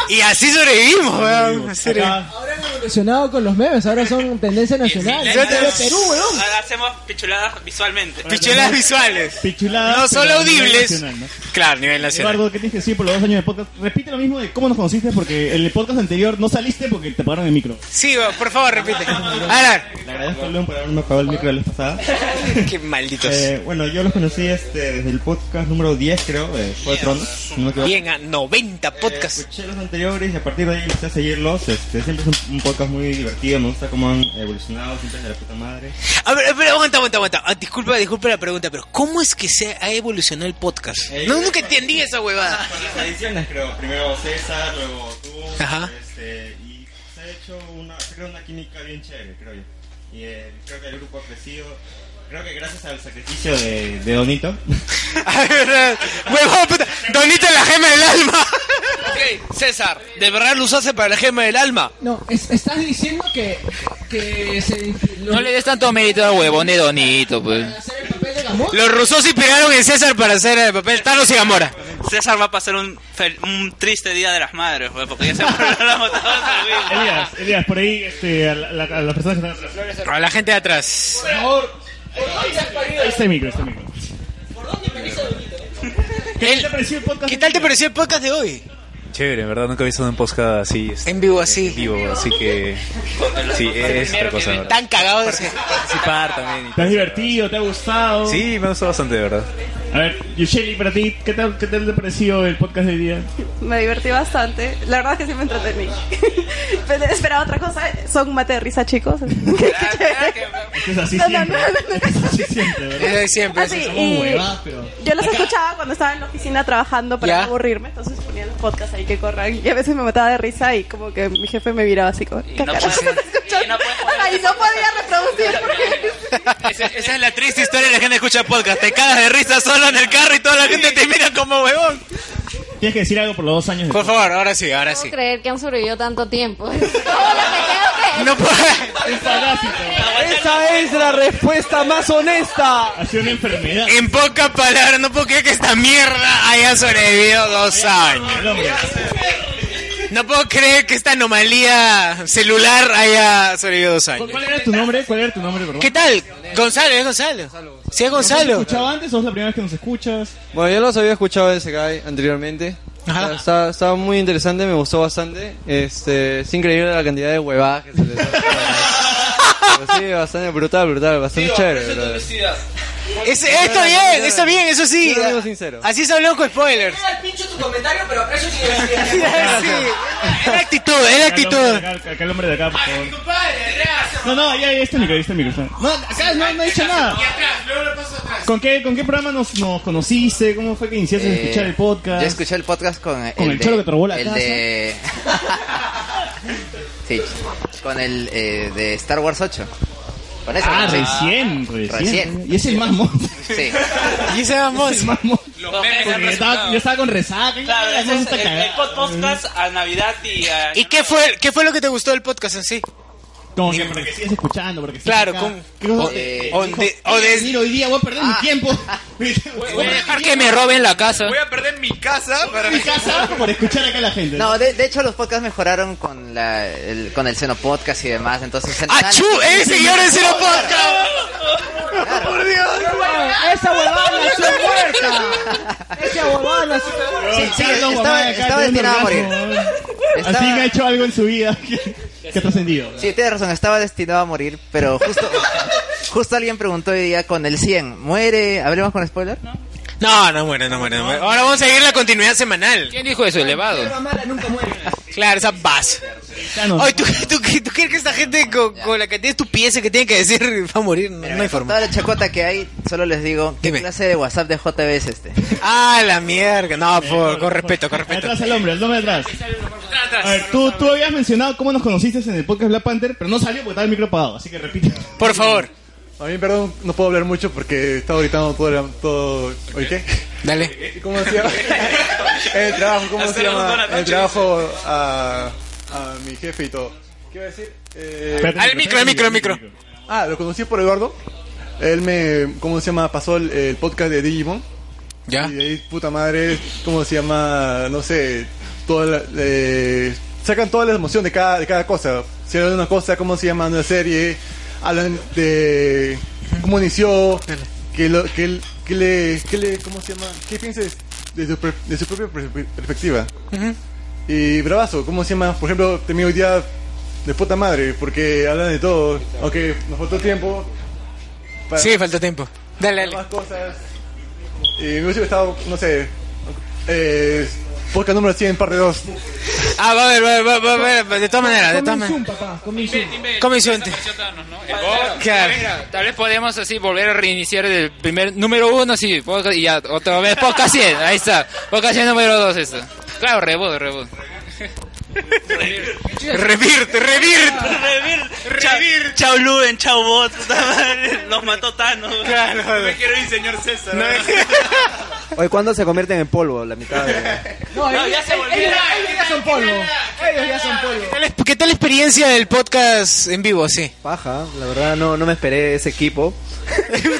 S2: Y así sobrevivimos, weón. En serio.
S16: Ahora han evolucionado con los memes, ahora son tendencia nacional.
S6: Sí,
S16: Ya
S6: sí,
S16: te ve
S6: sí.
S16: Perú, weón.
S6: Ahora hacemos pichuladas visualmente.
S2: Pichuladas visuales.
S3: Pichuladas,
S2: No solo
S3: pero a nivel
S2: audibles.
S3: nacional, ¿no?
S2: Claro, a nivel nacional.
S3: Eduardo, ¿qué tienes que decir por los dos años de podcast? Repite lo mismo de cómo nos conociste, porque en el podcast anterior no saliste porque te pagaron el micro.
S2: Sí, weón, por favor, repite. Alan.
S3: Le agradezco a León por haberme pagado el micro la vez pasada.
S2: Qué malditos.
S36: Eh, bueno, yo los conocí este, desde el podcast número 10, creo, eh, fue Tronos. si no me equivoco.
S2: Bien a 90 podcasts.
S36: escuché
S2: los
S36: anteriores y a partir de ahí empecé a seguirlos. Este, siempre es un, un podcast muy divertido, me gusta cómo han evolucionado, siempre es de la puta madre.
S2: A ver, a ver, aguanta, aguanta, aguanta. Ah, disculpa, disculpa la pregunta, pero ¿cómo es que se ha evolucionado el podcast?
S3: Eh,
S2: No, nunca entendí esa huevada.
S36: Las ediciones, creo. Primero César, luego tú.
S2: Ajá.
S36: Este, y se ha hecho una, creo, una química bien chévere, creo yo. Y eh, creo que el grupo ha crecido. Creo que gracias al sacrificio de, de Donito.
S2: Huevón, puta. Donita la gema del alma.
S20: Ok, César, ¿de verdad lo usaste para la gema del alma?
S16: No, es- estás diciendo que, que se,
S4: No le des tanto mérito al huevón de Donito, pues.
S2: Los rusos inspiraron en César para hacer el papel Thanos y Gamora.
S6: César va a pasar un, fel- un triste día de las madres, güey, porque ya se mataron
S3: Elías, Elías, por ahí, este, a, la, a las personas que están atrás.
S2: A la gente de atrás.
S3: Por favor. Este micro, este micro.
S2: ¿Qué tal te
S3: pareció el podcast?
S2: de hoy?
S37: Chévere, en verdad nunca he visto un podcast así. este,
S2: En vivo así.
S37: En vivo, así que. Sí, es otra cosa, en ¿verdad?
S2: Tan cagado de
S37: Participar también. y-
S3: ¿Te has divertido? ¿Te ha gustado?
S37: Sí, me gustó bastante, de verdad.
S3: A ver, Yusheli, para ti, ¿qué tal, ¿qué tal te ha parecido el podcast de hoy día?
S23: Me divertí bastante. La verdad es que sí me entretení. Pero esperaba otra cosa. Son mate de risa, chicos.
S3: Es que es así
S23: No, no,
S3: siempre.
S23: no, no,
S3: Es así siempre, ¿verdad?
S23: Es siempre, Así, es así. Ah, y- Yo los escuchaba cuando estaba en la oficina trabajando para
S3: Ya.
S23: no aburrirme, entonces ponía los podcasts ahí que corran y a veces me mataba de risa y como que mi jefe me miraba así como... "¿Qué carajo estás escuchando?". Ajá, Y no podía reproducir porque...
S7: Esa, esa es la triste historia de la gente que escucha podcast. Te cagas de risa solo en el carro y toda la gente te mira como huevón.
S3: Tienes que decir algo por los dos años.
S2: Por favor, ahora sí, ahora sí.
S8: creer que han sobrevivido tanto tiempo.
S2: No puedo.
S16: Esa es la respuesta más honesta.
S3: Ha sido una enfermedad.
S2: En pocas palabras, no puedo creer que esta mierda haya sobrevivido dos años. No puedo creer que esta anomalía celular haya sobrevivido dos años.
S3: ¿Cuál era tu nombre? ¿Cuál era tu nombre, perdón?
S2: ¿Qué tal? Gonzalo, es Gonzalo. Sí, es
S3: ¿No
S2: Gonzalo.
S3: has escuchado antes o es la primera vez que nos escuchas?
S20: Bueno, yo los había escuchado de ese guy anteriormente. Estaba- Estaba, estaba muy interesante, me gustó bastante. Este, es increíble la cantidad de huevadas que se les hace. Pero sí, bastante brutal, brutal, bastante chévere. brother.
S2: Es, está bien, está bien, eso sí. Así se habló con spoilers.
S38: pincho tu comentario, pero aprecio tu diversidad.
S2: Sí, es la actitud, eh. es la actitud.
S3: Acá el hombre de acá, por favor. No, no, ya, ya, este micro, este micro. No, acá no, no he dicho nada. ¿Con qué, con qué programa nos, nos conociste? ¿Cómo fue que iniciaste a
S10: Eh,
S3: escuchar el podcast?
S10: Yo escuché el podcast con el,
S3: Con el cholo que te robó la
S10: el
S3: casa.
S10: de- sí, con el eh, de Star Wars 8. Con ese
S3: ah,
S10: conocí.
S3: recién, recién,
S10: Recién.
S3: Y es el más monstruo.
S10: Sí.
S2: Y ese vamos.
S3: Yo estaba, yo estaba con resaca.
S6: Claro,
S3: ya,
S6: ese
S3: ya
S6: es
S3: está
S6: el,
S3: cagada.
S6: el podcast
S3: Mm.
S6: a Navidad y a...
S2: ¿Y qué fue, qué fue lo que te gustó del podcast en sí?
S3: Como que porque sigues escuchando, porque sigues
S2: Claro,
S3: acá.
S2: con-
S3: ¿Qué cosa
S2: o-
S3: te-
S2: eh, o
S3: dijo,
S2: de- Ah.
S3: "Voy a venir hoy día, voy a perder mi tiempo.
S4: Voy a dejar que me roben la casa.
S8: Voy a perder mi casa para
S3: mi casa por escuchar acá a la gente.
S10: No, de, de hecho los podcasts mejoraron con la el, con el Seno Podcast y demás, entonces...
S2: ¡Achú! ¡Eres ¡Ah, ¡Eh, señor del Seno
S10: Podcast!
S2: ¡Por Dios!
S16: Esa huevada nació muerta. Esa huevada nació
S10: Sí, sí, estaba, estaba destinado a morir.
S3: Así me ha hecho algo en su vida que, que ha trascendido.
S10: Sí, tienes razón, estaba destinado a morir, pero justo, justo alguien preguntó hoy día con el 100, ¿muere? ¿Hablemos con spoiler?
S2: No, no muere, no muere, no muere. Ahora vamos a seguir la continuidad semanal. ¿Quién dijo eso? Elevado. Claro, esa paz. Ay, ¿tú, tú, tú crees que esta gente con, con la cantidad de estupideces que tiene que decir va a morir? No, no hay
S10: Con
S2: forma.
S10: toda la chacota que hay, solo les digo, ¿qué clase de WhatsApp de JB es este?
S2: Ah, la mierda. No, por, con respeto, con respeto.
S3: Atrás el hombre, el hombre atrás. A ver, tú, tú habías mencionado cómo nos conociste en el podcast Black Panther, pero no salió porque estaba el micro apagado, así que repite.
S2: Por favor.
S20: A mí, perdón, no puedo hablar mucho porque estaba gritando todo. el- todo ¿Oye qué?
S2: Dale.
S20: ¿Cómo se llama? En el trabajo, ¿cómo se llama? En el trabajo. ah, a mi jefe y todo. ¿Qué iba a decir? Eh,
S2: Espérate, Al micro, al micro, al micro.
S20: Ah, lo conocí por Eduardo. Él me, ¿cómo se llama? Pasó el, el podcast de Digimon. Ya. Y de ahí, puta madre, ¿cómo se llama? No sé, toda la- eh, sacan toda la emoción de cada, de cada cosa. Si hablan de una cosa, ¿cómo se llama? Una serie. Hablan de cómo inició, que, lo, que, el- que le, que le, ¿cómo se llama? ¿Qué piensas de su, per- de su propia per- perspectiva? Y bravazo, ¿cómo se llama? Por ejemplo, terminé hoy día de puta madre, porque hablan de todo. Aunque nos faltó tiempo.
S2: Sí, falta tiempo. Dale, dale.
S20: Y me hubiese gustado, no sé. Eh, podcast número 100, parte 2.
S2: Ah, va a ver, va a ver, va a ver, va a ver, de todas maneras, de todas maneras. Comisión. Claro.
S4: Mira, Tal vez podemos así volver a reiniciar el primer número uno, sí, podcast- y ya, otra vez, podcast 100, ahí está, podcast 100 número 2 esto. Claro, reboot, reboot.
S6: Revirte, revirte, revirte. Revirte. Chao Luen, chao Bot. puta madre, Los mató Thanos.
S2: Claro.
S6: No me quiero ir, señor César.
S8: No, Hoy cuando se convierten en polvo la mitad de...
S6: No,
S16: No, ellos-
S6: ya se
S16: ellos-
S6: volvieron.
S16: Ellos ya son polvo. Ellos ya son polvo.
S2: ¿Qué tal- ¿Qué tal la experiencia del podcast en vivo, sí?
S8: Paja, la verdad no, no me esperé ese equipo.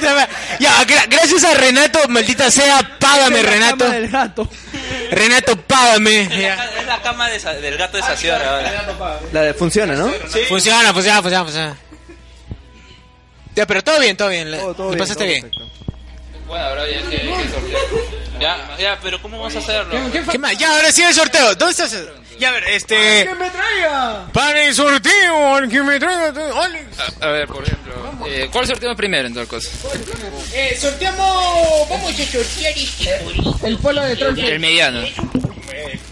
S2: Ya, gra- gracias a Renato, maldita sea, págame Renato. Renato, págame. Ya.
S6: Es la cama de esa- del gato de esa señora. ahora.
S8: La de, funciona, ¿no?
S2: Funciona, funciona, funciona, funciona. Ya, pero todo bien, todo bien. le- le pasaste bien.
S6: Bueno, ahora ya que, que sorteo. Ya, ya, pero ¿cómo vas a hacerlo?
S2: ¿Qué más? Ya, ahora sí el sorteo. ¿Dónde estás? Ya, a ver, este...
S16: ¡Que me traiga!
S2: Para el sorteo, al que me traiga... Alex.
S4: A, a ver, por ejemplo, eh, ¿cuál sorteamos primero en tal cosa?
S16: Eh, sorteamos. Vamos a sortear este. El polo de Trump.
S4: El mediano.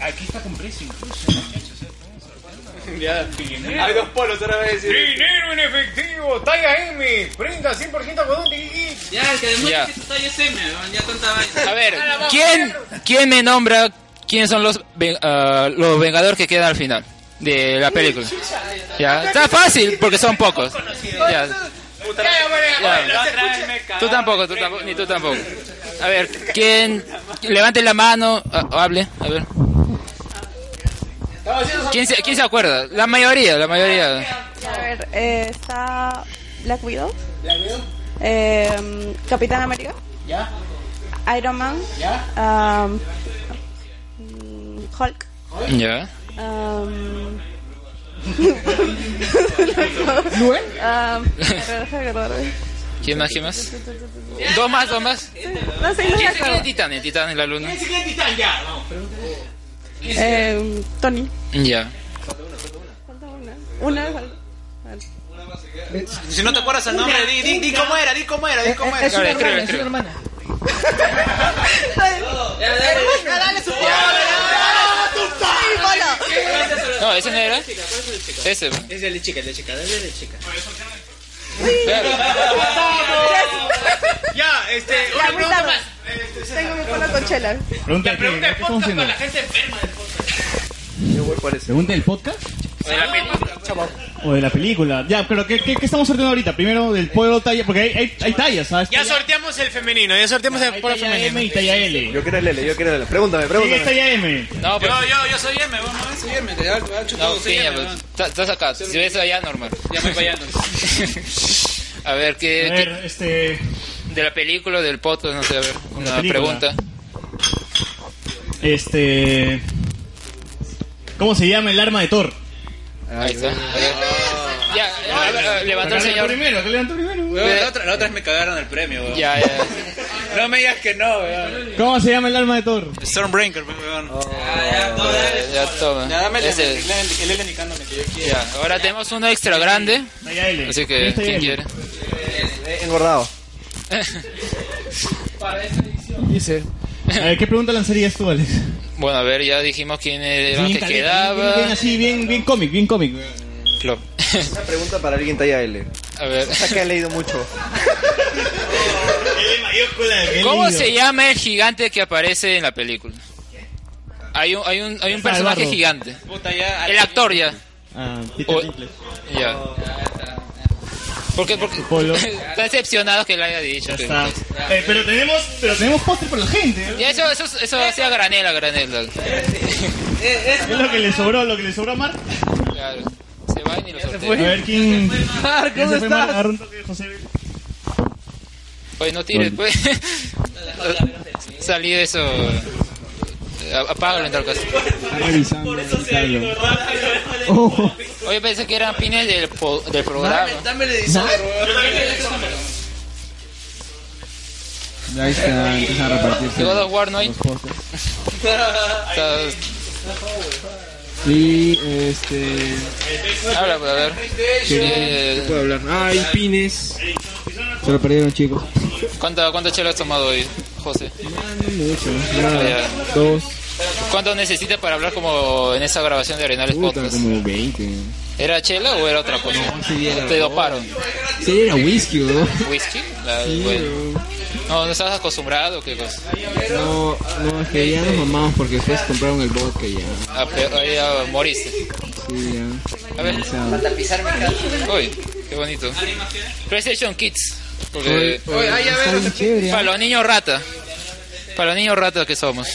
S16: Aquí está con precio incluso.
S20: Hay dos polos, ahora voy a decir.
S2: Dinero en efectivo, talla M, prenda 100% algodón de
S6: Ya, el que demuestre
S4: Ya.
S6: que su talla es M, ¿no? ya tanta vaina.
S4: A ver, ¿Quién, ¿Quién me nombra quiénes son los, ven- ah, los Vengadores que quedan al final de la película? Ya, está fácil porque son pocos. Ya, tú tampoco, tú tampoco, ni tú tampoco. A ver, ¿quién levante la mano, ah, hable, a ver. ¿Quién se, quién se acuerda? La mayoría, la mayoría.
S23: A ver, eh, está Black Widow,
S16: ¿La veo?
S23: eh, Capitán América,
S16: ¿Ya?
S23: Iron Man, um, mm, Hulk.
S4: Ya.
S23: Um,
S16: ¿Luen?
S23: Um, deja de acordarme.
S4: ¿Quién más, quién más? Dos más, dos más.
S23: No sé, no me
S4: ¿Quién se queda en
S23: acuerdo.
S4: Titán, en Titán, en la luna?
S16: Titán ya? No,
S23: Eh, Tony.
S4: Ya.
S23: Una. falta-
S6: Si no te acuerdas el nombre, di, di, di cómo era, di cómo era, di cómo era.
S16: Es una hermana, es una hermana.
S6: Hermana, dale su
S2: Ah,
S4: No, ¿ese no era? Ese.
S16: Es el de chica, el de chica, el de chica.
S6: Ya, este,
S23: La
S6: una pregunta
S23: mitad
S6: más.
S23: más.
S2: este,
S23: Tengo mi polo con chela.
S3: Pregunta, ¿qué,
S6: Pregunta de
S3: qué
S6: podcast
S3: funcionó?
S6: con la gente enferma.
S3: ¿Pregunta del podcast?
S6: De la película.
S3: O de la película. Ya, pero ¿qué, qué, qué estamos sorteando ahorita? Primero del pueblo talla, porque hay, hay, hay tallas, ¿sabes?
S2: Ya sorteamos el femenino, ya sorteamos el polo femenino.
S3: M y talla L.
S8: Yo quiero el L, yo quiero el L. Pregúntame, pregúntame.
S3: Sí, talla M.
S4: No, pero...
S6: Yo, yo, yo soy M, vamos ¿eh? a ver, soy M. Te da- te da chutado,
S4: Ah, No,
S6: soy
S4: sí, ya,
S6: M,
S4: pues,
S6: ¿no?
S4: está- estás acá. Si ves allá, normal.
S6: Ya me fallando.
S4: A ver, ¿qué,
S3: A ver, este...
S4: qué- de la película, del podcast, no sé, a ver, una
S3: película.
S4: pregunta.
S3: Este... ¿Cómo se llama el arma de Thor?
S4: Ahí está. A ver. Ya, a ver, a ver, levantó el
S3: Acá
S4: señor.
S3: primero, que levantó primero.
S6: Weón, la otra, la otra vez me cagaron el premio, weón.
S4: Ya, ya.
S6: No me digas que no, weón.
S3: ¿Cómo se llama el arma de Thor?
S6: Stormbreaker, pues, weón.
S4: Ya toma.
S6: Ya, dame el-
S4: Ese-
S6: el- el- el L indicándome que yo quiero.
S4: ya, ahora tenemos uno extra grande.
S3: L.
S4: Así que,
S8: Está
S4: ¿quién
S8: L.
S4: quiere?
S8: Engordado.
S3: Dice... A ver, ¿qué pregunta lanzarías tú, Alex?
S4: Bueno, a ver, ya dijimos quién era el
S3: Bien
S4: que
S3: caliente, bien- bien
S4: quedaba.
S3: así, bien, bien cómic, bien cómic.
S8: Una pregunta para alguien talla L.
S4: A ver.
S8: O sea que ha leído mucho.
S4: ¿Cómo se llama el gigante que aparece en la película? Hay un, hay un, hay un
S6: Está
S4: personaje
S6: Eduardo.
S4: gigante.
S6: Puta, ya.
S4: El actor ya.
S3: Ah,
S4: O- Ya. ¿Por qué? Porque está decepcionado que lo haya dicho. pues,
S3: Eh, pero tenemos, pero tenemos postre para la gente. ¿eh?
S4: Ya eso, eso, eso hacía granel a granel.
S3: Es lo que le sobró, lo que le sobró a Mark.
S4: Claro. Se va y ni lo
S3: A ver quién.
S4: Mark,
S3: quién se fue,
S4: Ah, ¿cómo
S3: Mark.
S4: estás?
S3: Agarra un toque de José.
S4: Oye, no tires, pues. Salí de eso. A- Apágalo en tal caso.
S16: Por eso se ha ido,
S4: Oye, pensé que eran pines del, po- del programa.
S39: Dame- dame el edición,
S4: Nah.
S39: por favor.
S16: Ya ahí está, empiezan a repartirse.
S4: God of War no hay.
S16: los postres.
S4: Está-
S16: Y este.
S4: Habla, pues, a ver.
S16: ¿Qué, qué
S4: Eh,
S16: puedo hablar? Ay, pines. Se lo perdieron, chicos.
S4: ¿Cuánta, ¿Cuánta chela has tomado hoy, José?
S16: Nada, Dos.
S4: ¿Cuánto necesitas para hablar como en esa grabación de Arenales
S16: Puta,
S4: Podcast?
S16: como 20.
S4: ¿Era chela o era otra cosa?
S16: era
S4: Te doparon.
S16: Sí, era whisky, bro.
S4: ¿Whisky? La-
S16: Sí,
S4: bueno. No, no estás acostumbrado, pues, o ¿qué cosa?
S16: No, no, es que ya nos mamamos porque después compraron el vodka y ya.
S4: Ah, pe- ahí, ah, moriste.
S16: Sí, ya.
S4: A ver.
S16: Demasiado.
S4: Uy, qué bonito. PlayStation Kids.
S16: Oye,
S4: Porque...
S16: oye, ay, a ver, pues, está bien chévere, ¿eh?
S4: Para los niños rata. Para los niños rata que somos.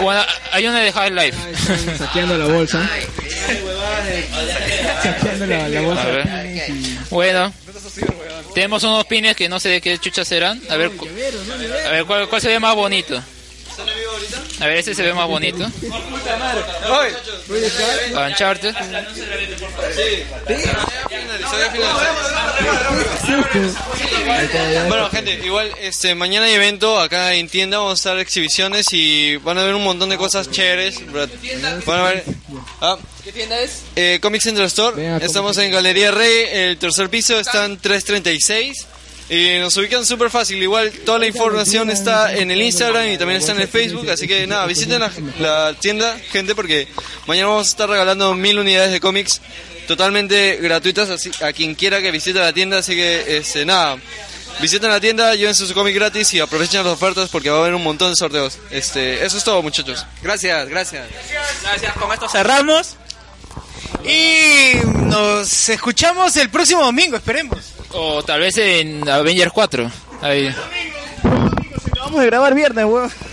S4: Bueno, hay una de High Life.
S16: Ah, Saqueando la bolsa. Saqueando la, la bolsa.
S4: A ver. Bueno, tenemos unos pines que no sé de qué chucha serán. A ver, cu- a ver ¿cuál, cuál se ve más bonito. A ver, ese se ve más bonito. Uncharted.
S8: Bueno, gente, igual este mañana hay evento acá en tienda, vamos a estar exhibiciones y van a ver un montón de cosas chéveres. bro. Van a ver ah,
S10: ¿Qué tienda es?
S8: eh, Comic Central Store. Estamos en Galería Rey, el tercer piso, están 336. Y nos ubican súper fácil. Igual toda la información está en el Instagram y también está en el Facebook. Así que nada, visiten la, la tienda, gente, porque mañana vamos a estar regalando mil unidades de cómics totalmente gratuitas así, a quien quiera que visite la tienda. Así que este, nada, visiten la tienda, lleven sus cómics gratis y aprovechen las ofertas porque va a haber un montón de sorteos. Este, eso es todo, muchachos. Gracias, gracias.
S40: Gracias, con esto cerramos.
S2: Y nos escuchamos el próximo domingo, esperemos.
S4: O tal vez en Avengers 4. Ahí.
S41: Vamos a grabar viernes, weón.